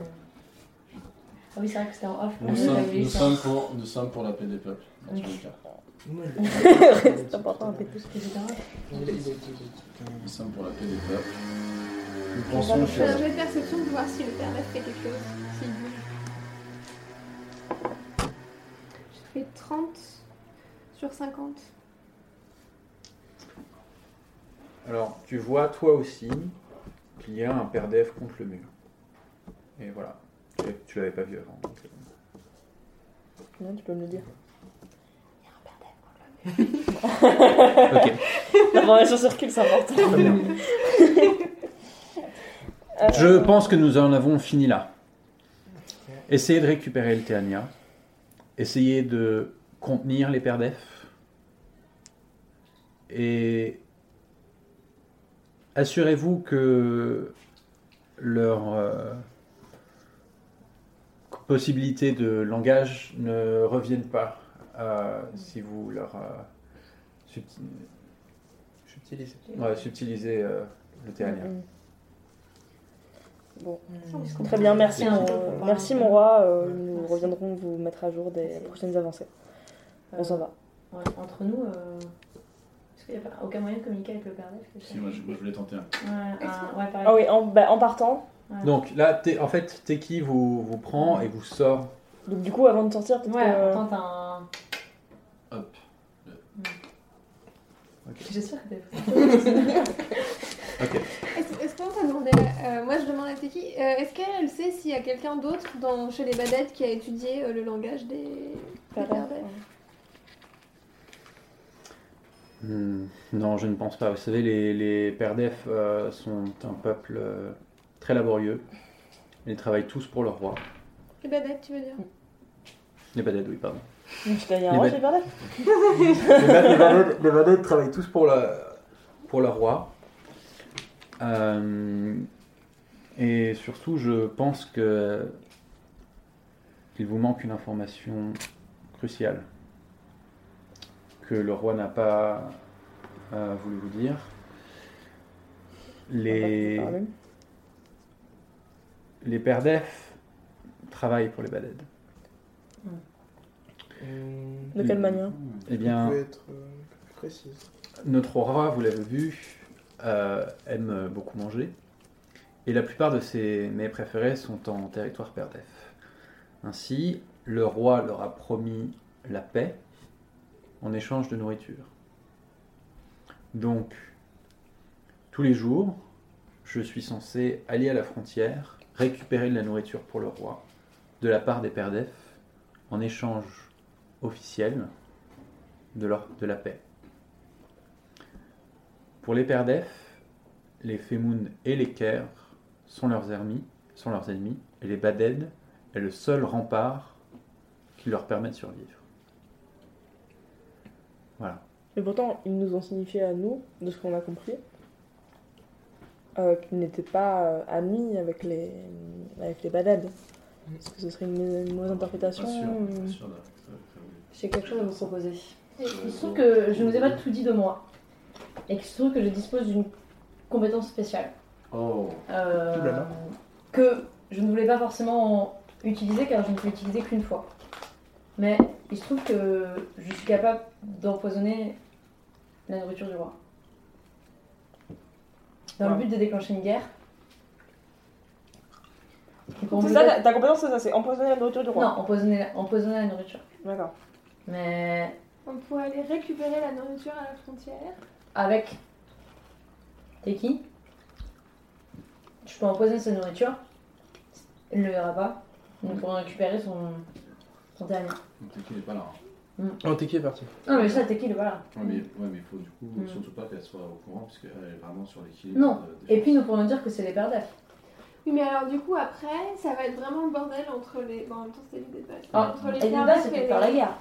oui, c'est vrai que c'était en off.
Nous, sommes, nous, sommes pour, nous sommes pour la paix des peuples, dans tous les cas.
Non, il
C'est important à péter.
Tout ce que j'ai dit.
il a- il a- il a- il a-
Nous sommes pour la paix des peuples. Nous
On va
pensons
le
Je fais un
que...
jeu de perception pour voir si le père d'Ef fait quelque chose. S'il bouge. Je fais 30 sur 50.
Alors, tu vois toi aussi qu'il y a un père d'EF contre le mur. Et voilà. Tu- Tu l'avais pas vu avant. donc c'est bon.
Non, tu peux me le dire.
Ok.
L'information circule, c'est important.
Je pense que nous en avons fini là. Essayez de récupérer le Théania. Essayez de contenir les pères d'EF. Et assurez-vous que leur euh, possibilité de langage ne revienne pas euh, si vous leur euh, subti- subtilisez, Ouais, subtilisez, euh, le Théania.
Mm. Bon.
Mmh.
Mm.
Très bien, merci.
Tiens,
mon-
on peut
merci
pas-
mon roi. euh, nous
Merci.
reviendrons vous mettre à jour des
Merci.
prochaines avancées.
Euh,
On s'en va.
ouais, entre nous, euh, est-ce qu'il n'y a pas aucun moyen de communiquer avec le père d'EF
Si, moi, je, moi, je voulais tenter un.
Ouais, un- ouais, pareil.
Ah oui, en, bah, en partant.
Ouais.
Donc là, t'es- en fait, Teki vous, vous prend et vous sort.
Donc du coup, avant de sortir, peut-être
Ouais,
que-
on tente un.
Hop.
Hmm. J'espère que t'as
Est-ce est-ce qu'on t'a demandé euh, Moi, je demande à Teki. euh, Est-ce qu'elle sait s'il y a quelqu'un d'autre dans, chez les Badettes qui a étudié euh, le langage des. des
Pardon.
Perdef
Hmm, non, je ne pense pas. Vous savez, les, les Perdef euh, sont un peuple euh, très laborieux. Ils travaillent tous pour leur roi.
Les Badettes, tu veux dire
Les Baded, oui, pardon.
Je t'ai dit un
Les
roi,
bêtes.
j'ai perdu.
les Baded, travaillent tous pour, la- pour leur roi. Euh, et surtout, je pense que il vous manque une information cruciale que le roi n'a pas euh, voulu vous dire. Les, les pères d'EF travaillent pour les Baded.
Hum,
De quelle manière
Eh
vous
bien,
pouvez être euh, plus précise.
notre aurora, vous l'avez vu, euh, aime beaucoup manger. Et la plupart de ses mets préférés sont en territoire perdef. Ainsi, le roi leur a promis la paix en échange de nourriture. Donc, tous les jours, je suis censé aller à la frontière, récupérer de la nourriture pour le roi, de la part des perdef, en échange officiel de, leur, de la paix. Pour les Perdef, les Femoun et les Ker sont leurs ennemis, sont leurs ennemis, et les Baded est le seul rempart qui leur permet de survivre. Voilà.
Et pourtant, ils nous ont signifié à nous, de ce qu'on a compris, euh, qu'ils n'étaient pas euh, amis avec les, avec les badades.
Mm.
Est-ce que ce serait une, une mauvaise interprétation
Pas sûr,
ou-
pas sûr, là. Euh,
J'ai quelque chose à vous proposer.
Et-
Il se trouve que je ne vous ai pas tout dit de moi. Et qu'il se trouve que je dispose d'une compétence spéciale.
Oh,
Euh,
Ouh là là.
que je ne voulais pas forcément utiliser car je ne peux l'utiliser qu'une fois. Mais il se trouve que je suis capable d'empoisonner la nourriture du roi. Dans le
Ouais.
but de déclencher une guerre. Et pour
C'est
me-
ça, ta, ta compétence, c'est ça, c'est empoisonner la nourriture du
Non,
roi.
empoisonner la, empoisonner la nourriture.
D'accord.
Mais
On pourrait aller récupérer la nourriture à la frontière.
avec. T'es qui Je peux empoisonner sa nourriture. Il ne le verra pas. Nous pourrons récupérer son, son dernier.
donc Teki n'est pas là. hein.
Oh, t'es qui est parti
Non, mais ça, t'es qui le voilà.
Ouais, mais ouais, mais il faut du coup
Mm.
surtout pas qu'elle soit au courant, parce qu'elle est vraiment sur l'équilibre.
Non.
de- des
Et puis,
choses.
nous pourrions dire que c'est les pères d'Af.
Oui, mais alors du coup, après, ça va être vraiment le bordel entre les. Bon, en même temps, c'est l'idée de base.
Ah,
entre les
Et nous,
Kermit
là, c'est pour
et
faire la
les-
guerre.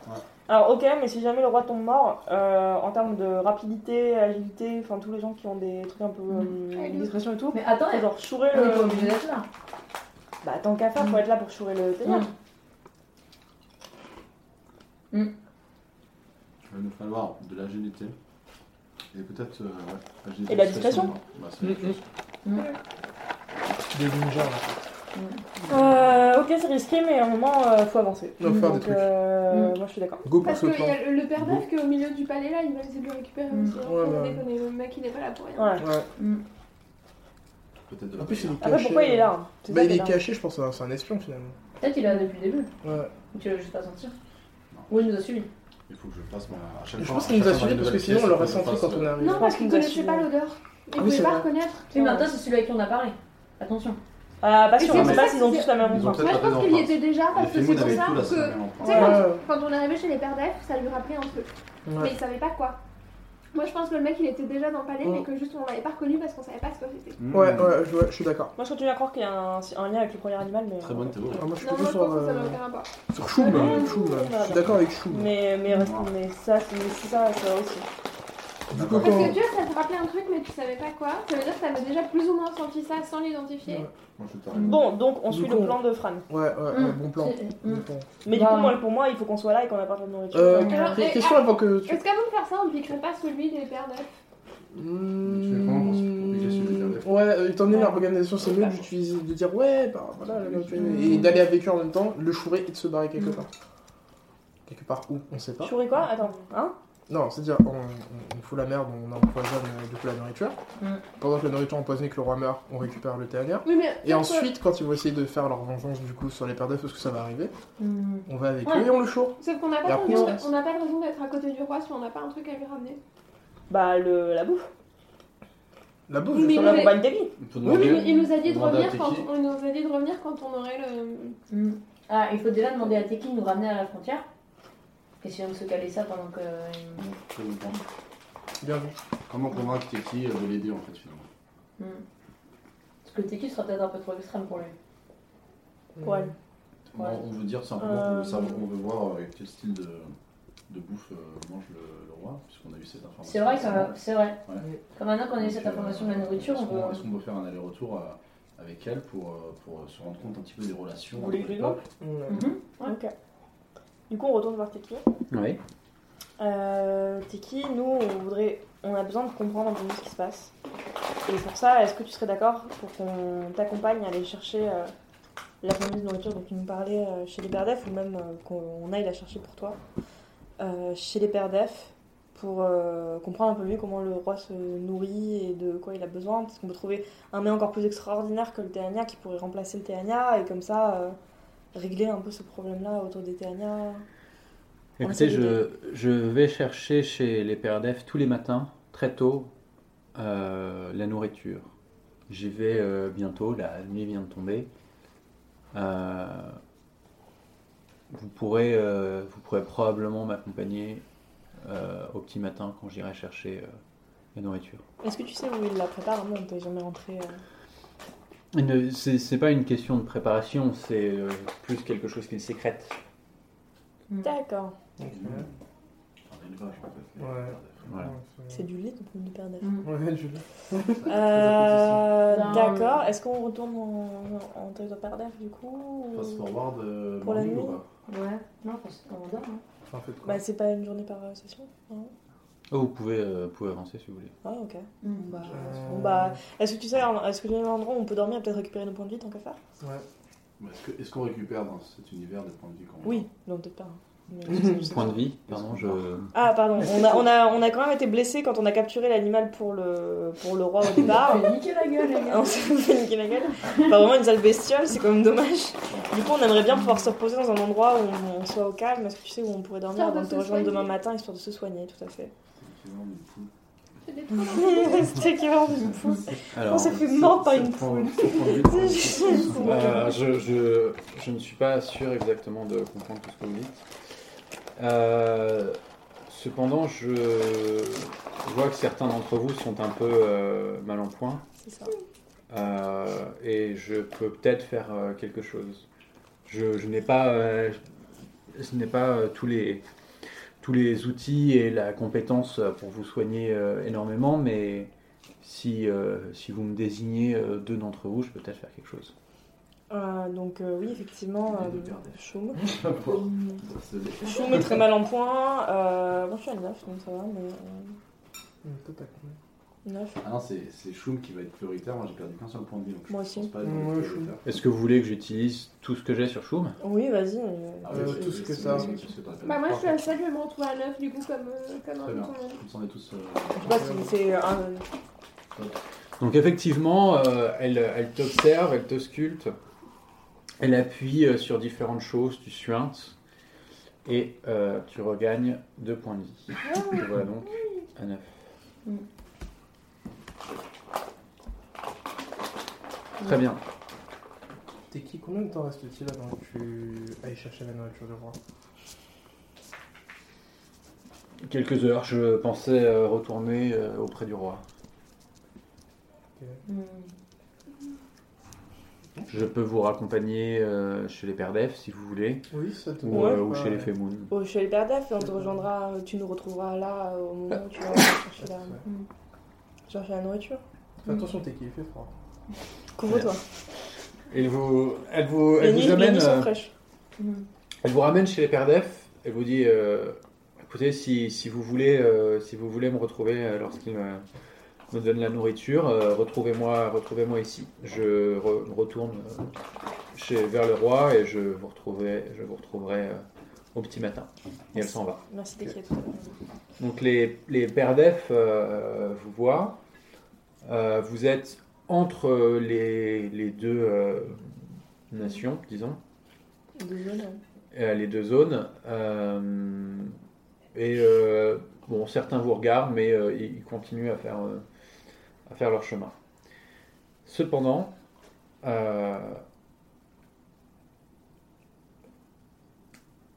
Alors, ok, mais si jamais le roi tombe mort, euh, en termes de rapidité, agilité, enfin, tous les gens qui ont des trucs un peu.
Ah,
euh,
il est où
discrétion et tout,
Mais attends,
genre chourer
on n'est pas
le.
obligé d'être là. Mm.
Bah, tant qu'à faire, faut
Mm.
être là pour chourer le Seigneur.
Il va nous falloir de l'agilité. Et peut-être. euh, ouais, agilité,
Et de la discrétion.
Bah, c'est la
Mm,
chose.
Des ninjas. là.
Euh, ok, c'est risqué, mais à un moment, euh, faut avancer.
On va faire des
Donc,
trucs.
Mm.
euh, moi, je suis d'accord.
Go pour
Parce
ce
qu'il y
plan.
a le, le père d'œuf qui est au milieu du palais là, il va essayer de le récupérer
Mm.
aussi. hein.
Ouais,
Faut pas
ouais.
déconner, le mec il est pas là pour rien.
Ouais.
Ouais.
Peut-être de la
En plus, il est caché.
Après, pourquoi il est là hein C'est
Bah,
ça
il
qui
est
dingue.
caché, je pense, c'est un- c'est un espion finalement.
Peut-être il est là depuis le début.
Ouais.
Tu l'as juste pas senti.
Non.
Ou il nous a suivis.
Il faut que je passe mon. à chaque
Je
fois-
pense
à
qu'il nous
chaque
a
fois
suivis
une
parce que
nouvelle
sinon on
pièce,
l'aurait
faut que je
senti
fasse,
quand on est
euh,
arrivé.
Non, parce
qu'il
qu'il
nous a
connaissait
suivi.
pas l'odeur. Il
Ah oui,
pouvait
c'est
pas
vrai.
reconnaître.
Oui, mais attends, c'est celui à qui on a parlé. Attention.
Ah, parce
Et
qu'on
c'est
sait
pour
pas
ça
s'ils ont
que
tous la même
Ils ont
empreinte.
peut-être
Moi je
la même
pense qu'il y
empreinte.
était déjà Ah, parce que
Les
c'est
Fémounes
pour
avaient
ça
tout la
que.
semaine en
Tu sais,
France.
Ouais.
quand, quand on est arrivé chez les pères d'œuf, ça lui rappelait un truc. Mais
Ouais.
il savait pas quoi. Moi je pense que le mec il était déjà dans le palais,
Mm.
mais que juste on l'avait pas reconnu parce qu'on savait pas ce que c'était.
Mm.
Ouais, oh, ouais, je, ouais, je suis d'accord.
Moi, je continue à croire qu'il y a un, un lien avec le premier animal, mais. euh,
Très bonne théorie.
Ah, moi je suis
Non, moi
plutôt
je
sur,
pense que ça
euh,
va aucun rapport.
sur Choum,
Ouais,
euh,
ouais,
Choum,
ouais,
euh,
ouais,
Je suis
ouais.
d'accord avec Choum.
Mais, mais, reste- mais ça, c'est mais c'est ça, ça aussi.
Du coup,
Parce
Parce
quand.
que tu vois, ça te rappelait un truc, mais tu savais pas quoi. Ça veut dire que t'avais déjà plus ou moins senti ça sans l'identifier.
Ouais.
Moi, je t'arrête.
Bon, donc on
Du
suit
coup,
le
on-
plan de Fran.
Ouais, ouais, ouais,
Mm.
bon plan.
C'est-
Bon
mm.
plan.
Mais du coup,
Bah.
moi, pour moi, il faut qu'on soit là et qu'on apporte la nourriture.
Euh,
Alors,
que-
et-
question avant que tu.
Est-ce qu'avant de faire ça, on piquerait pas celui des pères d'œuf
Mmh.
fais comment pour se piquer sur les derniers
Ouais, euh, étant donné l'organisation, c'est mieux d'utiliser, de dire ouais, bah voilà, là, là, tu- et d'aller avec eux en même temps, le chourer et de se barrer quelque
Mm.
part. Quelque part où On sait pas.
Chourer quoi Attends, hein
Non, c'est-à-dire, on, on- on fout la merde, on empoisonne euh, du coup la nourriture.
Mm.
Pendant que la nourriture est empoisonnée, que le roi meurt, on récupère le dernier.
Oui, mais.
Et ensuite, quand ils vont essayer de faire leur vengeance du coup sur les pères d'œufs, parce que ça va arriver,
Hmm.
on va avec
Ouais.
eux et on le choure.
Sauf qu'on n'a
Et
pas, de
après,
raison-
on reste.
on n'a pas de raison d'être à côté du roi si on n'a pas un truc à lui ramener.
Bah, le, la bouffe.
La bouffe,
Oui,
je
mais
Sur
fais
on
la
la
est-
compagne d'Eli.
Il faut
Oui, mais
demander.
il nous a dit de
Demande à
revenir quand
Teki.
on il nous a dit de revenir quand on aurait le.
Hmm. Ah, il faut déjà demander à Teki de nous ramener à la frontière. Essayons de se caler ça pendant que. euh,
Très bon point.
Bien vu.
Comment convaincre Teki de l'aider en fait finalement
Hmm. Parce que Teki sera peut-être un peu trop extrême pour lui.
Pour elle.
Moi,
Ouais.
On veut dire simplement qu'on
Euh,
veut, savoir- on veut voir avec quel style de, de bouffe euh, mange le, le roi, puisqu'on a eu cette information.
Ah, C'est vrai, que- c'est vrai.
Ouais.
Comme maintenant qu'on a eu cette
Donc, euh,
information de la nourriture,
est-ce
on
qu'on-
peut.
Est-ce qu'on peut faire un aller-retour euh, avec elle pour, euh, pour se rendre compte un petit peu des relations
Vous voulez que je lui demande
Mm.
Mhm. Ouais.
Ok. Du coup, on retourne voir Tiki.
Oui.
Euh, Tiki, nous, on voudrait. On a besoin de comprendre un peu mieux ce qui se passe. Et pour ça, est-ce que tu serais d'accord pour qu'on t'accompagne à aller chercher euh, la fameuse nourriture dont tu nous parlais euh, chez les Perdef, ou même euh, qu'on on aille la chercher pour toi, euh, chez les Perdef, pour euh, comprendre un peu mieux comment le roi se nourrit et de quoi il a besoin, parce qu'on peut trouver un mets encore plus extraordinaire que le Théania qui pourrait remplacer le Théania, et comme ça, euh, régler un peu ce problème-là autour des Théania.
Écoutez,
On essaie
je, je vais chercher chez les pères d'EF tous les matins, très tôt, euh, la nourriture. J'y vais euh, bientôt, la nuit vient de tomber. Euh, vous, pourrez, euh, vous pourrez probablement m'accompagner euh, au petit matin quand j'irai chercher euh, la nourriture.
Est-ce que tu sais où il la prépare Non, t'es jamais rentré. euh.
Il ne- C'est c'est pas une question de préparation, c'est euh, plus quelque chose qu'il sécrète.
D'accord,
Mmh. Un élevage, en fait.
Ouais.
Voilà.
c'est du lait de pomme de Perdef.
Mm.
Ouais, je...
Euh,
Ben,
D'accord. Est-ce qu'on retourne en, en territoire perdef du coup ou-
Fast forward, euh,
Mmh. Pour la
morning
nuit.
ou pas
Mm. Ouais, non, parce qu'on dort. hein.
Enfin, faites quoi
Bah c'est pas une journée par euh, session. non
Oh, vous pouvez, euh, vous pouvez avancer si vous voulez.
Ah ok.
Mm.
Bah,
Euh,
bon, bah, est-ce que tu sais, un- est-ce que tu as un endroit où on peut dormir et peut-être récupérer nos points de vie tant qu'à faire
Ouais.
Mais Bah, Est-ce que- est-ce qu'on récupère dans cet univers des points de vue qu'on
Oui. Non peut-être pas. hein. Mais-
Point de vie, pardon, je.
Ah pardon. On a, on a, on a quand même été blessé quand on a capturé l'animal pour le, pour le roi au départ.
Fais Ah, niquer la gueule, les gars.
On s'est fait niquer la gueule. Enfin, vraiment une sale bestiole, c'est quand même dommage. Du coup, on aimerait bien pouvoir se reposer dans un endroit où on, on soit au calme. Est-ce que tu sais où on pourrait dormir
Histoire
avant
de
de te
se
rejoindre
soigner.
demain matin, histoire de se soigner, tout à fait.
Effectivement, une poule.
C'est des trous.
C'était qui vraiment une poule.
Alors,
On s'est fait mordre par une poule. C'est juste une poule.
Euh, je, je- je ne suis pas sûr exactement de comprendre tout ce que vous dites. Euh, cependant, je vois que certains d'entre vous sont un peu euh, mal en point
C'est ça.
euh, et je peux peut-être faire euh, quelque chose. Je, je n'ai pas, euh, je, je n'ai pas euh, tous, les, tous les outils et la compétence euh, pour vous soigner euh, énormément, mais si, euh, si vous me désignez euh, deux d'entre vous, je peux peut-être faire quelque chose.
Euh, donc, euh, oui, effectivement,
Les deux
euh,
perdent.
Choum.
Pour harceler.
Choum est très mal en point. Euh, moi, je suis à 9, donc ça va, mais. euh,
Hum, toi, t'as combien
9.
Ah non, c'est c'est Choum qui va être prioritaire. Moi, j'ai perdu qu'un seul point de vie. Donc je
Moi
pense
aussi.
pas être
Ouais,
prioritaire.
Choum.
Est-ce que vous voulez que j'utilise tout ce que j'ai sur Choum
Oui, vas-y. euh,
Ah
Euh,
oui,
tout
c'est-
ce que
c'est-
ça.
c'est- c'est- c'est- c'est-
Bah, moi, je suis la seule, je vais me retrouver à 9 du coup, comme, euh, comme un
Très bien.
mouton.
Comme ça, on est tous. euh,
Je sais pas si c'est un.
Donc effectivement, euh, elle, elle t'observe, elle te sculpte, elle appuie euh, sur différentes choses, tu suintes, et euh, tu regagnes deux points de vie. Te voilà donc à neuf. Très bien.
T'es qui Combien de temps reste-t-il avant que tu ailles chercher la nourriture du roi
Quelques heures, je pensais euh, retourner euh, auprès du roi.
Mm.
Je peux vous raccompagner euh, chez les Pères d'Ef, si vous voulez,
Oui, ça te
ou, euh, ou
bah,
chez les Femoun.
Bon, je suis à l'Hyperdef et on te rejoindra, tu nous retrouveras là euh, au moment où tu
Ah.
vas chercher la, chercher la nourriture.
Fais attention, t'es qui Il fait froid.
Couvre-toi.
Et vous, elle vous,
Les
elle
nuits,
vous
les
amène,
nuits sont
euh,
fraîches.
Mm.
elle vous ramène chez les pères d'EF. Elle vous dit, euh, écoutez, si, si vous voulez, euh, si vous voulez me retrouver euh, lorsqu'il me, me donne la nourriture, euh, retrouvez-moi, retrouvez-moi ici. Je re- me retourne euh, chez, vers le roi et je vous retrouverai, je vous retrouverai euh, au petit matin. Et elle s'en va.
Merci d'équipe.
Donc les, les pères d'EF euh, vous voient. Euh, vous êtes entre les, les deux euh, nations, disons.
Désolé.
Euh, les deux zones. euh, et euh, bon, certains vous regardent, mais euh, ils ils continuent à faire, euh, à faire leur chemin. Cependant, euh,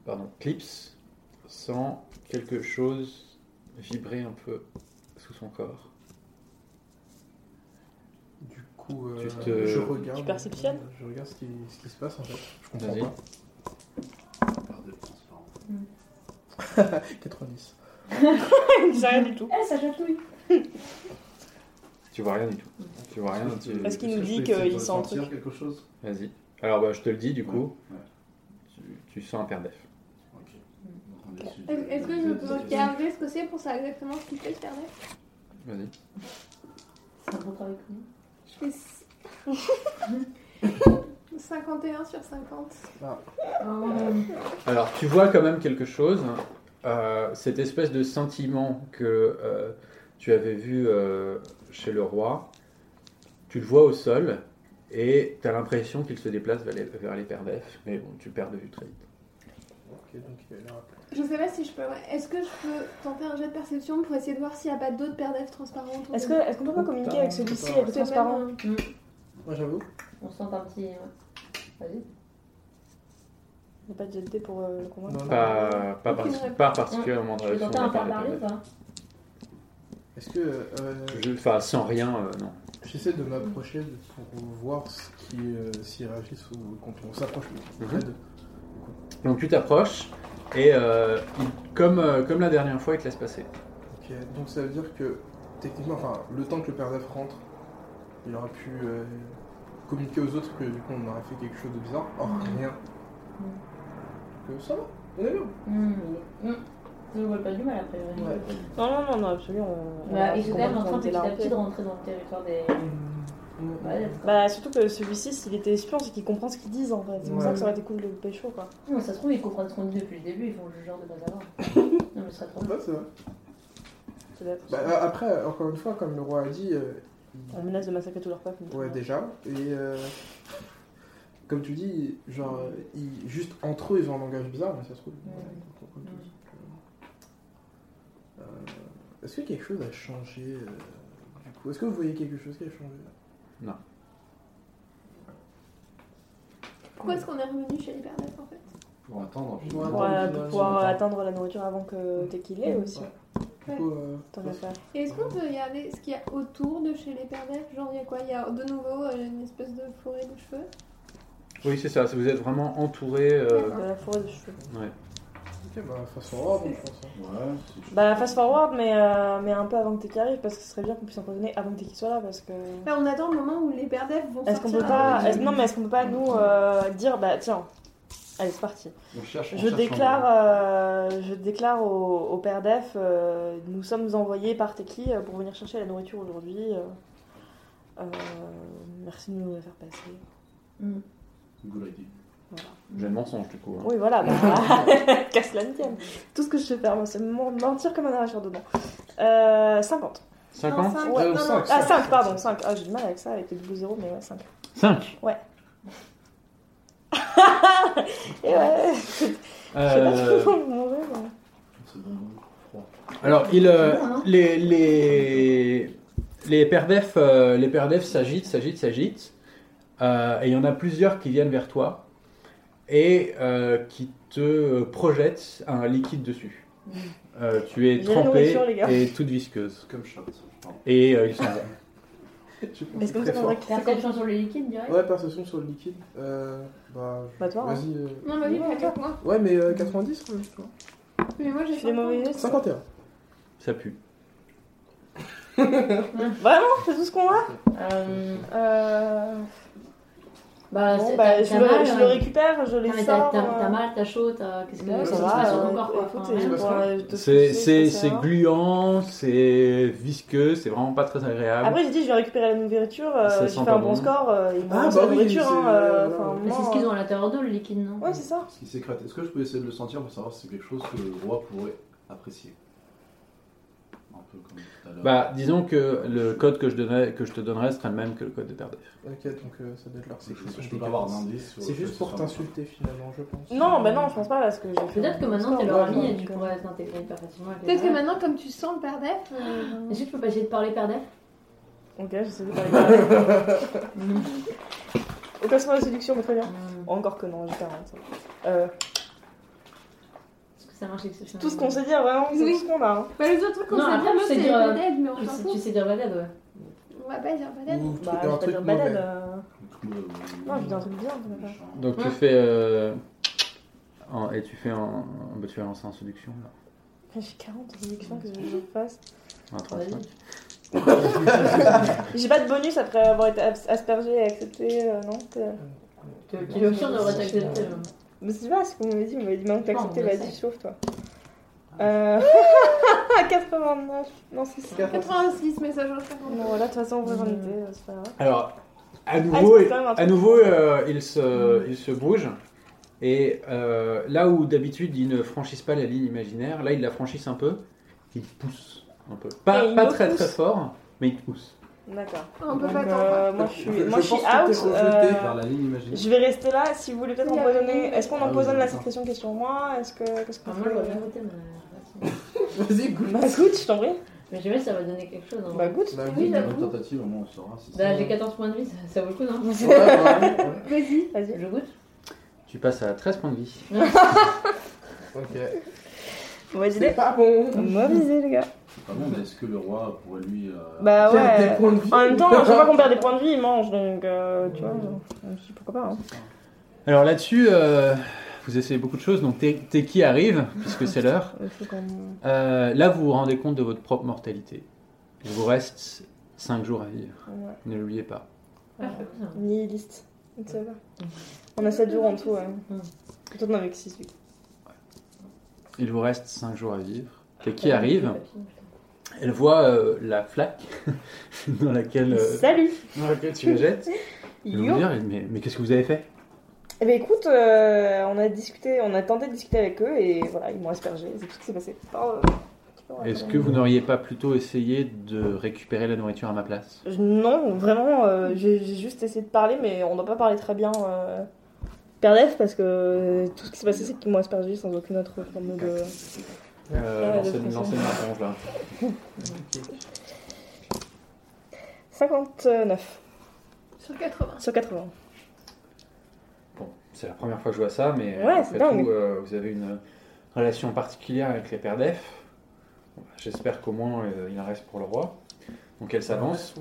pardon, Clips sent quelque chose vibrer un peu sous son corps.
Du coup, euh,
Tu te-
je regarde. euh,
Tu perceptionnes
Je regarde ce qui, ce qui se passe en fait. Je comprends
Vas-y.
pas.
par des transparents.
90.
Il dit rien du tout.
Eh, ça chatouille.
Tu vois rien du tout. Tu vois rien.
Est-ce que-
tu-
Parce qu'il nous
est-ce que
dit
je peux essayer
qu'il
de
sent un
ressentir
truc.
quelque chose
Vas-y. Alors bah, je te le dis du coup.
Ouais.
Tu, tu sens un père d'EF.
Ok. Donc, on est sur-
Est-ce est-ce que je peux regarder ce que c'est pour savoir exactement ce qu'il fait, Fernet
Vas-y.
C'est un beau travail connu.
Est-ce- 51 sur 50.
Alors, tu vois quand même quelque chose, euh, cette espèce de sentiment que euh, tu avais vu euh, chez le roi, tu le vois au sol et tu as l'impression qu'il se déplace vers les, vers les perdefs, mais bon, tu perds de vue très vite.
Ok, donc il a l'air à-
Je sais pas si je peux. Est-ce que je peux tenter un jet de perception pour essayer de voir s'il n'y a pas d'autres perdefs transparents autour
Est-ce
de
que- est-ce qu'on peut pas communiquer avec celui-ci et
nous
le
C'est même,
transparent
euh,
Moi j'avoue.
On sent un petit. ouais. Vas-y.
Il n'y a pas de GLT pour euh, le convaincre.
Non, non.
Pas, pas,
Aucune
parti-
réponse.
pas particulièrement dans
Je
la
vais tenter un
relation
faire
par les
parler ou
perdefs.
pas
Est-ce que euh,
Je- Enfin, sans rien, euh, non.
j'essaie de m'approcher de- pour voir ce qui, euh, s'ils réagissent ou quand on s'approche
Mhm.
près d'eux.
Donc tu t'approches et euh, il- comme, euh, comme la dernière fois, il te laisse passer.
Ok, donc ça veut dire que techniquement, enfin, le temps que le père Neuf rentre, il aura pu euh, communiquer aux autres que du coup on aurait fait quelque chose de bizarre. Or rien. Que ça va, on est bien.
Hum, hum. Je ne vois pas du mal après.
Ouais.
Non, non, non, non, absolument. on- on
Bah,
va
ils sont quand même en
convaincre
train
qu'on était
petit
là
à
un
petit
peu.
de rentrer dans le territoire des.
Mm.
Ouais,
Bah, surtout que celui-ci, s'il était espion, c'est qu'il comprend ce qu'ils disent en fait. C'est pour
Ouais.
ça que ça aurait été cool de le pécho quoi.
Non, ça se trouve, ils comprennent ce qu'on dit depuis le début, ils font le genre de pas savoir. non, mais ce serait trop bien.
Ouais, c'est vrai.
Peut-être.
Bah, euh, après, encore une fois, comme le roi a dit, euh,
On menace de massacrer tout leur peuple.
ouais déjà, et euh, comme tu dis, genre, euh, ils- juste entre eux ils ont un langage bizarre, mais ça se trouve.
Mm.
ils comprennent tous. Donc, euh, euh, Est-ce que quelque chose a changé euh, du coup Est-ce que vous voyez quelque chose qui a changé
Pourquoi est-ce qu'on est revenu chez les perdefs en fait
Pour attendre.
Ouais.
Pour,
Ouais.
euh,
Ouais.
pouvoir
Ouais.
atteindre la nourriture avant que t'aies qu'il l'ait aussi.
Ouais. Du coup, euh,
Tant qu'à faire.
Et est-ce qu'on peut regarder ce qu'il y a autour de chez les perdefs Genre, il y a quoi Il y a de nouveau euh, une espèce de forêt de cheveux
Oui, c'est ça, vous êtes vraiment entouré. euh,
De la forêt de cheveux.
ouais.
ok, bah, façon roi, bon, je pense. hein.
Ouais, si je-
Bah, fast forward, mais, euh, mais un peu avant que t'aies qui arrive, parce que ce serait bien qu'on puisse empoisonner avant que t'aies qui soit là, parce que.
Bah, on attend le moment où les perdefs vont
Est-ce qu'on
sortir
peut
à-
pas. est-ce- Non, mais est-ce qu'on peut pas nous euh, dire, bah tiens, allez, c'est parti.
on cherche. on
Je
cherche
déclare, euh, je déclare au, au père Def, euh, nous sommes envoyés par Teki euh, pour venir chercher la nourriture aujourd'hui. euh, euh, merci de nous la faire passer.
un endroit. Good idea.
J'ai le mensonge du coup. hein.
Oui, voilà, bah, qu'à cela ne tienne. Tout ce que je sais faire, moi, c'est mon- mentir comme un arracheur de dents. Euh,
Non,
50.
50
cinq.
Ouais,
Non,
Euh, cinq,
non,
Ah,
cinq.
5, pardon, 5. Ah, j'ai du mal avec ça, avec les double zéros, mais ouais, 5.
5
Eh
Et ouais, je sais
Euh,
pas trop comment mourir. mais-
C'est bon.
Alors, il, euh,
Bon, hein.
les, les, les perdefs euh, les perdefs s'agitent, s'agitent, s'agitent. Euh, et il y en a plusieurs qui viennent vers toi et euh, qui te projettent un liquide dessus. Euh, tu es
J'ai la
trempé
nourriture, les gars.
et toute visqueuse.
Comme shot. pardon.
Et euh, ils sont là.
Je pense
Mais c'est comme
très
ça qu'on va
fort.
Perception sur le liquide, direct
Ouais, perception sur le liquide. Euh, bah,
Bah, toi, hein.
vas-y. euh,
Non, bah oui, mais attends, moi.
Ouais, mais euh, 90 quand même, tu vois.
Mais moi, j'ai
Tu fais des mauvais gestes
51.
Ça pue.
Vraiment, c'est tout ce qu'on a
Euh,
euh...
Bah,
Bon,
c'est-
bah,
t'as-
je,
t'as
le,
mal,
je
hein.
le récupère, je
Non,
les
mais
sors.
t'as t'as-
euh,
t'as mal, t'as chaud, t'as. Qu'est-ce que
Ouais,
qu'est-ce
ça
qui se passe
va.
sur
euh,
ton corps, quoi
écoute,
Enfin,
euh,
rien.
bah,
bon, euh, de-
C'est
c'est-
c'est-
c'est
c'est
rien.
gluant, c'est visqueux, c'est vraiment pas très agréable.
Après, j'ai dit, je vais récupérer la nourriture,
Ça
euh,
sent
j'ai fait
pas
un bon
bon.
score, euh, ils
Ah,
m'ont laissé
bah
la
oui,
nourriture.
c'est-
hein, euh,
voilà.
enfin, au
Mais c'est
moins,
ce qu'ils ont à l'intérieur d'eux, le liquide, non
euh, Ouais, c'est ça.
Ce qui sécrète. Est-ce que je peux essayer de le sentir pour savoir si c'est quelque chose que le roi pourrait apprécier Un peu comme tout à l'heure.
Bah, disons que le code que je, donnerais- que je te donnerais serait le même que le code de Perdef.
Ok, donc euh, ça doit être leur
C'est
sécrétion.
juste- je peux pas avoir d'indice. sur
C'est
le fait
juste
que
pour
ce soit-
t'insulter finalement, je pense.
Non, bah non, je pense pas, parce que j'ai fait un
Peut-être que
bon
maintenant
score,
t'es leur
ouais,
ami et
donc,
tu
euh,
pourrais t'intégrer hyper facilement avec les
Peut-être que
Perdef.
maintenant, comme tu sens le perdef. euh,
Est-ce que tu peux pas essayer de parler perdef
Ok, je sais pas. parler.
Hum.
Au classement de séduction, mais très bien.
Hum.
Encore que non, j'ai 40. Euh,
Est-ce que ça marche exceptionnellement
tout ce qu'on sait dire, vraiment, c'est
Oui.
tout ce qu'on a. hein.
Bah, le seul truc qu'on
Non,
sait
après,
pas,
tu sais
c'est les
dire, euh,
perdefs, mais on
Tu
s'en
sais- tu
fout.
sais dire valade, ouais.
On va pas dire perdefs.
Ou
Bah, je
un
vais pas
truc
dire banal.
mauvais.
euh,
Donc, euh,
Non, je dis un truc bien. quand même.
méchant.
Donc tu
Ouais.
fais. euh, en- et tu fais un. un- bah, tu vas lancer en séduction là.
J'ai 40 en séduction, qu'est-ce que je veux que je fasse
Un trois,
Vas-y.
cinq.
Ah.
J'ai pas de bonus après avoir été abs- aspergé et accepté, euh, non t'es-
Tu tu es sûr de t'accepter hein.
Mais c'est pas ce qu'on m'avait dit, on m'avait dit maintenant que t'as
Non,
accepté,
on le
vas-y,
sait.
chauffe toi. Euh... 89, non, c'est ça.
86, mais ça change pas grand-chose.
Non, là, de toute façon, on va en été, c'est pas grave.
Alors, à
Ah,
nouveau,
c'est quand même un
à
truc.
nouveau euh, ils,
Hmm.
se, ils se bougent. Et euh, là où d'habitude ils ne franchissent pas la ligne imaginaire, là ils la franchissent un peu. Ils poussent un peu.
Et
Pas,
ils
pas
nous
très très
poussent.
fort, mais ils poussent.
D'accord.
On peut
Donc,
pas attendre.
euh, moi je suis,
Je- je
moi, je suis
pense que t'es
out.
rejeté
euh,
Vers la ligne imaginaire.
je vais rester là. Si vous voulez peut-être
Oui,
empoisonner.
oui.
Est-ce qu'on
Ah oui,
empoisonne la
d'accord.
cette question qui est sur moi Est-ce que. Qu'est-ce qu'on
Enfin, Ah, moi,
fait
j'aurais bien voté, mais.
Vas-y, goûte.
Bah écoute, je t'en prie.
Mais jamais ça va donner quelque chose. hein.
Bah écoute.
Bah,
Oui,
Une
j'avoue.
tentative, au moins on saura si
Bah,
c'est-
j'ai 14 points de vie, ça, ça vaut le coup, non
ouais, ouais, ouais.
Vas-y.
Vas-y.
Je goûte.
Tu passes à 13 points de vie.
Ok.
Mauvaise
C'est
idée.
pas bon.
Mauvaise idée, les gars.
c'est pas bon, mais est-ce que le roi pourrait lui. euh,
Bah
Faire des
ouais.
points de vie.
En même temps, je vois qu'on perd des points de vie, il mange donc euh, tu vois, je me suis dit, pourquoi pas. hein.
Alors là-dessus, euh, vous essayez beaucoup de choses. Donc t'es qui arrive, puisque c'est l'heure.
Il faut qu'on-
Euh, là, vous vous rendez compte de votre propre mortalité. Il vous reste 5 jours à vivre,
ouais.
ne l'oubliez pas.
Ah, je goûte, hein.
Nihiliste. On sait pas. On a 7 jours en tout, ouais.
Mm.
Peut-être on en avait que 6
Il vous reste 5 jours à vivre. Et qui arrive, elle voit euh, la flaque dans laquelle, euh,
Salut
dans laquelle tu la jettes. Elle vous
Yo
dire, mais, mais qu'est-ce que vous avez fait
Eh ben écoute, euh, on a discuté, on a tenté de discuter avec eux et voilà, ils m'ont aspergé, c'est tout ce qui s'est passé. Oh, euh,
Est-ce que vous n'auriez pas plutôt essayé de récupérer la nourriture à ma place
Je- Non, vraiment, euh, j'ai j'ai juste essayé de parler, mais on n'a pas parlé très bien. Euh... Perdef, parce que euh, tout ce qui s'est passé, c'est qu'ils m'ont aspergé sans aucune autre forme de.
euh,
Ouais,
lancez-
de toute
lancez
façon.
une réponse, là.
59
Sur 80.
sur 80.
Bon, c'est la première fois que je vois ça, mais
Ouais,
après
c'est dingue.
tout, euh, vous avez une relation particulière avec les pères d'EF. J'espère qu'au moins euh, il en reste pour le roi. Donc elle s'avance.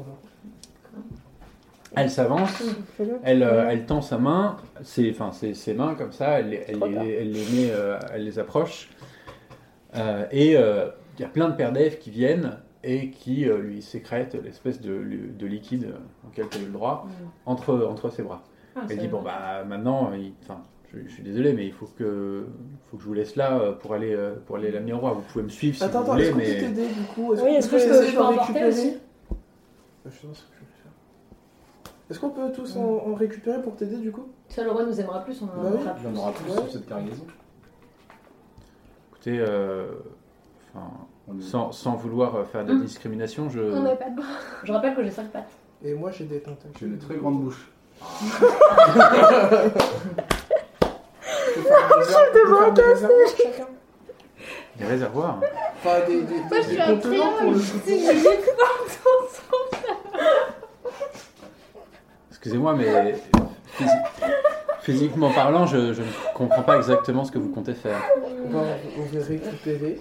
Elle s'avance.
Fais-le.
Elle, euh, elle tend sa main, ses, enfin, ses, ses mains comme ça, elle, les- elle
Trop
les-
tard.
elle les met, euh, elle les approche. Euh, et euh, il y a plein de paires d'elfes qui viennent et qui euh, lui sécrètent l'espèce de, de liquide euh, auquel tu as eu le droit entre, entre ses bras.
Ah,
Elle
ça-
dit bon bah maintenant, euh, il- enfin, je, je suis désolé mais il faut que, faut que je vous laisse là euh, pour aller euh, pour aller l'amener au roi. Vous pouvez me suivre si
Attends,
vous
attends,
voulez
est-ce qu'on peut
mais
t'aider du coup
Oui,
qu'on
est-ce
peut
que je peux-
essayer
je
de
peux emporter
récupérer
aussi
Euh, Je sais pas ce que je vais faire. Est-ce qu'on peut tous en, en récupérer pour t'aider du coup
Seul le roi nous aimera plus, on en
Bah oui.
aura
Il en
plus.
aura plus sur cette cargaison.
écoutez, euh, enfin,
On est-
sans, sans vouloir euh, faire de
Hum.
discrimination,
On
je
n'a pas de bras.
Je rappelle que j'ai 5 pattes.
Et moi j'ai des tentacules.
J'ai une très grande bouche.
Je te
demande
casser
des réservoirs.
Enfin, des, des,
Moi, je
des
suis un
contenants pour
triangle.
le
Si je lis
Excusez-moi mais physi- physiquement parlant, je, je ne comprends pas exactement ce que vous comptez faire.
On va, on va récupérer.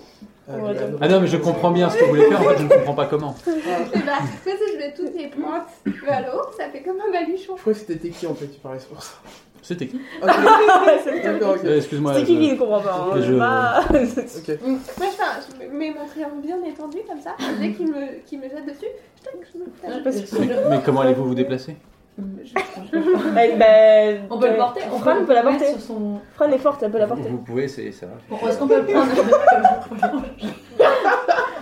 euh,
On va
la
dire-
Ah non mais je comprends bien ce que vous voulez faire. En fait, je ne comprends pas comment.
Ah,
Et bah, comme ça, je mets toutes les plantes vers le haut, ça fait comme un baluchon.
Je crois que c'était qui en fait qui parlait pour ça.
C'était qui
Ok, d'accord,
Euh,
ok.
Excuse-moi.
C'est qui qui
je-
ne comprend pas hein,
je-
bah,
Ok.
Moi, je, fais un- je mets mon triangle bien étendu comme ça. et Dès qu'il me, qu'il me jette dessus, je tac, je me
Ah,
tape.
je sais
Mais,
pas.
mais comment allez-vous vous déplacer
elle- ben,
On peut le
euh,
porter
Fran peut la
le mettre
porter.
sur son...
Fran est forte, elle peut la porter.
Vous pouvez essayer ça. va.
Bon, est-ce qu'on peut le prendre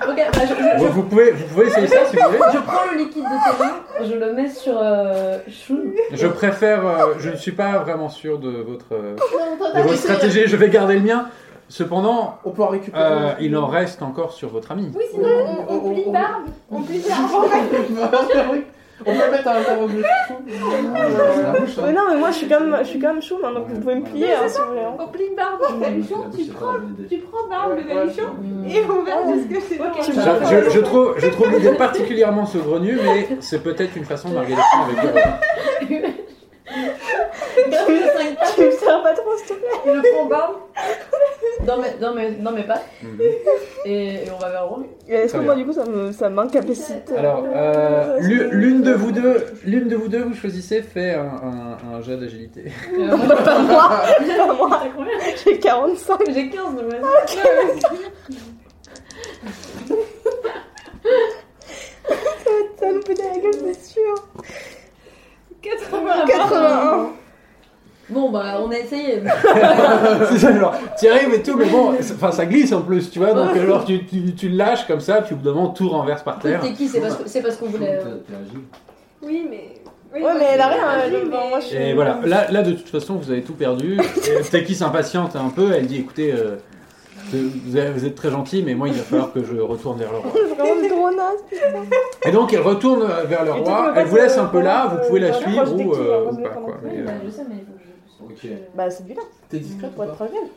Ok, bah, je, je-
Vous, vous pouvez, vous pouvez essayer ça si vous voulez.
je- je prends le liquide de tes mains, je le mets sur euh, Shun.
Je préfère, euh, je ne suis pas vraiment sûr de votre, euh,
Non, t'entends
de votre
pas, je te dis.
stratégie, je vais garder le mien. Cependant,
On peut en récupérer.
euh, il en reste encore sur votre ami.
Oui, sinon, on, on plie barbe. On plie barbe.
On peut mettre à l'intérieur du
Euh,
Euh, Ah,
La bouche,
Mais
hein.
non, mais moi je suis quand même, je suis quand même chou, hein, donc vous pouvez me plier hein, si vous voulez. hein.
On plie barbe en
La
baluchon.
bouche,
Tu
c'est pas
prends,
la bonne idée.
tu prends barbe de
Ouais, ouais,
baluchon.
Mm.
Hmm.
Et on va jusque chez moi.
Ok.
Je, je- je trouve, je trouve l'idée particulièrement saugrenue, mais c'est peut-être une façon d'arriver avec le roi.
Garde les cinq pattes,
Tu me sers pas trop, s'il te plaît.
je prends barbe dans mes, dans mes, dans mes pattes
Mhm.
et, et on va vers Rome.
Est-ce
Très
que moi
bien.
du coup ça me- ça m'incapacite
Alors, euh, l'u- l'une de vous deux, l'une de vous deux, vous choisissez, fait un, un- un jet d'agilité.
Euh, moi,
Pas moi, pas moi,
j'ai combien
j'ai 45.
J'ai 15 de vas-y.
Ça me péter la gueule, c'est sûr.
80.
81.
Bon, bah, on a essayé.
Ah, c'est ça, genre, t'y arrives et tout, mais bon, c'est- enfin, ça glisse en plus, tu vois. Donc, alors, tu, tu, tu le lâches comme ça, puis au bout d'un moment, tout renverse par terre.
T'es qui C'est parce que- c'est parce qu'on voulait. euh,
T'es- t'es agile.
Oui, mais Oui,
Ouais, mais elle a rien, elle est
mais-
devant moi, je suis-
Et voilà, là, là de toute façon, vous avez tout perdu. Et Taki s'impatiente un peu, elle dit écoutez, euh, vous avez- vous êtes très gentil, mais moi, il va falloir que je retourne vers le roi.
Vraiment des gros nazes.
Et donc, elle retourne vers le
Et donc,
roi,
on va
elle vous laisse
se-
un peu là,
on
vous
va-
pouvez la
on va
suivre
projeter
ou,
qui
euh,
va
ou
se
pas.
mettre en
Quoi.
avant.
Mais,
Oui,
euh,
bah, je sais, mais il faut que je.
Ok.
je-
Bah, c'est du lard,
T'es discrète
pour
ou
être
pas
fragile.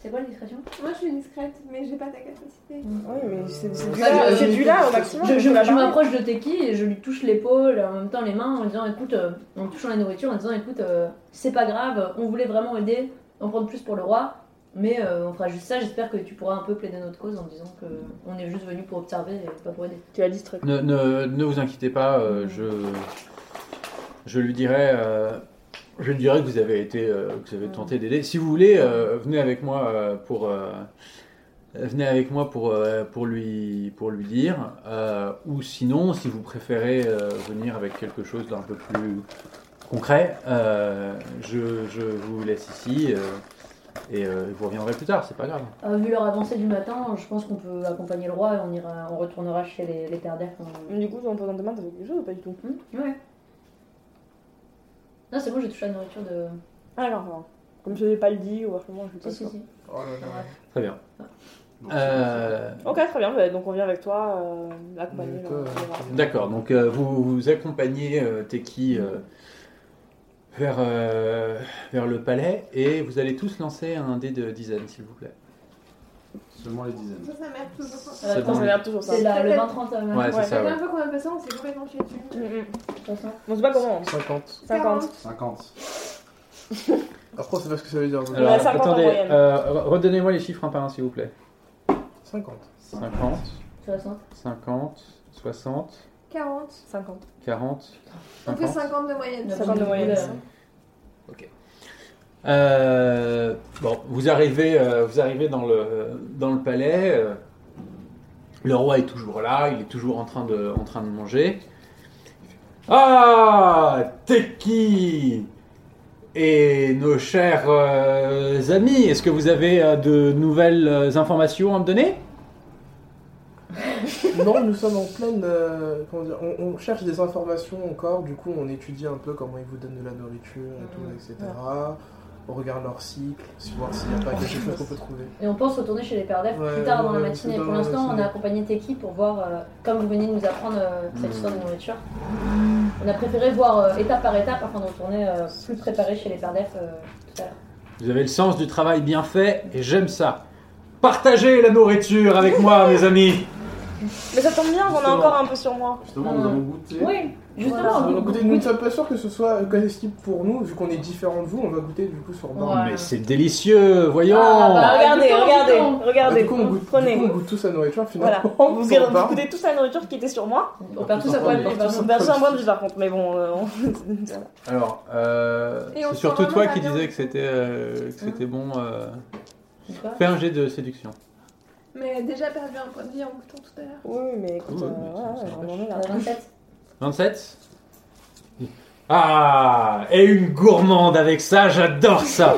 C'est quoi l'expression
Moi, je suis discrète, mais j'ai pas ta capacité.
Oui, mais c'est c'est du
Ah,
lard,
j'ai-
c'est
j'ai-
du lard au maximum.
Je, je-
on peut la
je
barrer.
m'approche de Teki et je lui touche l'épaule, en même temps les mains, en lui disant écoute, euh, en touchant la nourriture, en disant écoute, euh, c'est pas grave, on voulait vraiment aider, en prendre plus pour le roi, mais euh, on fera juste ça. J'espère que tu pourras un peu plaider notre cause en disant que on est juste venu pour observer et pas pour aider.
Tu as distrait.
ne, ne- ne vous inquiétez pas, euh, je, je lui dirai. euh, je lui dirai que vous avez été, euh, que vous avez tenté d'aider. Si vous voulez, euh, venez avec moi euh, pour, euh, venez avec moi pour, euh, pour lui, pour lui dire. euh, ou sinon, si vous préférez euh, venir avec quelque chose d'un peu plus concret, euh, je, je vous laisse ici euh, et euh, vous reviendrez plus tard. C'est pas grave.
Euh, vu leur avancée du matin, je pense qu'on peut accompagner le roi et on ira, on retournera chez les, les terres d'air. quand-
Du coup, on présente demain, t'avais quelque chose ou pas du tout
Hmm ouais. Non, c'est bon, j'ai touché la nourriture de.
Alors, Ah non. comme je n'ai pas le dit, ou vraiment, je le
Si,
passe.
si, si.
Oh là là.
Très bien.
Donc,
Euh,
Ok, très bien, bah, donc on vient avec toi, euh, l'accompagner.
Mais
là,
toi,
on verra.
D'accord, donc euh, vous, vous accompagnez euh, Teki euh, vers, euh, vers le palais et vous allez tous lancer un dé de dizaine, s'il vous plaît.
Seulement les dizaines.
Ça, ça m'aide toujours. pas.
Euh,
C'est
attends,
bon.
Ça m'énerve toujours ça.
C'est la- le 20-30 euh,
Ouais, c'est
Ouais.
ça,
La
ouais.
dernière fois qu'on a fait ça, on s'est complètement chié dessus.
Mm, mm.
de toute façon.
On sait pas comment.
50.
50.
50.
Après, on sait pas ce que ça veut dire.
Alors- a 50 en
attendez,
moyenne.
euh, re- redonnez-moi les chiffres un par un, s'il vous plaît.
50.
50,
60.
50, 60,
40.
50.
40,
On fait
50.
50 de moyenne.
50 de moyenne.
Euh,
Euh, bon, vous arrivez, euh, vous arrivez dans le dans le palais. euh, le roi est toujours là, il est toujours en train de en train de manger. Ah, Teki et nos chers euh, amis, est-ce que vous avez euh, de nouvelles euh, informations à me donner
Non, nous sommes en pleine. euh, comment dire, on, on cherche des informations encore, du coup, on étudie un peu comment ils vous donnent de la nourriture et tout,
Mm.
Mhm.
etc. On regarde leur cycle, si- voir s'il n'y a pas quelque chose qu'on peut trouver.
Et on pense retourner chez les Pères d'Ef
Ouais,
plus tard dans la
ouais,
matinée.
plus tard
Pour
dans la
l'instant, on
matinée.
a accompagné Teki pour voir, euh, comme vous venez de nous apprendre euh, cette
Mm.
histoire de nourriture, on a préféré voir euh, étape par étape afin de retourner euh, plus préparé chez les Pères d'Ef euh, tout à l'heure.
Vous avez le sens du travail bien fait et j'aime ça. Partagez la nourriture avec moi, mes amis.
Mais ça tombe bien, j'en ai
Justement.
encore un peu sur moi.
Justement,
Mm.
nous avons goûté.
Oui, justement,
Voilà.
Ah, on
Alors,
goûte-
écoutez, nous ne
goûte-
sommes pas sûrs que ce soit comestible pour nous, vu qu'on est différents de vous, on va goûter du coup sur Borne.
Ouais.
Mais c'est délicieux, voyons.
Ah, bah,
Ah, regardez,
goûtons,
regardez,
goûtons.
Ah,
regardez.
du coup, on goûte, du
Prenez.
coup, on goûte tous la nourriture
Voilà.
finalement.
Vous,
sur
vous
Borne.
goûtez tous la nourriture qui était sur moi.
on perd tout
On
à poil.
perd
les
tout
barons.
Ça
On
me
perd un
colle.
point de vue par contre, mais bon. euh, on- voilà.
Alors, euh,
Et on
c'est
se
surtout
rend
toi
vraiment
qui
bien.
disais que c'était euh, que c'était bon. euh,
Quoi
Fais un jet de séduction.
Mais elle a déjà perdu un point de vie en goûtant tout à l'heure.
Oui, oui, mais écoute,
Oui,
euh,
mais ça-
voilà,
ça
on en est là.
On a 27.
27 Ah Et une gourmande avec ça, j'adore ça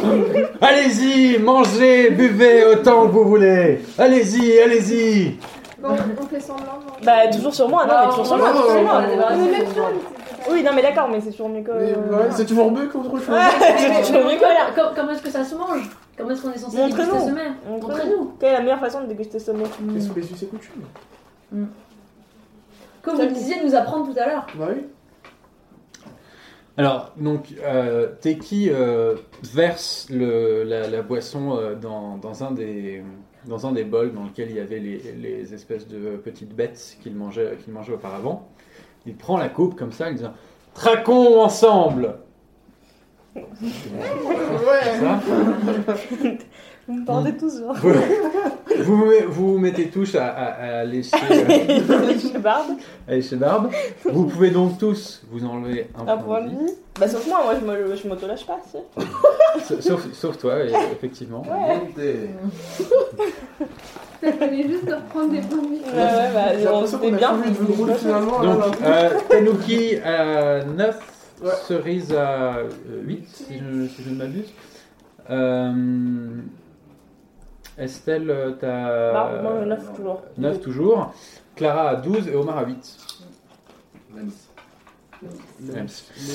Allez-y, mangez, buvez autant que vous voulez Allez-y, allez-y
Bon, on fait semblant. non
Bah, toujours sur moi, non, mais toujours sur moi,
non,
toujours sur
non,
moi.
non,
On est même sûr, mais c'est-
Oui, non, mais d'accord, mais c'est toujours mieux que.
Mais bah ouais, c'est toujours mieux qu'autre chose.
euh, Ouais, je rigole.
Comme- Comment est-ce que ça se mange Comment est-ce qu'on est censé déguster
Montrez-nous.
ce mets Montrez-nous.
Montrez-nous. Quelle est la meilleure façon de déguster ce mot
C'est sous les us et coutumes.
Hmm. Comme vous disiez, nous apprendre tout à l'heure.
Bah oui.
Alors, donc, euh, Teki euh, verse le- la, la boisson euh, dans, dans un des, dans un des bols dans lequel il y avait les, les espèces de petites bêtes qu'il mangeait, euh, qu'il mangeait auparavant. Il prend la coupe comme ça, il dit « Traquons ensemble !» Comme
Ouais.
ça.
Vous me
Mm.
parlez tous, hein. genre.
Vous, vous, vous mettez touche à, à, à lécher, euh,
Je barbe.
à lécher barbe. Vous pouvez donc tous vous enlever un,
Un
point de vie.
Bah, sauf moi, moi, je me- je m'auto-lâche pas, si.
Sa- Sauf, sauf toi, euh, effectivement.
Goûté.
Peut-être qu'on est juste de reprendre des points de vie.
Ouais, ouais, bah,
J'ai
on
l'impression
était
qu'on a
bien.
plus envie de vous rouler finalement.
Donc,
alors.
euh, Tanuki à 9,
Ouais.
Cerise à 8, si je, si je ne m'abuse. Euh, Estelle, euh,
Barbe, moi,
t'as
Euh,
9 toujours.
9 toujours. Clara à 12 et Omar à 8.
Vanessa.
euh,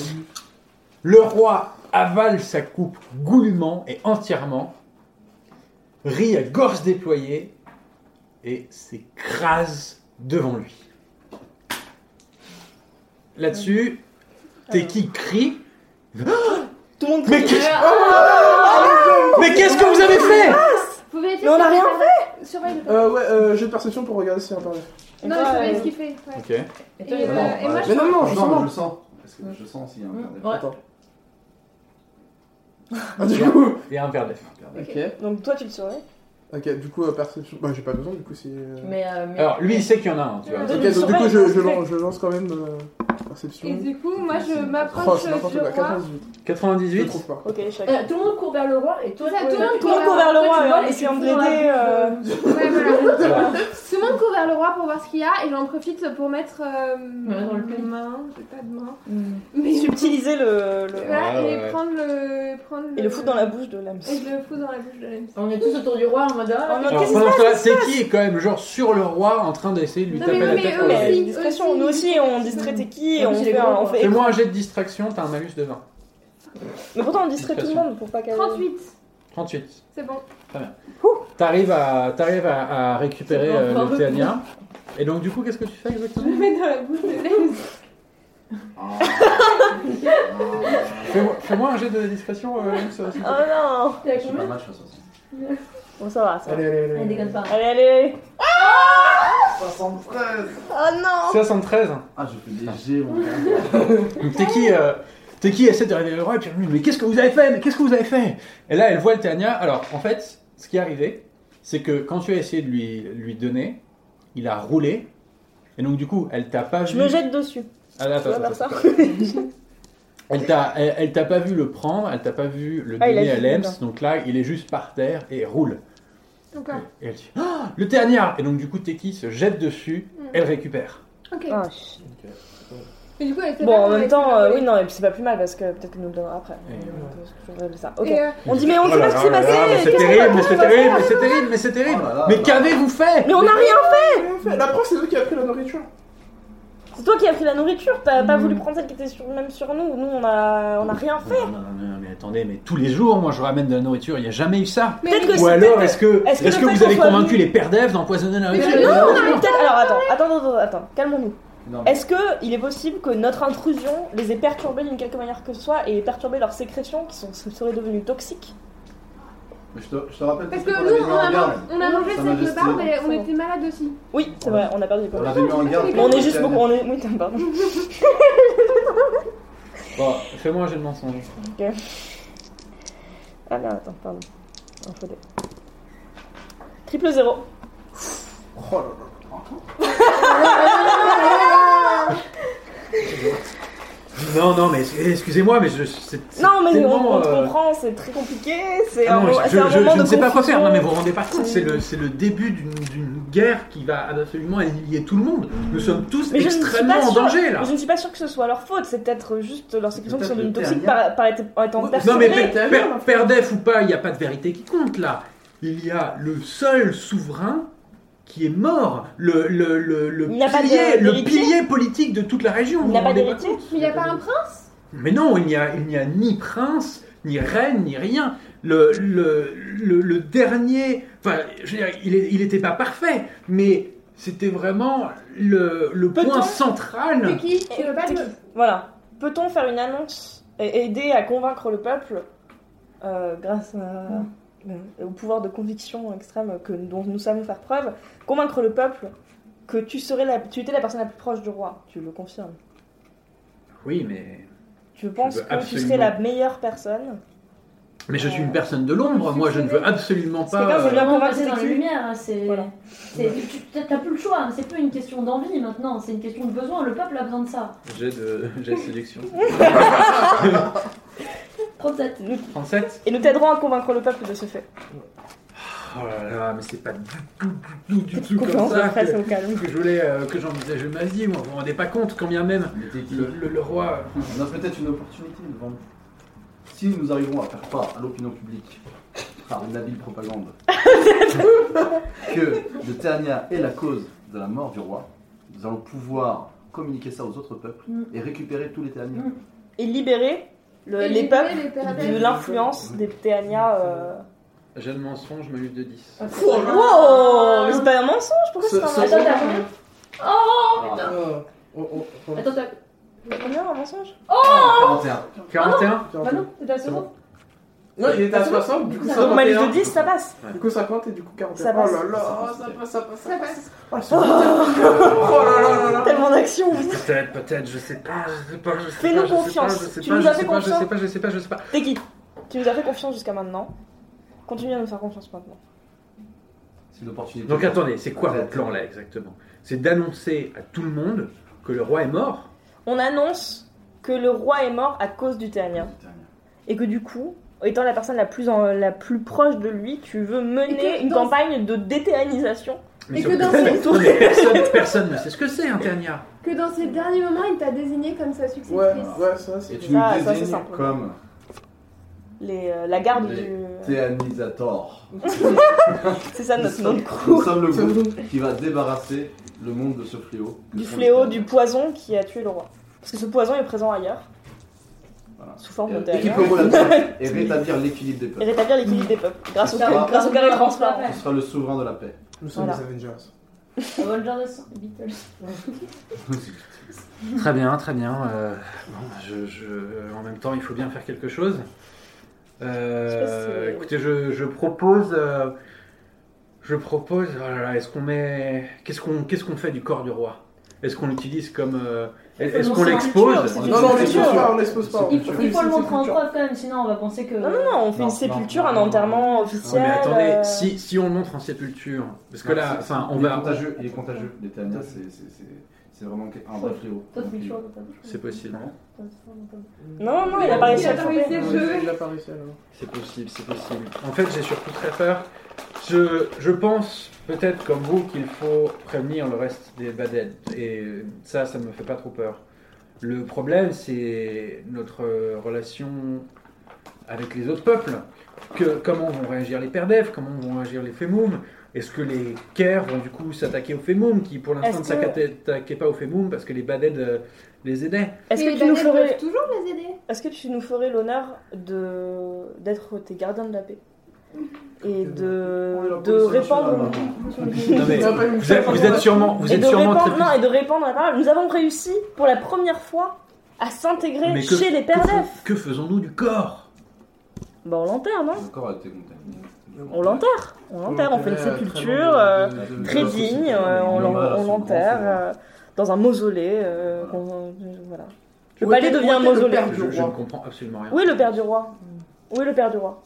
Le roi avale sa coupe goulûment et entièrement, rit à gorge déployée et s'écrase devant lui. Là-dessus, Teki crie
Tout le monde
Mais
crie.
qu'est-ce
Ah
Mais qu'est-ce que vous avez fait
Vous vérifiez
Mais on
si
a rien
Internet- Surveille le
Euh, ouais, euh, jeu de perception pour regarder si internet.
Et
Non,
toi,
je surveille
euh,
ce qu'il fait. ouais.
Ok.
Et
Et,
toi,
euh,
Yvan
et moi, je
Mais non, non, je
Non, non, mais je
sens.
le sens. Parce que je sens s'il y a un
Mm.
pervers.
Ouais.
Ah, du coup.
Et un verre d'eff.
Un pervers.
Ok.
Donc toi, tu le surveilles.
Ok, du coup, euh, perception. Bah, j'ai pas besoin, du coup, c'est. euh,
Mais, euh, mais-
Alors lui, il sait qu'il y en a un, tu vois.
Ok,
Mais
donc,
le
du
sommeil,
coup,
non,
je, je
c'est-
lance, je lance quand même euh, perception.
Et du coup, moi, je
Oh,
m'approche
c'est
euh,
n'importe
du
quoi,
roi.
14 18. Je
98
trouve pas.
Ok, chacun.
Euh, tout le monde court vers le roi et toi,
C'est ça,
toi,
tout le monde
toi,
Tout le
Ouais,
monde
tu-
court vers le
toi, tu
roi
vois,
et
et
essaie
tu
de
cours dans la
l'aider. euh,
boue,
Ouais, voilà.
Voilà.
Tout le monde court vers le roi pour voir ce qu'il y a et j'en profite pour mettre euh,
dans le
mes
pull.
mains. J'ai pas de main.
euh,
Mm.
hmm.
Mais
Subtiliser le, le-
Voilà,
Ouais,
et
ouais, ouais.
prendre le. Prendre le...
Et le foutre dans la bouche de l'âme.
Et je le fous dans la bouche de l'âme.
On est tous autour du roi en mode ah,
En
mais-
mode,
Alors
qu'est-ce
pendant ce temps-là, Teki est quand même genre sur le roi en train d'essayer de lui
Non,
taper
mais-
la
mais
tête.
eux
avec-
Mais
aussi,
discrétion,
aussi.
nous aussi on distrait Teki et
Ouais,
on
c'est les
fait, un-
gros,
on fait
quoi.
écran.
Fais-moi un jet de distraction, t'as un malus de 20.
Mais pourtant on distrait tout le
Discrétion.
monde pour pas qu'elle.
38,
euh,
38.
c'est bon.
T'arrives à, t'arrives à, à récupérer
C'est pas
euh,
encore
le
le
Théania. Et donc du coup, qu'est-ce que tu fais
Je le
exactement
mets dans la bouche de l'âme.
Ah.
Fais-moi fais-moi un jet de discrétion, euh, Lynx, euh, s'il te
Oh non
T'es à
Ah, Je suis pas
combien
mal, je suis à 60.
Bon ça va, ça va.
Allez, allez,
Elle
allez.
déconne pas.
Allez, allez, allez
Ah
73
Oh
plaît.
non
73.
Ah, je fais des G, mon gars.
Donc Teki, euh, Teki essaie de réveiller le roi et puis elle lui dit, mais qu'est-ce que vous avez fait Mais qu'est-ce que vous avez fait Et là, elle voit le Théania. Alors en fait, ce qui est arrivé, c'est que quand tu as essayé de lui, lui donner, il a roulé. Et donc du coup, elle t'a pas
Je
vu.
me jette dessus.
Ah, là,
Tu
attends,
vas
attends,
faire ça
attends. Elle t'a, elle, elle t'a pas vu le prendre, elle t'a pas vu le
Ah, il a
donner à
vu,
l'EMS, donc là il est juste par terre et roule.
Ok,
Et elle dit Ah, le dernier Et donc du coup Teki se jette dessus,
Mm.
elle récupère.
ok.
Ah, ch-
Mais du coup, elle sait
Bon
pas
en
qu'on
même
est
temps,
tous
euh,
les-
oui non, et puis c'est pas plus mal parce que peut-être qu'il nous le donnera après.
Et
Donc,
voilà.
c'est toujours bien de ça. Ok.
Et, euh,
On dit mais on
Oh
sait
là
pas ce qui s'est
là là
passé
là, mais c'est
qu'est-ce qu'on
terrible,
va-
mais c'est
qu'on va
terrible,
faire
mais c'est terrible, mais c'est terrible.
Oh là là.
mais qu'avez-vous fait
Mais on a rien fait
Elle a pris, c'est eux qui a pris Eh, la nourriture.
C'est toi qui as pris la nourriture, t'as pas
Mm.
voulu prendre celle qui était sur, même sur nous. Nous on a, on a rien fait.
Non, non, non, mais attendez, mais tous les jours, moi je ramène de la nourriture, il n'y a jamais eu ça.
mais-
Peut-être que
Ou
c'est-
alors, est-ce que,
est-ce que
est-ce que
le fait
vous avez
qu'on soit
convaincu
venu-
les pères d'Ève d'empoisonner la
Mais
nourriture
non,
Non, mais peut-être. Alors attends, attends, attends, attends, calmons-nous.
Non, mais-
Est-ce que il est possible que notre intrusion les ait perturbés d'une quelque manière que ce soit et ait perturbé leurs sécrétions qui sont, seraient devenues toxiques
mais je te, je te rappelle
Parce
qu'on
que
avait
nous,
mis
on
en
a,
garde.
man- on a mangé
Sa
cette
Majesté.
barbe et on
C'est bon.
était malade aussi.
Oui, c'est vrai, on a perdu les
On
copains.
l'avait mis en garde.
Mais on est juste beaucoup, on est. Oui, pardon.
Bon, fais-moi un jet de mensonge.
Ah merde, attends, pardon. Un faux dé. Triple zéro.
Oh là là.
Non, non, mais excusez-moi, mais je, c'est, c'est
Non, mais on,
tellement,
on
euh,
comprend, c'est très compliqué, c'est
Ah
un,
non,
mo-
je,
c'est un
je- je-
moment
je
de
ne sais pas quoi
confusion.
faire. Non, mais vous vous rendez pas compte, c'est
C'est-
le, c'est le début d'une- d'une guerre qui va absolument annihiler tout le monde. Nous sommes tous
Mais je ne suis
extrêmement
pas
en
sûre.
danger là.
Mais je ne suis pas sûre que ce soit leur faute, c'est peut-être juste leurs sécrétions qui
Peut-être
sont
le
devenues toxiques
dernier.
par, par être, en étant
Non,
Non, mais
perturbées.
per-
Mais-
per- perdef ou pas, il n'y a pas de vérité qui compte là. Il y a le seul souverain qui est mort, le, le, le, le
Il n'a pas de
pilier, le
héritier
pilier politique de toute la région.
Il
vous
n'a
vous
pas
rendez
d'héritier
compte
Mais il n'y a pas un prince
Mais non, il n'y a, il n'y a ni prince, ni reine, ni rien. Le, le, le, le dernier, enfin, je veux dire, il est- il n'était pas parfait, mais c'était vraiment le, le point
Peut-on-
C'est
central.
qui Tu veux pas
C'est
le-
qui Voilà. Peut-on faire une annonce et aider à convaincre le peuple euh, grâce à- euh, au pouvoir de conviction extrême que, dont nous savons faire preuve, convaincre le peuple que tu, serais la, tu étais la personne la plus proche du roi Tu le confirmes.
Oui, mais.
Tu penses
veux
que tu
absolument-
serais la meilleure personne
Mais je suis une personne de l'ombre, moi je ne veux absolument
Euh, C'est quelqu'un
pas.
qui
euh,
vient
Vraiment
convaincre
passer dans la
Teki.
lumière, hein, c'est.
Voilà.
c'est- tu- tu- T'as plus le choix, hein, c'est plus une question d'envie maintenant, c'est une question de besoin, le peuple a besoin de ça.
J'ai de, j'ai de séduction.
37.
37
Et nous t'aiderons à convaincre le peuple de ce fait.
Oh là là, mais c'est pas du tout, du tout, du tout comme
Conférence de
ça
presse
que,
au calme.
que je voulais, euh, que j'envisageais ma vie, moi. Vous vous rendez pas compte, quand bien même
Mais t'es qui
le, le- le roi.
On a peut-être une opportunité devant nous. Si nous arrivons à faire croire à l'opinion publique, par une habile propagande, que le Ternia est la cause de la mort du roi, nous allons pouvoir communiquer ça aux autres peuples
Mm.
et récupérer tous les Théaniens.
Mm.
Et libérer le-
Et
les
libérer
peuples
les Théaniens.
de l'influence des Théania. euh.
J'ai le mensonge, malus de 10.
Oh
hein.
là
hein.
Wow Mais c'est pas un mensonge Pourquoi
Ce-
c'est
ce-
pas un mensonge
Attends, t'as combien
Oh,
Ah,
Ah, on- on- on-
Attends, t'as.
Combien un mensonge
41.
euh, 41
Bah non, t'étais à 60
Non, il était à 60, du coup
Donc,
Donc ma liste de
51.
10, ça passe
Du coup 50 et du coup 41.
Ça passe.
Oh là là, ça passe, ça passe, ça
Ça
passe.
passe.
Oh, c'est-
Ah
Oh là là là là.
Tellement d'action
Euh, Peut-être, peut-être, je sais pas, je sais pas, je sais pas,
Fais-nous
je sais pas,
confiance.
je sais
Tu
pas,
nous
je
as
sais
fait
pas, Je sais
confiance.
pas, je sais pas, je sais pas.
T'es qui Tu nous as fait confiance jusqu'à maintenant. Continue à nous faire confiance maintenant.
C'est une opportunité.
Donc attendez, c'est quoi votre plan là exactement C'est d'annoncer à tout le monde que le roi est mort
On annonce que le roi est mort à cause du Théanien. Et que du coup, étant la personne la plus, en- la plus proche de lui, tu veux mener
Et que
une
dans-
campagne de déthéanisation.
Mais
Et
surtout-
que dans ces-
Non, mais personne, personne ne sait ce que c'est hein, un Théania.
Que dans ces derniers moments, il t'a désigné comme sa successrice.
Ouais, ouais, ça c'est.
Et
Ça,
tu nous
ça, c'est
désignes
simple.
comme
Les, euh, la garde
Les-
du.
Théanisator.
C'est ça notre nom de crew.
Nous sommes le
Ça me
groupe qui va débarrasser le monde de ce fléau.
Du
Que sont
fléau,
les
du
Théaniens.
poison qui a tué le roi. Parce que ce poison est présent ailleurs.
Voilà.
Sous forme de
Et, et qui
Théanien.
peut relâcher et rétablir l'équilibre des
Et
peuples.
rétablir l'équilibre des peuples. Grâce au,
Ça va.
grâce au carré transparent.
Ce sera le souverain de la paix.
Nous sommes
Voilà.
les Avengers.
Avengers, Beatles.
Très bien, très bien. euh, bon, je, je- en même temps, il faut bien faire quelque chose. Euh,
Je sais pas si-
écoutez, je, je propose. euh, je propose. oh là là, est-ce qu'on met. Qu'est-ce qu'on, qu'est-ce qu'on fait du corps du roi Est-ce qu'on l'utilise comme. euh, est-ce
Non,
qu'on
c'est
l'expose
c'est
Non, non, on
c'est
l'expose
sûr.
pas, on l'expose pas.
Il faut, il faut le montrer en
en
preuve quand même, sinon on va penser que.
Non, non, non, on fait
Non,
une
non,
sépulture,
non,
un
non, non.
enterrement
Non,
officiel.
mais attendez,
euh,
si, si on le montre en sépulture, parce que
Non,
là,
c'est-
enfin, on
il est
va.
Contagieux, il est contagieux. Les Théaniens, c'est- c'est c'est- c'est vraiment un vrai fléau.
Toi,
Donc,
tu
il-
le
C'est possible.
Non, non, il a pas réussi à le
Il a pas
choper.
réussi.
Il a pas réussi à le-
C'est possible, c'est possible. En fait, j'ai surtout très peur. Je, je pense, peut-être comme vous, qu'il faut prévenir le reste des badèdes. Et ça, ça me fait pas trop peur. Le problème, c'est notre euh, relation avec les autres peuples. Que, comment vont réagir les Perdef Comment vont réagir les Femoum Est-ce que les Caire vont du coup s'attaquer aux Femoum, qui pour l'instant ne
Est-ce que-
s'attaquaient pas aux Femoum parce que les badèdes euh, les aidaient
Est-ce
Mais
que,
les
tu nous
Badets peuvent
ferais...
toujours les aider
Est-ce que tu nous ferais l'honneur de... d'être tes gardiens de la paix Et
On est la
de, de
police
répandre.
nationale,
Non, mais
Ça va pas
vous, êtes, vous êtes sûrement, vous
Et
êtes
de,
sûrement très
répandre... Non, et de répandre la parole. Nous avons réussi pour la première fois à s'intégrer
Mais que-
chez les
Que,
Pères d'Ef.
fais- que faisons-nous du corps
Bah, on l'enterre, non
euh, Le corps a été contaminé. Euh,
On l'enterre. On l'enterre, on fait une
l'enterrait à
sépulture
très
euh,
loin de- de- de-
très
de-
digne.
de-
euh, On
de- de-
l'en-
de-
on
de-
l'enterre
de-
euh, dans un mausolée. euh,
Voilà.
qu'on- Voilà. Le
Où
palais
était-
devient
où
un
était le
mausolée.
père du
je, je ne
roi
comprends absolument rien.
Où est le père du roi Où est le père du roi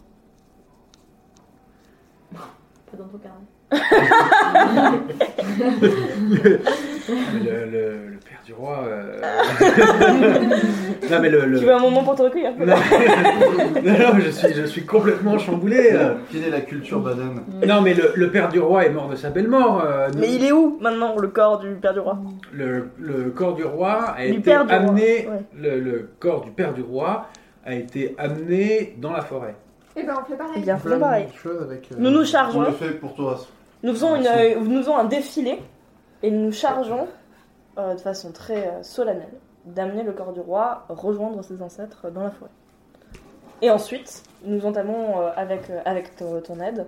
Pas dans ton carnet.
le, le- le père du roi. euh, non, mais le. le-
Tu veux un moment pour te recueillir
Non, non, je, suis, je suis complètement chamboulé. euh.
Quelle est la culture badane
Mm.
Non, mais le, le père du roi est mort de sa belle mort. euh, nous-
Mais il est où maintenant le corps du père du roi
le, le corps du roi a
Du
été
père du roi,
amené.
ouais.
Le, le corps du père du roi a été amené dans la forêt.
Eh ben, on fait
Eh
pareil.
bien,
Plein
faisons
de
pareil.
choses avec, euh,
Nous nous
On le
chargeons,
fait pour toi.
nous faisons, une, euh, nous faisons un défilé et nous nous chargeons euh, de façon très euh, solennelle d'amener le corps du roi rejoindre ses ancêtres euh, dans la forêt. Et ensuite, nous entamons euh, avec, euh, avec ton, ton aide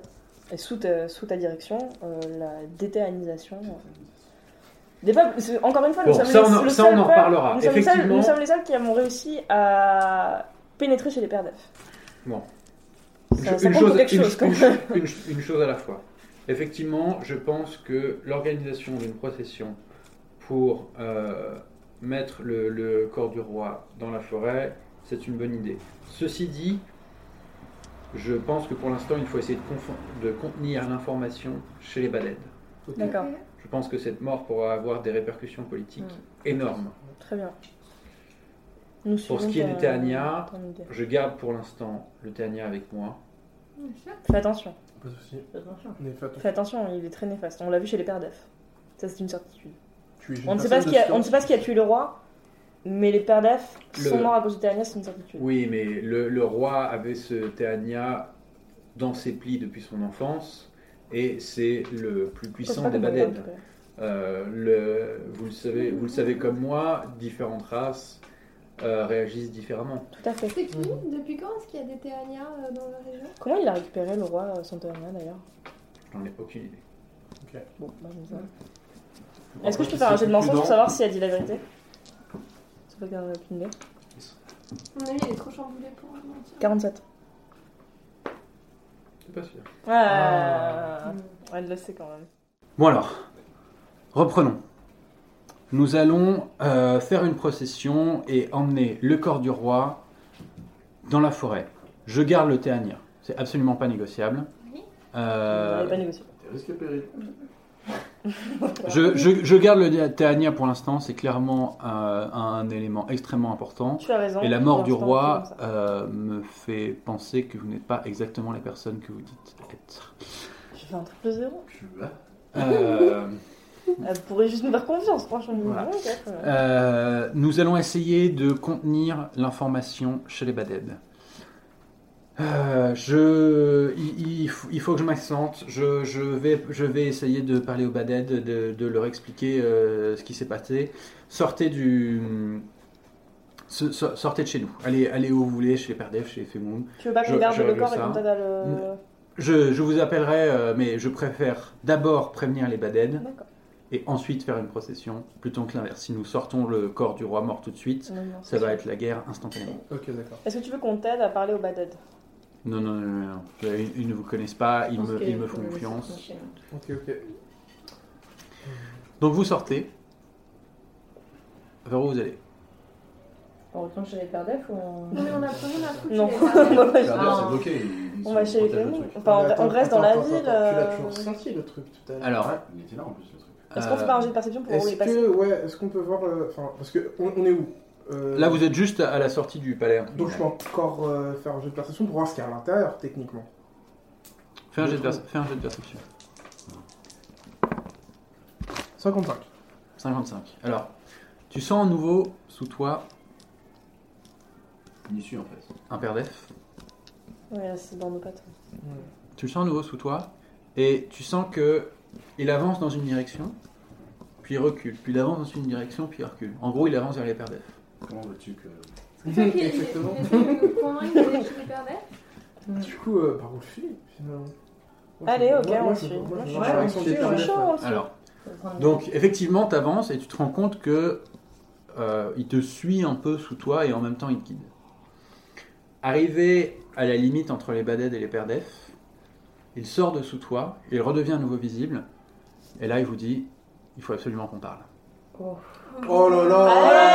et sous ta, sous ta direction euh, la déthéanisation euh, des peuples. C'est- Encore une fois, nous
Bon,
sommes
ça,
les-
on en-
le
ça,
seul
on en
peuple-
reparlera.
Nous sommes, les seuls,
Effectivement.
nous sommes les seuls qui avons réussi à pénétrer chez les pères d'Ef.
Bon.
Ça,
Une-
ça
une,
compte
chose,
pour quelque
une-
chose. quoi.
une cho- une ch- une chose à la fois. Effectivement, je pense que l'organisation d'une procession pour euh, mettre le, le corps du roi dans la forêt, c'est une bonne idée. Ceci dit, je pense que pour l'instant, il faut essayer de, confo- de contenir l'information chez les balèdes.
D'accord,
Je pense que cette mort pourra avoir des répercussions politiques énormes.
très bien. Nous
Pour ce
suivons
qui est
ton-
du Théania,
ton idée.
Je garde pour l'instant le Tania avec moi.
Bien sûr.
Fais attention,
Pas de soucis,
Attention.
mais fais attention.
fais attention, il est très néfaste. On l'a vu chez les pères d'Ef. Ça, c'est une certitude.
Tu es une
On ne, sait
personne
pas ce qui a,
de
on ne sait pas ce qui a tué le roi, mais les pères d'Ef sont
Le-
morts à cause du Théania, c'est une certitude.
Oui, mais le, le roi avait ce Théania dans ses plis depuis son enfance, et c'est le plus
Je pense
puissant
pas
des
qu'on peut le
Badèdes.
récupérer.
Euh, le, vous, le savez, vous le savez comme moi, différentes races euh, réagissent différemment.
Tout à fait.
C'est qui Depuis quand est-ce qu'il y a des Théania euh, dans la région
Comment il a récupéré le roi euh, son Théania, d'ailleurs
J'en ai aucune idée.
Bon, bah, je sais pas.
Ah,
En
Est-ce que je
fait,
peux
ils
faire un
sont
jet de
plus
mensonge pour
prudents.
savoir si elle dit la vérité Ça fait qu'un aucune idée.
À Mon ami, il est trop chamboulé pour mentir.
47.
C'est pas sûr.
Ah. Elle le sait quand même.
Bon alors, reprenons. Nous allons euh, faire une procession et emmener le corps du roi dans la forêt. Je garde le Théania. C'est absolument pas négociable.
Oui.
Euh,
Elle n'est pas négociée.
T'es risque péril.
je, je- je garde le Théania pour l'instant. C'est clairement euh, un élément extrêmement important.
Tu as raison.
Et la mort
pour
du
l'instant,
roi
c'est comme ça.
euh, me fait penser que vous n'êtes pas exactement la personne que vous dites être.
J'ai fait un triple zéro.
Tu vas.
Euh,
Elle pourrait juste nous faire confiance, franchement.
Voilà.
Ouais, peut-être, euh.
Euh, nous allons essayer de contenir l'information chez les Baded. Euh, je, il, il faut- il faut que je m'accente. Je, je vais, je vais essayer de parler aux Baded, de, de leur expliquer euh, ce qui s'est passé. Sortez du, so- so- sortez de chez nous. Allez, allez où vous voulez, chez les Perdef, chez les Femoun.
Tu veux pas qu'on
Je-
garde
je
le
règle
corps et
ça.
qu'on t'aide à le.
Je, je vous appellerai, euh, mais je préfère d'abord prévenir les Baded
D'accord.
et ensuite faire une procession, plutôt que l'inverse. Si nous sortons le corps du roi mort tout de suite.
Non, non,
Ça
c'est-
va être la guerre instantanément.
Ok, d'accord.
Est-ce que tu veux qu'on t'aide à parler au Badad
Non, non, non, non, non. Ils, ils ne vous connaissent pas, ils,
Je pense
me,
que-
ils me font
euh, c'est
confiance.
tranché, hein.
Ok, ok.
Donc vous sortez. Vers où vous allez
On retourne chez les Perdef ou on...
Non, mais on a pris, on a pris.
Non. bah,
Perdeur, c'est
Ah.
bloqué. ils- ils
On
sont-
va
ils
chez les
protègent le
Fémines.
truc.
Enfin, on,
Mais attends,
on reste dans
attends,
la
attends,
ville.
attends, Tu l'as
euh,
toujours senti le truc tout à l'heure.
Alors,
Ouais, il était là en plus le truc.
Est-ce qu'on
euh,
fait pas un jet de perception Ah, pour voir où il
Est-ce
est passé
que, ouais, est-ce qu'on peut voir. euh, Enfin, parce que on, on est où Euh,
là vous êtes juste à la sortie du palais.
Donc je peux encore euh, faire un jeu de perception pour voir ce qu'il y a à l'intérieur, techniquement.
Fais un jet de, perce- fais un jet de perception.
55.
55. Alors, tu sens à nouveau sous toi
Une issue en fait.
un perdef.
Ouais, là, c'est dans nos pattes.
Tu le sens à nouveau sous toi. Et tu sens que il avance dans une direction, puis il recule, puis il avance dans une direction, puis il recule. En gros, il avance vers les perdef.
Comment veux-tu que.
Exactement. Du coup, euh, par où je suis finalement Moi,
Allez,
je-
ok, on
je-
suit.
Moi, je
Ouais,
suis
ouais,
direction
on
des
suit,
Pères
ouais.
Neufs,
Chaud,
ouais.
on le sent.
Alors,
On va prendre-
Donc effectivement, tu avances et tu te rends compte que euh, il te suit un peu sous toi et en même temps il te guide. Arrivé à la limite entre les Baded et les Perdef, il sort de sous toi, il redevient à nouveau visible, et là il vous dit il faut absolument qu'on parle.
Oh là là
Ah
Ah